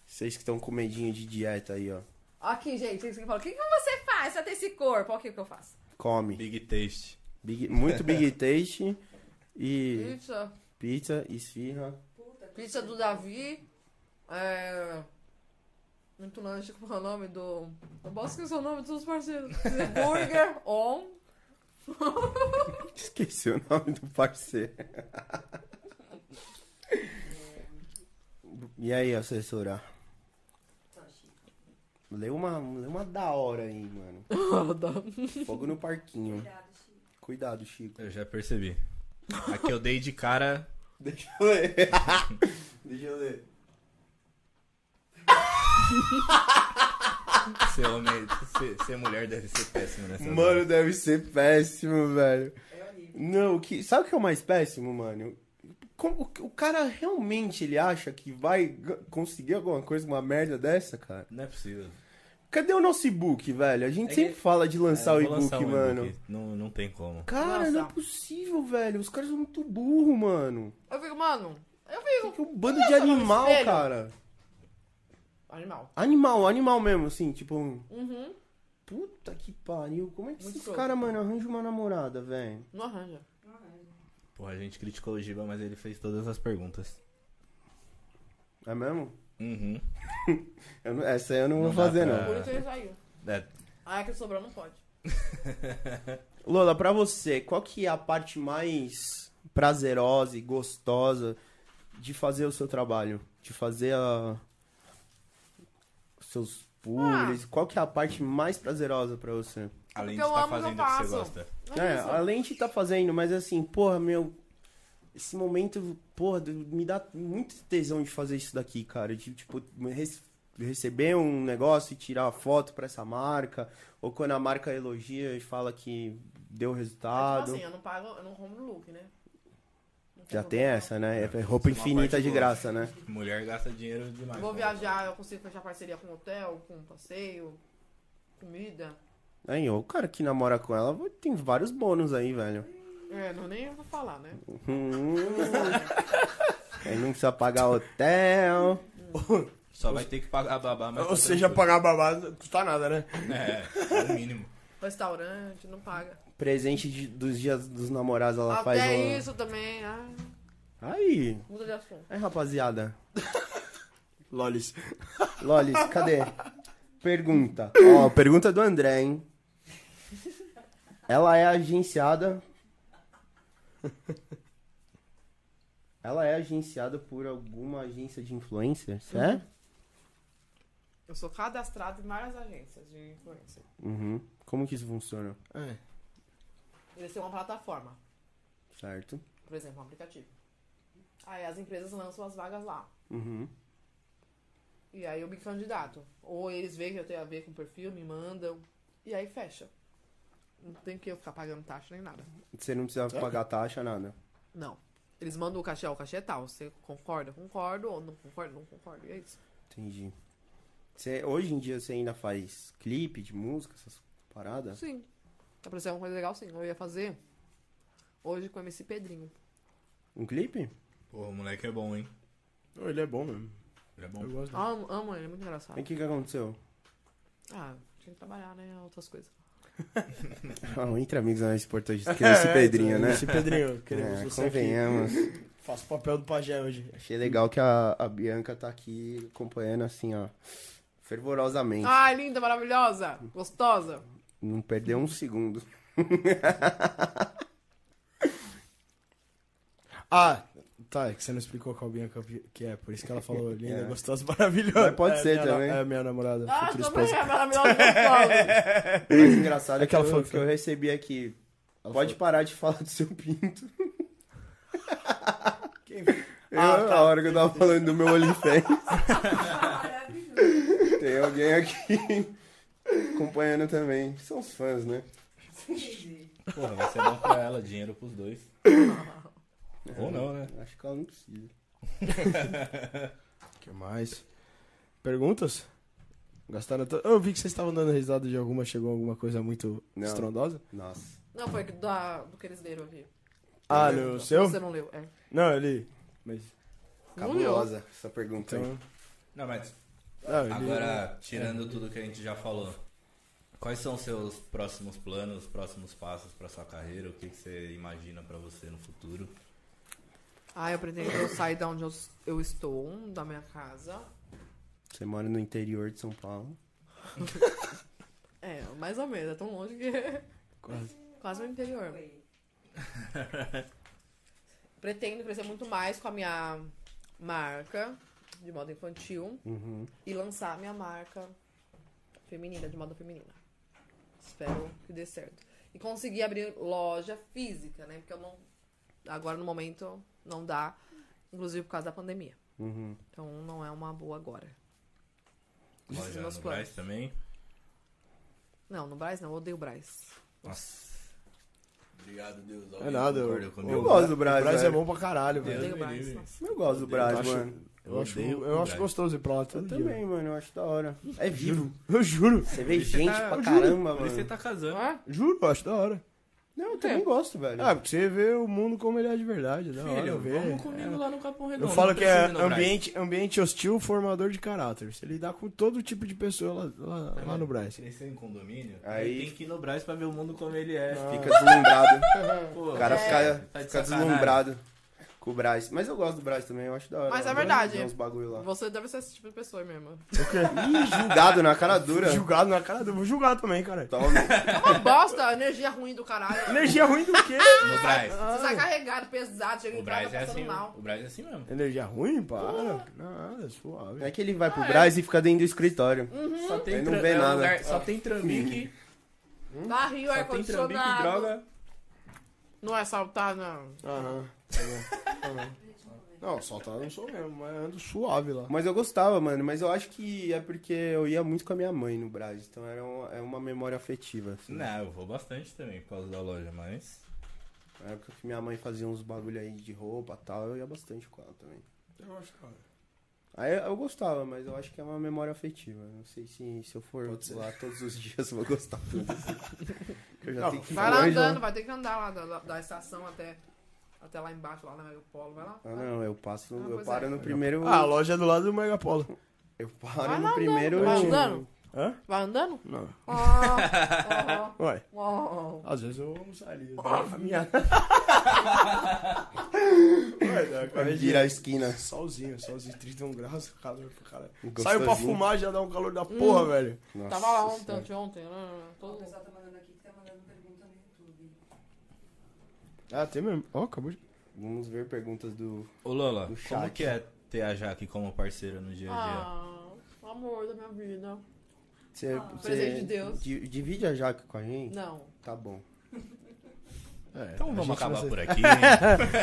B: Vocês que estão com medinho de dieta aí, ó.
D: Aqui, gente, vocês que falam, o que, que você faz pra ter esse corpo? Olha o que que eu faço.
B: Come.
A: Big Taste.
B: Big- muito Big Taste e
D: Pizza,
B: pizza, esfirra.
D: pizza do Davi. É... Muito lanche, como é o nome do... Eu posso esquecer o nome dos seus parceiros. Burger On.
B: Esqueci o nome do parceiro. e aí, assessora? Lê uma, lê uma da hora aí, mano. Fogo no parquinho. Cuidado, Chico.
A: Eu já percebi. A que eu dei de cara
B: Deixa eu ler. Deixa eu ler.
A: Ser homem, ser, ser mulher deve ser péssimo nessa
B: Mano, deve ser péssimo, velho.
E: É horrível.
B: Não, o que, sabe o que é o mais péssimo, mano? Como, o- o cara realmente ele acha que vai g- conseguir alguma coisa, uma merda dessa, cara?
A: Não é possível.
B: Cadê o nosso e-book, velho? A gente
A: É
B: sempre
A: que-
B: fala de lançar o
A: Eu vou
B: e-book,
A: lançar um
B: mano.
A: e-book. Não, não tem como.
B: Cara,
D: Lançar.
B: não é possível, velho. Os caras são muito burros, mano.
D: Eu fico, mano, eu fico.
B: Que um bando de
A: é
D: eu no
B: animal,
D: espelho?
B: cara.
D: Animal.
B: Animal, animal mesmo, assim, tipo. um-
D: Uhum.
B: Puta que pariu. Como é que
D: Muito
B: esses
D: louco.
B: caras, mano, arranjam uma namorada, velho?
D: Não arranja.
E: Não é.
A: Porra, a gente criticou o Giba, mas ele fez todas as perguntas.
B: É mesmo?
A: Uhum.
B: Eu não- essa aí eu não,
A: Não
B: vou
A: dá
B: fazer,
A: pra-
B: não.
D: Por isso ele saiu.
A: É,
D: Ah, é que sobrou, não pode.
B: Lola, pra você, qual que é a parte mais prazerosa e gostosa de fazer o seu trabalho? De fazer a... os seus pulos?
D: Ah.
B: Qual que é a parte mais prazerosa pra você?
A: além de
D: eu
A: estar
D: amo, eu
A: fazendo o que você
D: faço.
A: gosta.
D: É
B: É,
D: isso.
B: além de estar fazendo, mas assim, porra, meu... Esse momento, porra, do- me dá muito tesão de fazer isso daqui, cara. De, tipo, me rece- receber um negócio e tirar a foto pra essa marca. Ou quando a marca elogia e fala que deu
D: É
B: resultado.
D: tipo assim, eu não pago, eu não compro look, né? Não
B: Já
D: compro
B: tem
D: look,
B: essa, né? É
A: É,
B: roupa
A: isso é uma
B: infinita
A: parte
B: de
A: boa.
B: graça, né?
A: Mulher gasta dinheiro
D: não.
A: demais.
D: Vou
A: né?
D: viajar, eu consigo fechar parceria com hotel, com passeio, comida.
B: Aí, o cara que namora com ela vai- tem vários bônus aí, velho.
D: É, não nem eu vou falar, né?
B: Hum. aí não precisa pagar hotel.
A: Só vai ter que pagar a babá, mas.
C: Ou seja, pagar babado custa nada, né?
A: É, é o mínimo.
D: Restaurante, não paga.
B: Presente de- dos dias dos namorados, ela faz
D: Até
B: um.
D: isso também. Ah,
B: Aí.
D: muda de assunto.
B: Aí, rapaziada.
C: Lolis.
B: Lolis, cadê? Pergunta. Ó, pergunta do André, hein? Ela é agenciada. Ela é agenciada por alguma agência de influencer, certo?
D: Eu sou cadastrado em várias agências de influencer.
B: Uhum. Como que isso funciona?
C: É.
D: Eles têm uma plataforma,
B: Certo.
D: por exemplo, um aplicativo. Aí as empresas lançam as vagas lá.
B: Uhum.
D: E aí eu me candidato. Ou eles veem que eu tenho a ver com o perfil, me mandam. E aí fecha. Não tem que eu ficar pagando taxa nem nada.
B: Você não precisa pagar taxa, nada.
D: Não. Eles mandam o cachê, ó, o cachê é tal. Você concorda? Concordo. Ou não concorda? Não concordo. E é isso.
B: Entendi. Você, hoje em dia você ainda faz clipe de música, essas paradas?
D: Sim. Tá parecendo alguma coisa legal, sim. Eu ia fazer hoje com o MC Pedrinho.
B: Um clipe?
A: Pô, o moleque é bom, hein?
C: Não, ele é bom mesmo.
A: Ele é
C: Eu
A: bom.
C: gosto dele.
D: Amo, amo ele, é muito engraçado.
B: E o que, que aconteceu?
D: Ah, tinha que trabalhar, né? Outras coisas.
B: Ah, entre amigos é mais importante do que esse Pedrinho, né?
C: Esse Pedrinho, queremos
B: É,
C: você aqui.
B: convenhamos.
C: Faço o papel do pajé hoje.
B: Achei legal que a, a Bianca tá aqui acompanhando assim, ó. Fervorosamente.
D: Ai, Ah, linda, maravilhosa, gostosa.
B: Não perdeu um segundo.
C: Ah, tá, é que você não explicou qual Bianca que é, por isso que ela falou linda,
B: É.
C: gostosa, maravilhosa.
B: Mas pode
C: É,
B: ser
C: minha na-
B: também.
C: É minha namorada,
D: Ah,
C: futura
D: também
C: esposa.
D: é maravilhosa, gostosa.
B: Mas engraçado é que,
C: Aquela
B: eu,
C: foto.
B: que eu recebi aqui.
C: Ela
B: Pode parar de falar do seu pinto.
C: Quem-
B: Eu,
C: Ah, tá.
B: A hora que eu tava falando do meu OnlyFans.
E: Maravilhoso.
B: Tem alguém aqui acompanhando também. São os fãs, né?
E: Entendi.
A: Porra, vai ser bom pra ela, dinheiro pros dois. Ou não, né?
B: Acho que ela não precisa.
C: que mais? Perguntas? Gastaram to... Eu vi que vocês estavam dando risada de alguma, chegou alguma coisa muito
B: Não.
C: estrondosa.
B: Nossa.
D: Não, foi do, da- do que eles leram aqui.
C: Ah, no seu?
D: Você não leu, é.
C: Não, ele... Mas...
D: Não leu.
B: Cabulosa essa pergunta. aí.
C: Então...
A: Não, mas
C: Não, ele...
A: agora, tirando tudo que a gente já falou, quais são seus próximos planos, próximos passos pra sua carreira? O que, que você imagina pra você no futuro?
D: Ah, eu pretendo sair da onde eu, eu estou, da minha casa.
B: Você mora no interior de São Paulo.
D: É, mais ou menos, é tão longe que.
C: Quase.
D: Quase no interior.
E: Oi.
D: Pretendo crescer muito mais com a minha marca de moda infantil
B: Uhum.
D: e lançar a minha marca feminina, de moda feminina. Espero que dê certo. E conseguir abrir loja física, né? Porque eu não. Agora no momento não dá, inclusive por causa da pandemia.
B: Uhum.
D: Então não é uma boa agora. Esses
A: Loja
D: são meus
A: no
D: planos.
A: Brás também?
D: Não, no Braz não, eu odeio o Braz.
A: Nossa. Obrigado, Deus.
C: É nada, eu,
A: Concorda comigo?
B: Eu gosto do
C: O
B: Brás,
C: Brás é
B: velho.
C: bom pra caralho,
D: Eu
A: Deus
C: velho.
D: odeio o
A: me
D: Braz.
A: livre.
D: nossa.
B: Eu gosto do Brás,
C: acho-
B: mano.
C: Eu acho,
A: odeio
C: eu
A: o
C: acho
A: Brás.
C: gostoso ir pra lá
B: Eu
C: todo dia.
B: também, mano. Eu acho da hora. É vivo.
C: Eu juro,
B: Você vê
A: Você
B: gente
A: tá-
B: pra
A: eu
B: caramba,
A: Por isso você
B: mano.
A: tá casando.
D: Ah,
C: juro, eu acho da hora.
B: Não, eu também gosto, velho.
C: Ah, porque você vê o mundo como ele é de verdade, é da hora
A: Filho,
C: ver.
A: vamos comigo lá
B: É.
A: no assim, né, Capão Redondo.
C: Eu
A: não
C: falo que é
A: precisa ir no Brás.
C: ambiente, ambiente hostil formador de caráter. Você lidar com todo tipo de pessoa lá, lá, lá no Brás.
A: Cresceu em condomínio,
B: Aí-
A: aí tem que ir no Brás pra ver o mundo como ele é.
B: Ah. Fica deslumbrado.
A: Pô,
B: O cara fica,
A: tá de
B: fica
A: sacanagem.
B: deslumbrado com o Brás. Mas eu gosto do Brás também, eu acho da hora.
D: Mas é
B: O Brás
D: verdade.
B: tem uns bagulho lá.
D: Você deve ser esse tipo de pessoa mesmo.
B: Ih, julgado na cara dura.
C: Julgado na cara do. Vou julgar também, cara.
B: Toma.
D: É uma bosta, energia ruim do caralho.
C: Energia ruim do quê?
A: No Brás.
D: Você sai carregado, pesado, chega
A: O
D: em casa
A: Brás é
D: Ah, tá passando
A: assim,
D: mal.
A: o Brás é assim mesmo.
C: Energia ruim? Para. Nada, suave.
B: É que ele
D: Ah,
B: vai pro Brás e fica dentro do escritório.
D: Hum.
A: Só tem
B: Ele não
A: tram-
B: vê
A: é um
B: nada.
A: lugar- Só tem trambique, só tem
D: Barril,
A: trambique e
D: ar-condicionado.
A: droga.
D: Não é saltar, não.
C: Aham. tá bom, tá bom. Não, soltado não sou mesmo, mas ando suave lá.
B: Mas eu gostava, mano. Mas eu acho que é porque eu ia muito com a minha mãe no Brás. Então era uma, é uma memória afetiva. Assim.
A: Não, eu vou bastante também por causa da loja, mas...
B: Na época que minha mãe fazia uns bagulho aí de roupa e tal, eu ia bastante com ela também.
C: Eu acho, cara.
B: Aí eu gostava, mas eu acho que é uma memória afetiva. Não sei se, se eu for lá todos os dias eu vou gostar tanto assim. Que eu já
C: Não,
B: tenho que ir
D: Vai lá
B: longe, né?
D: andando, vai ter que andar lá da, da- da estação até, até lá
B: Tá,
D: embaixo, lá na Megapolo. Vai lá.
B: Ah, não, eu passo,
D: Ah,
B: eu
D: pois
B: paro
D: é.
B: no primeiro.
C: Ah, a loja é do lado do Megapolo.
B: Eu
D: Vai
B: paro
D: lá
B: no primeiro.
D: Vai andando?
C: Hã?
D: Vai andando?
C: Não.
D: Ó,
C: Ué.
D: ó, ó, ó.
C: Às vezes eu almoçaria. A minha. Ué, cara,
B: Vira a esquina.
C: Solzinho, solzinho, 31 graus, calor pra caralho.
B: Gostosinho.
C: Saiu pra fumar, já dá um calor da porra, velho.
B: Nossa
D: Tava lá ontem,
B: Senhora.
D: ontem, ontem. né?
E: O
D: Todo-
E: pessoal tá mandando aqui que tá mandando pergunta no YouTube.
C: Ah, tem mesmo. Ó, acabou de.
B: Vamos ver perguntas do.
A: Ô Lola,
B: Do
A: como
B: chat.
A: que é ter a Jaque como parceira no dia a dia?
D: Ah, amor da minha vida.
B: Cê,
D: Ah, Presente de Deus.
B: di- Divide a Jaque com a gente?
D: Não.
B: Tá bom.
C: É,
A: Então vamos acabar por
C: aí.
A: aqui.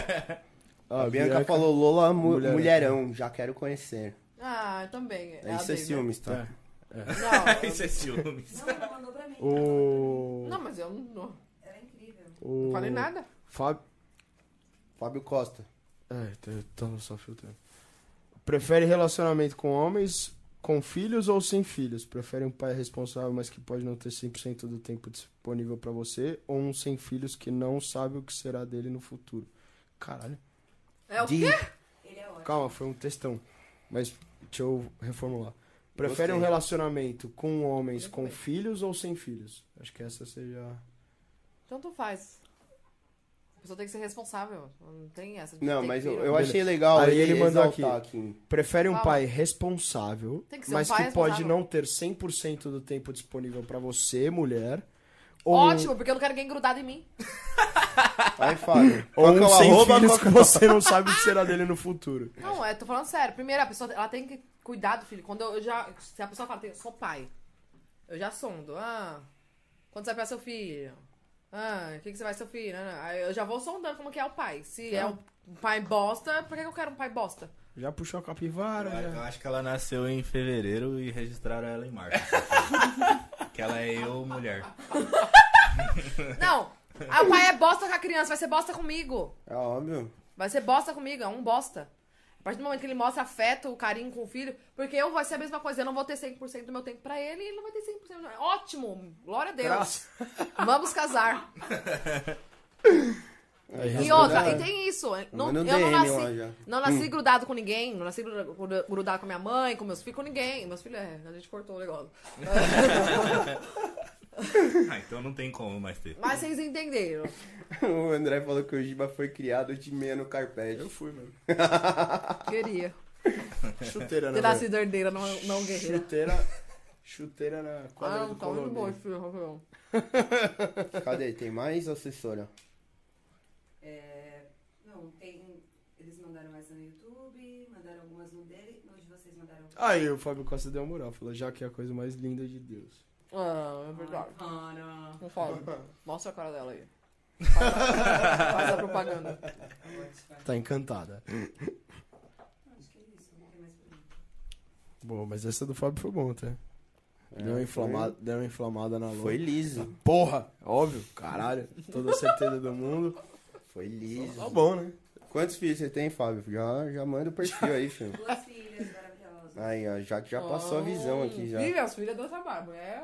B: a Bianca, falou Lola
C: Ah,
B: mu-
C: Mulherão.
B: mulherão, já quero conhecer.
D: Ah, também.
B: É,
D: a
B: isso é
D: dele.
B: ciúmes, tá?
C: É.
D: Não,
A: Isso é ciúmes.
E: Não, ela mandou pra mim.
C: O.
D: não, mas eu não, não
E: Era incrível.
C: o...
D: falei nada.
C: Fábio.
B: Fábio Costa.
C: É, tá- tá no só filtrando. Prefere relacionamento com homens, com filhos ou sem filhos? Prefere um pai responsável, mas que pode não ter 100% do tempo disponível pra você? Ou um sem filhos que não sabe o que será dele no futuro? Caralho.
D: É o
B: De-
D: quê?
E: Ele é ótimo.
C: Calma, foi um textão. Mas deixa eu reformular. Prefere um
B: Gostei.
C: relacionamento com homens
D: Eu
C: com
D: também.
C: filhos ou sem filhos? Acho que essa seja.
D: Tanto Então faz. A pessoa tem que ser responsável. Não tem essa. de
B: Não,
D: ter
B: mas
D: filho.
B: eu, eu achei legal.
C: Aí ele mandou
B: exaltar aqui.
C: Prefere um
D: Fala.
C: pai responsável,
D: Tem que ser um
C: mas
D: pai
C: que pode
D: responsável.
C: não ter 100% do tempo disponível pra você, mulher. Ou,
D: Ótimo, porque eu não quero ninguém grudado em mim.
B: Aí, Fábio.
C: Ou um
B: qual que é o
C: sem
B: arroba,
C: filhos
B: qual que
C: que
B: é o-
C: você não sabe o que será dele no futuro.
D: Não, é, tô falando sério. Primeiro, a pessoa ela tem que cuidar do filho. Quando eu já. Se a pessoa fala, eu sou pai, eu já sondo. Ah, quando você vai pra seu filho? Ah, o que, que você vai seu filho? Ah, ah, Eu já vou sondando como que é o pai. Se é um pai bosta, por que que eu quero um pai bosta?
C: Já puxou a capivara,
A: Eu
C: já.
A: acho que ela nasceu em fevereiro e registraram ela em março. que ela é eu, mulher.
D: Não! Ah, o pai é bosta com a criança, vai ser bosta comigo.
B: É óbvio.
D: Vai ser bosta comigo, é um bosta. A partir do momento que ele mostra afeto, o carinho com o filho, porque eu vai ser a mesma coisa, eu não vou ter 100% do meu tempo pra ele e ele não vai ter 100%. do- Ótimo! Glória a Deus!
C: Graças.
D: Vamos casar.
C: Aí
D: E
C: responde-
D: outra, e tem isso. Não, eu
B: Manda um
D: não
B: DM lá
D: nasci,
B: já.
D: não nasci grudado com ninguém, não nasci gruda- gruda- grudado com minha mãe, com meus filhos, com ninguém. Meus filhos, é, a gente cortou o negócio.
A: Ah, então não tem como mais ter.
D: Mas vocês entenderam.
B: O André falou que o Giba foi criado de meia no
C: Eu
B: carpete.
C: fui, mano.
D: Queria.
C: Chuteira, né? velho?
D: Ter nascido herdeira, tá assim, não, não guerreira.
C: Chuteira. Chuteira na quadra
D: Ah, não,
C: do
D: tá muito
C: condomínio.
D: bom esse filho, Rafael.
B: Cadê? Tem mais assessora?
E: É, não, tem. Eles mandaram essa no YouTube, mandaram algumas no dele, no de vocês mandaram.
C: Aí o Fábio Costa deu a moral, falou, já que é a coisa mais linda de Deus.
D: Ah, é verdade.
E: tá. Ana.
D: Não fala. Mostra a cara dela aí. Faz a, faz a propaganda.
E: Ótima.
C: Tá encantada.
E: Acho que é isso, não tem mais pergunta.
C: Bom, mas essa do Fábio foi bom, tá? Deu uma
B: É,
C: inflamada, deu uma inflamada na
B: Foi,
C: lona.
B: foi liso.
C: Porra, óbvio, caralho. Toda a certeza do mundo.
B: Foi liso.
C: Tá bom, né?
B: Quantos filhos você tem, Fábio? Já, já manda o perfil aí, filho.
E: Duas filhas maravilhosas.
B: Aí, ó, já que já passou a visão aqui já.
D: Vive Hum. as filhas dessa barba. É.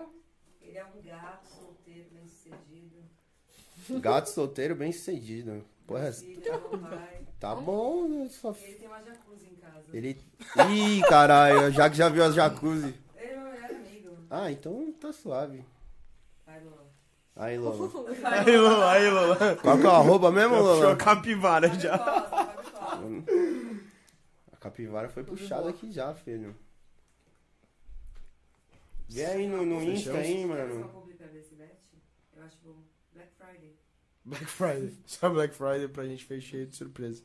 E: Ele é um gato solteiro, bem sucedido.
B: Gato solteiro bem sucedido. Porra,
E: Filha, bom pai.
B: tá bom, né? Só...
E: Ele tem uma jacuzzi em casa.
B: Ele. Ih, caralho, já que já viu as jacuzzi.
E: Ele é meu melhor amigo.
B: Ah, então tá suave.
E: Vai, Lula.
B: Aí, Lola.
C: Aí, Lula, aí, Lula.
B: Qual que é o arroba mesmo,
C: Puxou a
B: Lola?
C: capivara já.
B: A capivara foi puxada aqui já, filho. Vê aí no, no Insta aí,
E: Eu
B: mano.
E: só publicar desse bet. Eu acho bom. Black Friday.
C: Black Friday. Só Black Friday pra gente fez cheio de surpresa.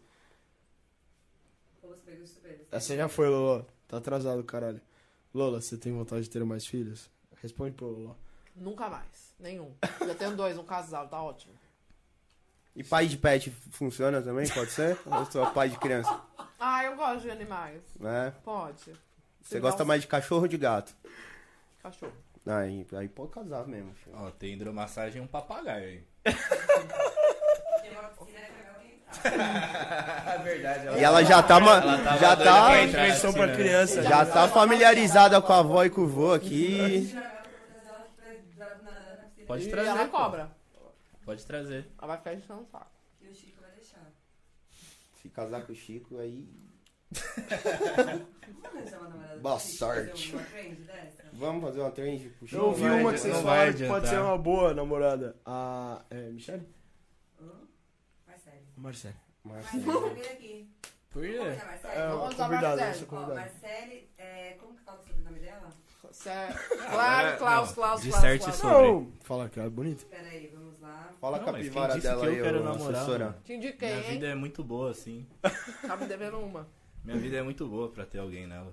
E: Como você pegou de surpresa.
C: Essa já foi, Lola. Tá atrasado, caralho. Lola, você tem vontade de ter mais filhos? Responde pro Lola.
D: Nunca mais. Nenhum. Já tenho dois, um casal, tá ótimo.
B: E pai de pet funciona também? Pode ser? Ou só pai de criança?
D: Ah, eu gosto de animais.
B: É.
D: Pode.
B: Você gosta mais de cachorro ou de gato?
D: Cachorro.
B: Aí, aí pode casar mesmo, filho.
A: Ó, tem hidromassagem e um papagaio aí. É verdade,
B: E ela já tá. ma-
A: tava
B: já
A: doida
B: tá.
A: pra entrar
C: Invenção
A: assim,
C: pra
A: né?
C: criança.
B: Já tá familiarizada com a avó e com o vô aqui.
A: Pode
D: é e
A: trazer.
D: ela
A: pô.
D: cobra.
A: Pode trazer.
D: Ela vai ficar enchendo o saco.
E: E o Chico vai deixar.
B: Se casar com o Chico, aí.
E: Vamos arranjar uma namorada
B: Boa
E: Vocês querem fazer
B: sorte.
E: uma trend dessa?
B: Vamos fazer uma trend? Puxa.
C: Eu ouvi
F: vai-
C: uma que vocês
F: não
C: falaram
F: vai
C: que pode
F: adiantar.
C: ser uma boa namorada. A. É, Michelle?
E: Hã? Marcelo.
C: Marcele.
E: Marcelo, vem aqui.
F: Por
E: Vamos
F: quê?
E: lá,
C: É,
E: Marcelo.
C: uma
D: Vamos lá,
C: convidada,
D: Marcele.
C: essa é
E: Ó,
C: convidada.
E: Marcele, é, como que fala o sobrenome dela?
D: Certo. é- Claro, Klaus,
A: É, não.
D: Klaus,
A: De
D: Klaus,
A: certo
D: Klaus.
A: isso-
C: Não, fala que ela é bonita.
E: Peraí, vamos lá.
B: Fala
A: Não,
B: com a
A: mas quem
B: capivara
A: disse que
B: dela
A: eu
B: aí,
A: quero
B: ô,
A: namorar,
B: assessora.
A: mano?
D: Te indiquei,
A: Minha
D: hein?
A: vida é muito boa, assim.
D: Tá me devendo uma.
A: Minha vida é muito boa pra ter alguém nela.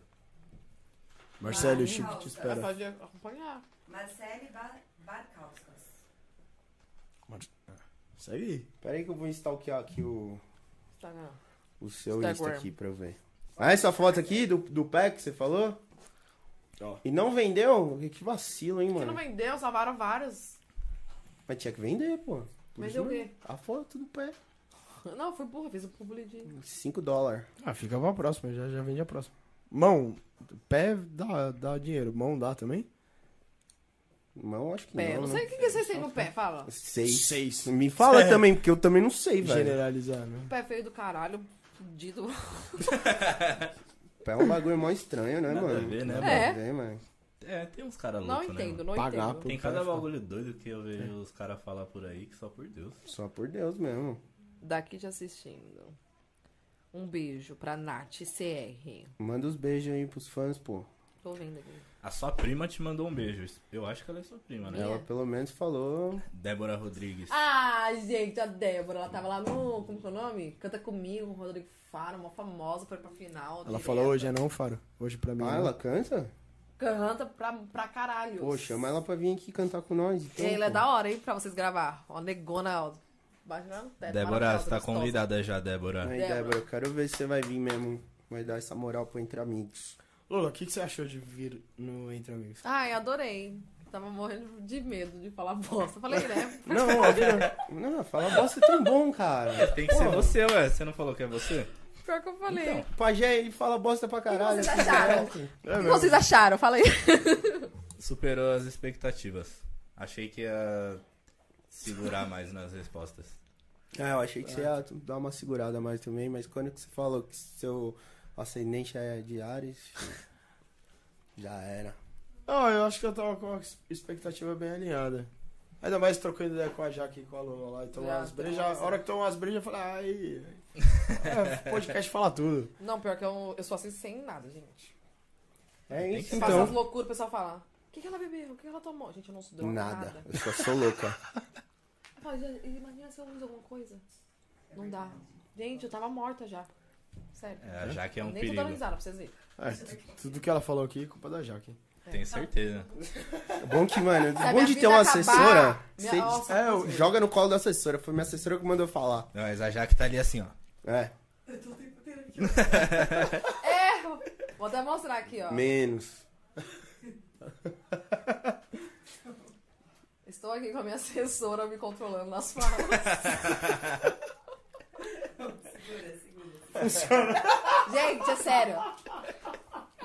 C: Marcelo,
E: Ah,
C: o Chico te
E: Raul,
D: Ela
C: espera.
D: pode acompanhar.
E: Marcele Bar Barkauskas.
C: Segue aí.
B: Pera aí que eu vou stalkear aqui o,
D: Tá, não.
B: o seu
D: Instagram.
B: Insta aqui pra eu ver. Ah, essa foto aqui do, do pé que você falou?
C: Ó.
B: E não vendeu? Que vacilo, hein,
D: Porque
B: mano?
D: não vendeu, salvaram várias.
B: Mas tinha que vender, pô. Por
D: Vendeu
B: isso
D: o quê?
B: mesmo. A foto do pé.
D: Não, fui burra, fiz o publi de.
B: 5 dólares.
C: Ah, fica pra próxima, já, já vende a próxima. Mão, pé dá, dá dinheiro, mão dá também?
B: Mão, acho que
D: Pé.
B: não.
D: Não,
B: né?
D: sei o que, que vocês têm no pé, fala.
B: Seis.
C: Seis.
B: Me fala
C: É.
B: também, porque eu também não sei, velho.
C: Generalizar, né?
D: Pé feio do caralho, fudido.
A: Tá
B: Pé é um bagulho mó estranho, né,
A: Nada a
B: mano?
A: ver, né,
B: Nada
D: mano?
B: a ver, mano.
A: É, tem uns caras
D: Não
A: loucos, né?
D: entendo,
A: mano?
D: não
C: Pagar
D: entendo.
C: pro-
A: Tem
C: Cara,
A: cada
C: fica-
A: bagulho doido que eu vejo os caras falar por aí, que só por Deus.
B: Só por Deus mesmo.
D: Daqui te assistindo. Um beijo pra Nath CR.
B: Manda os beijos aí pros fãs, pô.
D: Tô vendo aqui.
A: A sua prima te mandou um beijo. Eu acho que ela é sua prima, né?
B: Ela pelo menos falou.
A: Débora Rodrigues.
D: Ah, gente, a Débora, ela tava lá no. Como que é o nome? Canta comigo, o Rodrigo Faro, uma famosa, foi pra final.
C: Ela falou hoje é não, Faro. Hoje pra mim.
B: Ah,
C: é não.
B: ela canta?
D: Canta pra, pra caralho.
B: Pô, chama ela pra vir aqui cantar com nós. Então,
D: Ela é
B: pô.
D: da hora, hein, pra vocês gravar. Ó, negona, ó. Baixa na tela.
A: Débora,
D: maravilhosa,
A: você tá
D: gostosa.
A: convidada já, Débora.
B: Aí,
D: Débora.
B: Débora, eu quero ver se você vai vir mesmo. Vai dar essa moral pro Entre Amigos.
C: Lula, o que, que você achou de vir no Entre Amigos?
D: Ai, adorei. Tava morrendo de medo de falar bosta. Falei, né?
B: Não, ó, vira- não, fala bosta é tão bom, cara.
A: Tem que ser você, ué. Você não falou que é você?
D: Pior que eu falei.
C: é
A: Então.
B: O pajé, ele fala bosta pra caralho.
D: vocês acharam?
B: Assim,
D: o que vocês acharam? Fala aí.
A: Superou as expectativas. Achei que ia segurar mais nas respostas.
B: É, eu achei que você ia dar uma segurada mais também, mas quando que você falou que seu ascendente é de Ares, já era.
C: Ah, eu acho que eu tava com uma ex- expectativa bem alinhada. Ainda mais trocando ideia com a Jaque e com a Lula lá. E tomar
D: Já,
C: umas brejas.
D: nossa.
C: A hora que tomar umas brejas, eu falei, ai. É, podcast fala tudo.
D: Não, pior que eu, eu sou assim sem nada, gente.
B: É
A: Tem
B: isso
A: que
D: Eu faço
B: então.
D: as loucuras, o pessoal fala. O que, que ela bebeu? O que, que ela tomou? Gente, eu não sou droga, Então, nada.
B: Nada, eu só sou louca.
D: Eu falo, "Gente, imagina se eu uso alguma coisa. Não dá. Gente, eu tava morta já. Sério.
A: É, já que é um
D: Nem tô dando
A: perigo.
D: risada pra vocês verem.
C: É, tu- tudo que ela falou aqui é culpa da Jaque.
D: né?
A: Tenho
D: Tá.
A: certeza.
B: É bom que, mano, é
D: a
B: bom
D: minha
B: de ter
D: vida
B: uma
D: acabar,
B: assessora.
D: minha- tá assim.
B: cê-
D: nossa,
B: é, eu- joga no colo da assessora. Foi minha assessora que mandou falar.
A: Não, mas a Jaque tá ali assim, ó.
B: É,
E: Eu tô o tempo inteiro aqui.
D: É, Vou até mostrar aqui, ó.
B: menos.
D: Estou aqui com a minha assessora me controlando nas falas.
E: Segura, segura.
D: Gente, é sério.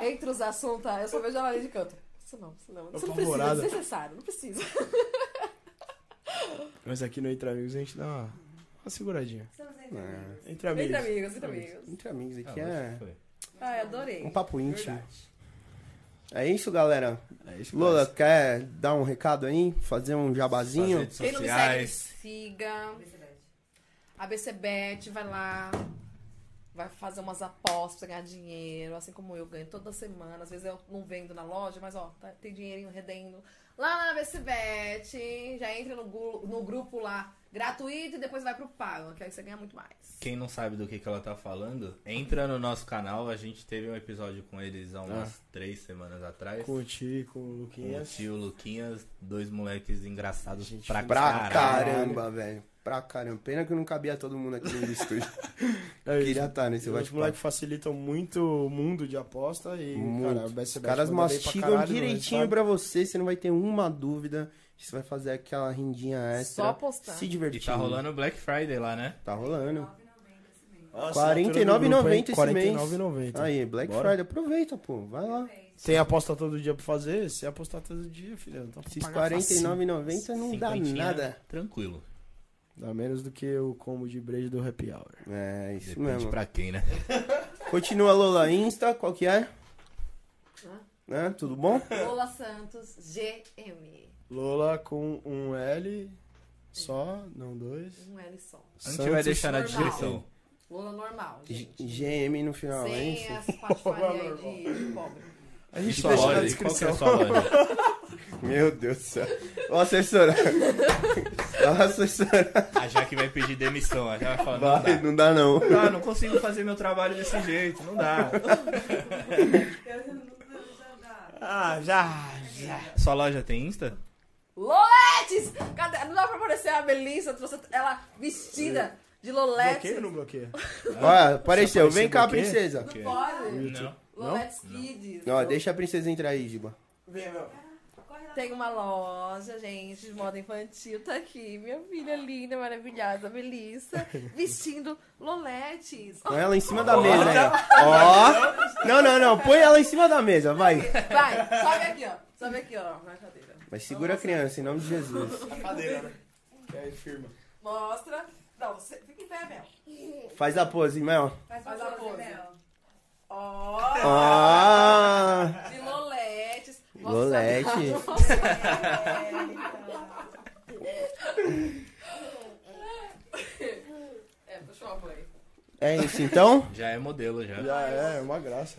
D: Entre os assuntos, eu só vejo ela ali de canto. Isso não, isso não. Isso não precisa, é
C: Apavorada.
D: desnecessário, não precisa.
C: Mas aqui no Entre Amigos a gente dá uma, uma seguradinha.
E: Estamos entre
B: É.
E: amigos.
C: Entre
D: Entre
C: amigos.
D: amigos, entre amigos.
B: Entre amigos
A: Ah,
B: aqui
A: hoje
B: é
A: foi.
D: Ai, adorei.
B: um papo íntimo. É isso, galera.
C: É isso que
B: Lola,
C: nós-
B: quer dar um recado aí? Fazer um
A: Suas
B: jabazinho?
A: redes
D: Quem não me segue, me
A: sociais.
D: siga.
E: Felicidade.
D: ABCBet, vai lá. Vai fazer umas apostas, ganhar dinheiro, assim como eu ganho toda semana. Às vezes eu não vendo na loja, mas ó, tá- tem dinheirinho redendo. Lá na ABCBet, já entra no, gu- no grupo lá, gratuito, e depois vai pro pago, que aí você ganha muito mais.
A: Quem não sabe do que, que ela tá falando, entra no nosso canal. A gente teve um episódio com eles há umas três semanas atrás.
C: Com o Ti, com o
A: Com o
C: Luquinhas.
A: tio Luquinhas, dois moleques engraçados
C: Gente,
A: pra,
B: Pra
A: caralho.
B: caramba, velho. Pra caramba. Pena que não cabia todo mundo aqui no estúdio.
C: É isso.
B: Queria estar nesse
C: Os
B: bate-papo.
C: moleques facilitam muito o mundo de aposta e,
B: Muito.
C: cara, o BSB
B: Os caras
C: manda bem pra
B: mastigam
C: caralho,
B: direitinho
C: né?
B: pra você, você não vai ter uma dúvida. Você vai fazer aquela rendinha extra.
D: Só postar.
B: Se
A: E
B: divertir.
A: tá rolando Black Friday lá, né?
B: Tá rolando.
E: 9,90 esse mês.
C: Nossa, a assinatura do grupo,
B: 49,90
C: hein?
B: esse mês.
C: 49,90.
B: Aí, Black
C: Então, Bora.
B: Friday, aproveita, pô. Vai lá.
E: Fez.
C: Tem aposta todo dia pra fazer? Se apostar todo dia, filho, não tá pra
B: Esses
C: pagar facinho.
B: 49,90 não dá
A: Cinquentinha,
B: nada.
A: Tranquilo.
C: Dá menos do que o combo de breja do Happy Hour.
B: É, isso
A: Depende
B: mesmo.
A: pra quem, né?
B: Continua, Lola Insta, qual que é? né? Tudo bom?
D: Lola Santos, GM.
C: Lola com um L só, não dois.
D: Um L só.
A: A gente vai deixar na
D: normal.
A: descrição.
D: Lola normal,
B: G-
D: gente.
B: GM no final, hein?
D: Sem as patifaria aí de, de pobre.
C: A gente
A: E sua
C: deixa na
A: loja? Qual que é a
C: descrição.
A: sua loja?
B: Meu Deus do céu. Ô, assessora. Ô, assessora.
A: A Jaque vai pedir demissão. A Jaque vai falar, não
B: Vai,
A: dá.
B: não dá não.
A: Não dá, não consigo fazer meu trabalho desse jeito, não dá.
E: Eu não sei se já dá.
C: Ah, já, já.
A: Sua loja tem Insta?
D: Loletes! Cadê? Não dá pra aparecer a Melissa, trouxe ela
A: É.
D: vestida de
C: Bloqueia ou
D: Loletes.
C: não bloqueia?
B: Ó, apareceu.
C: apareceu
B: Vem cá,
C: o quê?
B: princesa.
D: Não pode.
A: Não.
D: Loletes Kids.
B: Ó, deixa a princesa entrar aí, Giba.
C: Vem, meu.
D: Tem uma loja, gente, de moda infantil. Tá aqui, minha filha linda, maravilhosa, Melissa, vestindo Loletes.
B: Põe ela em cima da mesa aí, ó. Ó. Não, não, não. Põe ela em cima da mesa, vai.
D: Vai, sobe aqui, ó. Sobe aqui, ó, na cadeira.
B: Mas segura a criança, em nome de Jesus.
C: Cadeira, né? Que aí, firma.
D: Mostra. Não, você fica em pé, Mel.
B: Faz a pose, Mel.
E: Faz
D: Faz
E: uma
D: a
E: pose,
D: pose.
E: Mel.
D: Ó,
B: Ah!
D: de Loletes. Mostra
B: Lolete.
D: É, puxou a mãe.
B: É isso, então?
A: Já é modelo, já.
C: Já é, uma graça.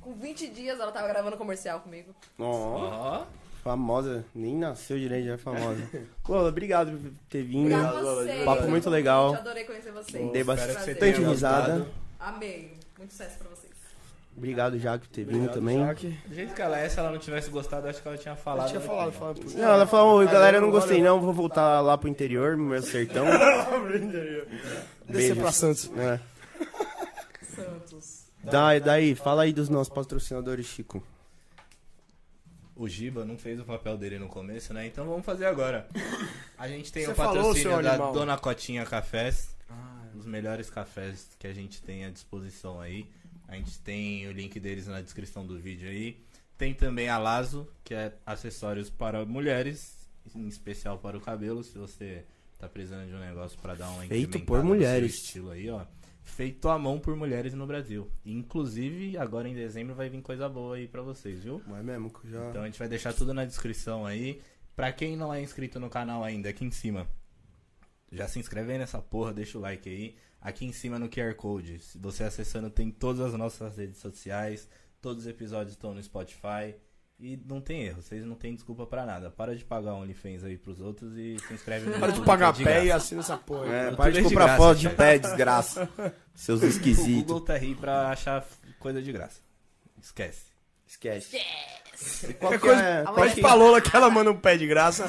D: Com 20 dias ela tava gravando comercial comigo.
B: Ó,
A: Ó,
B: famosa. Nem nasceu direito, já é famosa. Lola, obrigado por ter vindo.
D: Obrigada a
C: Lola, de
D: vocês.
B: Papo muito legal.
D: Gente, adorei conhecer vocês.
B: Dei
A: espero que você
D: Prazer.
B: bastante
A: tenha
B: risada.
A: gostado.
D: Amei. Muito sucesso pra vocês.
B: Obrigado, Jaque, por ter vindo
C: Obrigado,
B: também.
C: Jaque.
A: do jeito que ela é, se ela não tivesse gostado, acho que ela tinha falado.
C: Ela tinha
A: né?
C: falado, falado.
B: Não, ela falou, "Oi, galera, eu não gostei não, vou voltar lá pro interior, no meu sertão.
C: Descer pra Santos.
B: É.
D: Santos.
B: Daí, daí, fala aí dos nossos patrocinadores, Chico.
A: O Giba não fez o papel dele no começo, né? Então vamos fazer agora. A gente tem
C: Você
A: o
C: falou, Ah,
A: patrocínio
C: seu
A: da
C: animal.
A: Dona Cotinha Cafés.
C: é.
A: Um dos melhores cafés que a gente tem à disposição aí. A gente tem o link deles na descrição do vídeo aí. Tem também a Lazo, que é acessórios para mulheres, em especial para o cabelo, se você tá precisando de um negócio para dar uma
B: Feito
A: incrementada
B: por
A: no seu
B: mulheres.
A: estilo aí, ó. Feito à mão por mulheres no Brasil. Inclusive, agora em dezembro vai vir coisa boa aí para vocês, viu?
B: Não é mesmo que eu já...
A: Então a gente vai deixar tudo na descrição aí. Pra quem não é inscrito no canal ainda, aqui em cima. Já se inscreve aí nessa porra, deixa o like aí. Aqui em cima no QR Code. Se você acessando, tem todas as nossas redes sociais. Todos os episódios estão no Spotify. E não tem erro, vocês não tem desculpa pra nada. Para de pagar OnlyFans aí pros outros e se inscreve no
C: Para de
A: YouTube,
C: pagar
A: que é
C: pé e
A: graça.
C: assina essa porra. aí.
B: É,
A: Tudo
B: para de
A: é de
B: comprar
A: graça,
B: foto de
A: cara.
B: pé, desgraça. Seus
A: O
B: esquisitos.
A: Google tá aí pra achar coisa de graça. Esquece.
B: Esquece. E Qual
C: Qualquer
B: que
C: coisa,
B: é... Qual
C: pode
B: que...
C: pra Lola que ela manda um pé de graça.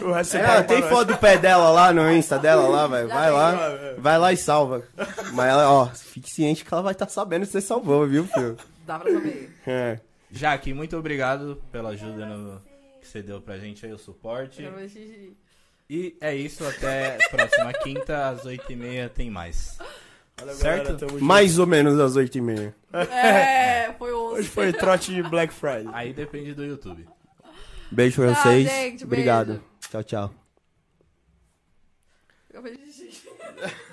C: o resto você
B: É,
C: paga pra
B: tem
C: nós.
B: foto do pé dela lá no Insta dela lá, velho. Vai lá,
C: É,
B: vai lá e salva. Mas ela, ó, fique ciente que ela vai estar sabendo se você salvou, viu, filho?
D: Dá pra saber.
B: É.
A: Jaque, muito obrigado pela ajuda no- que você deu pra gente aí, o suporte.
D: Quero ver xixi.
A: E é isso, até a próxima quinta, às oito e meia tem mais.
C: Valeu,
A: Certo?
C: galera, tamo junto.
B: Mais ou menos às oito e meia.
D: É, foi o.
C: Hoje foi trote de Black Friday.
A: Aí depende do YouTube.
B: Beijo pra
D: Tá,
B: vocês.
D: gente, beijo.
B: Obrigado. Tchau, tchau.
D: Quero ver xixi.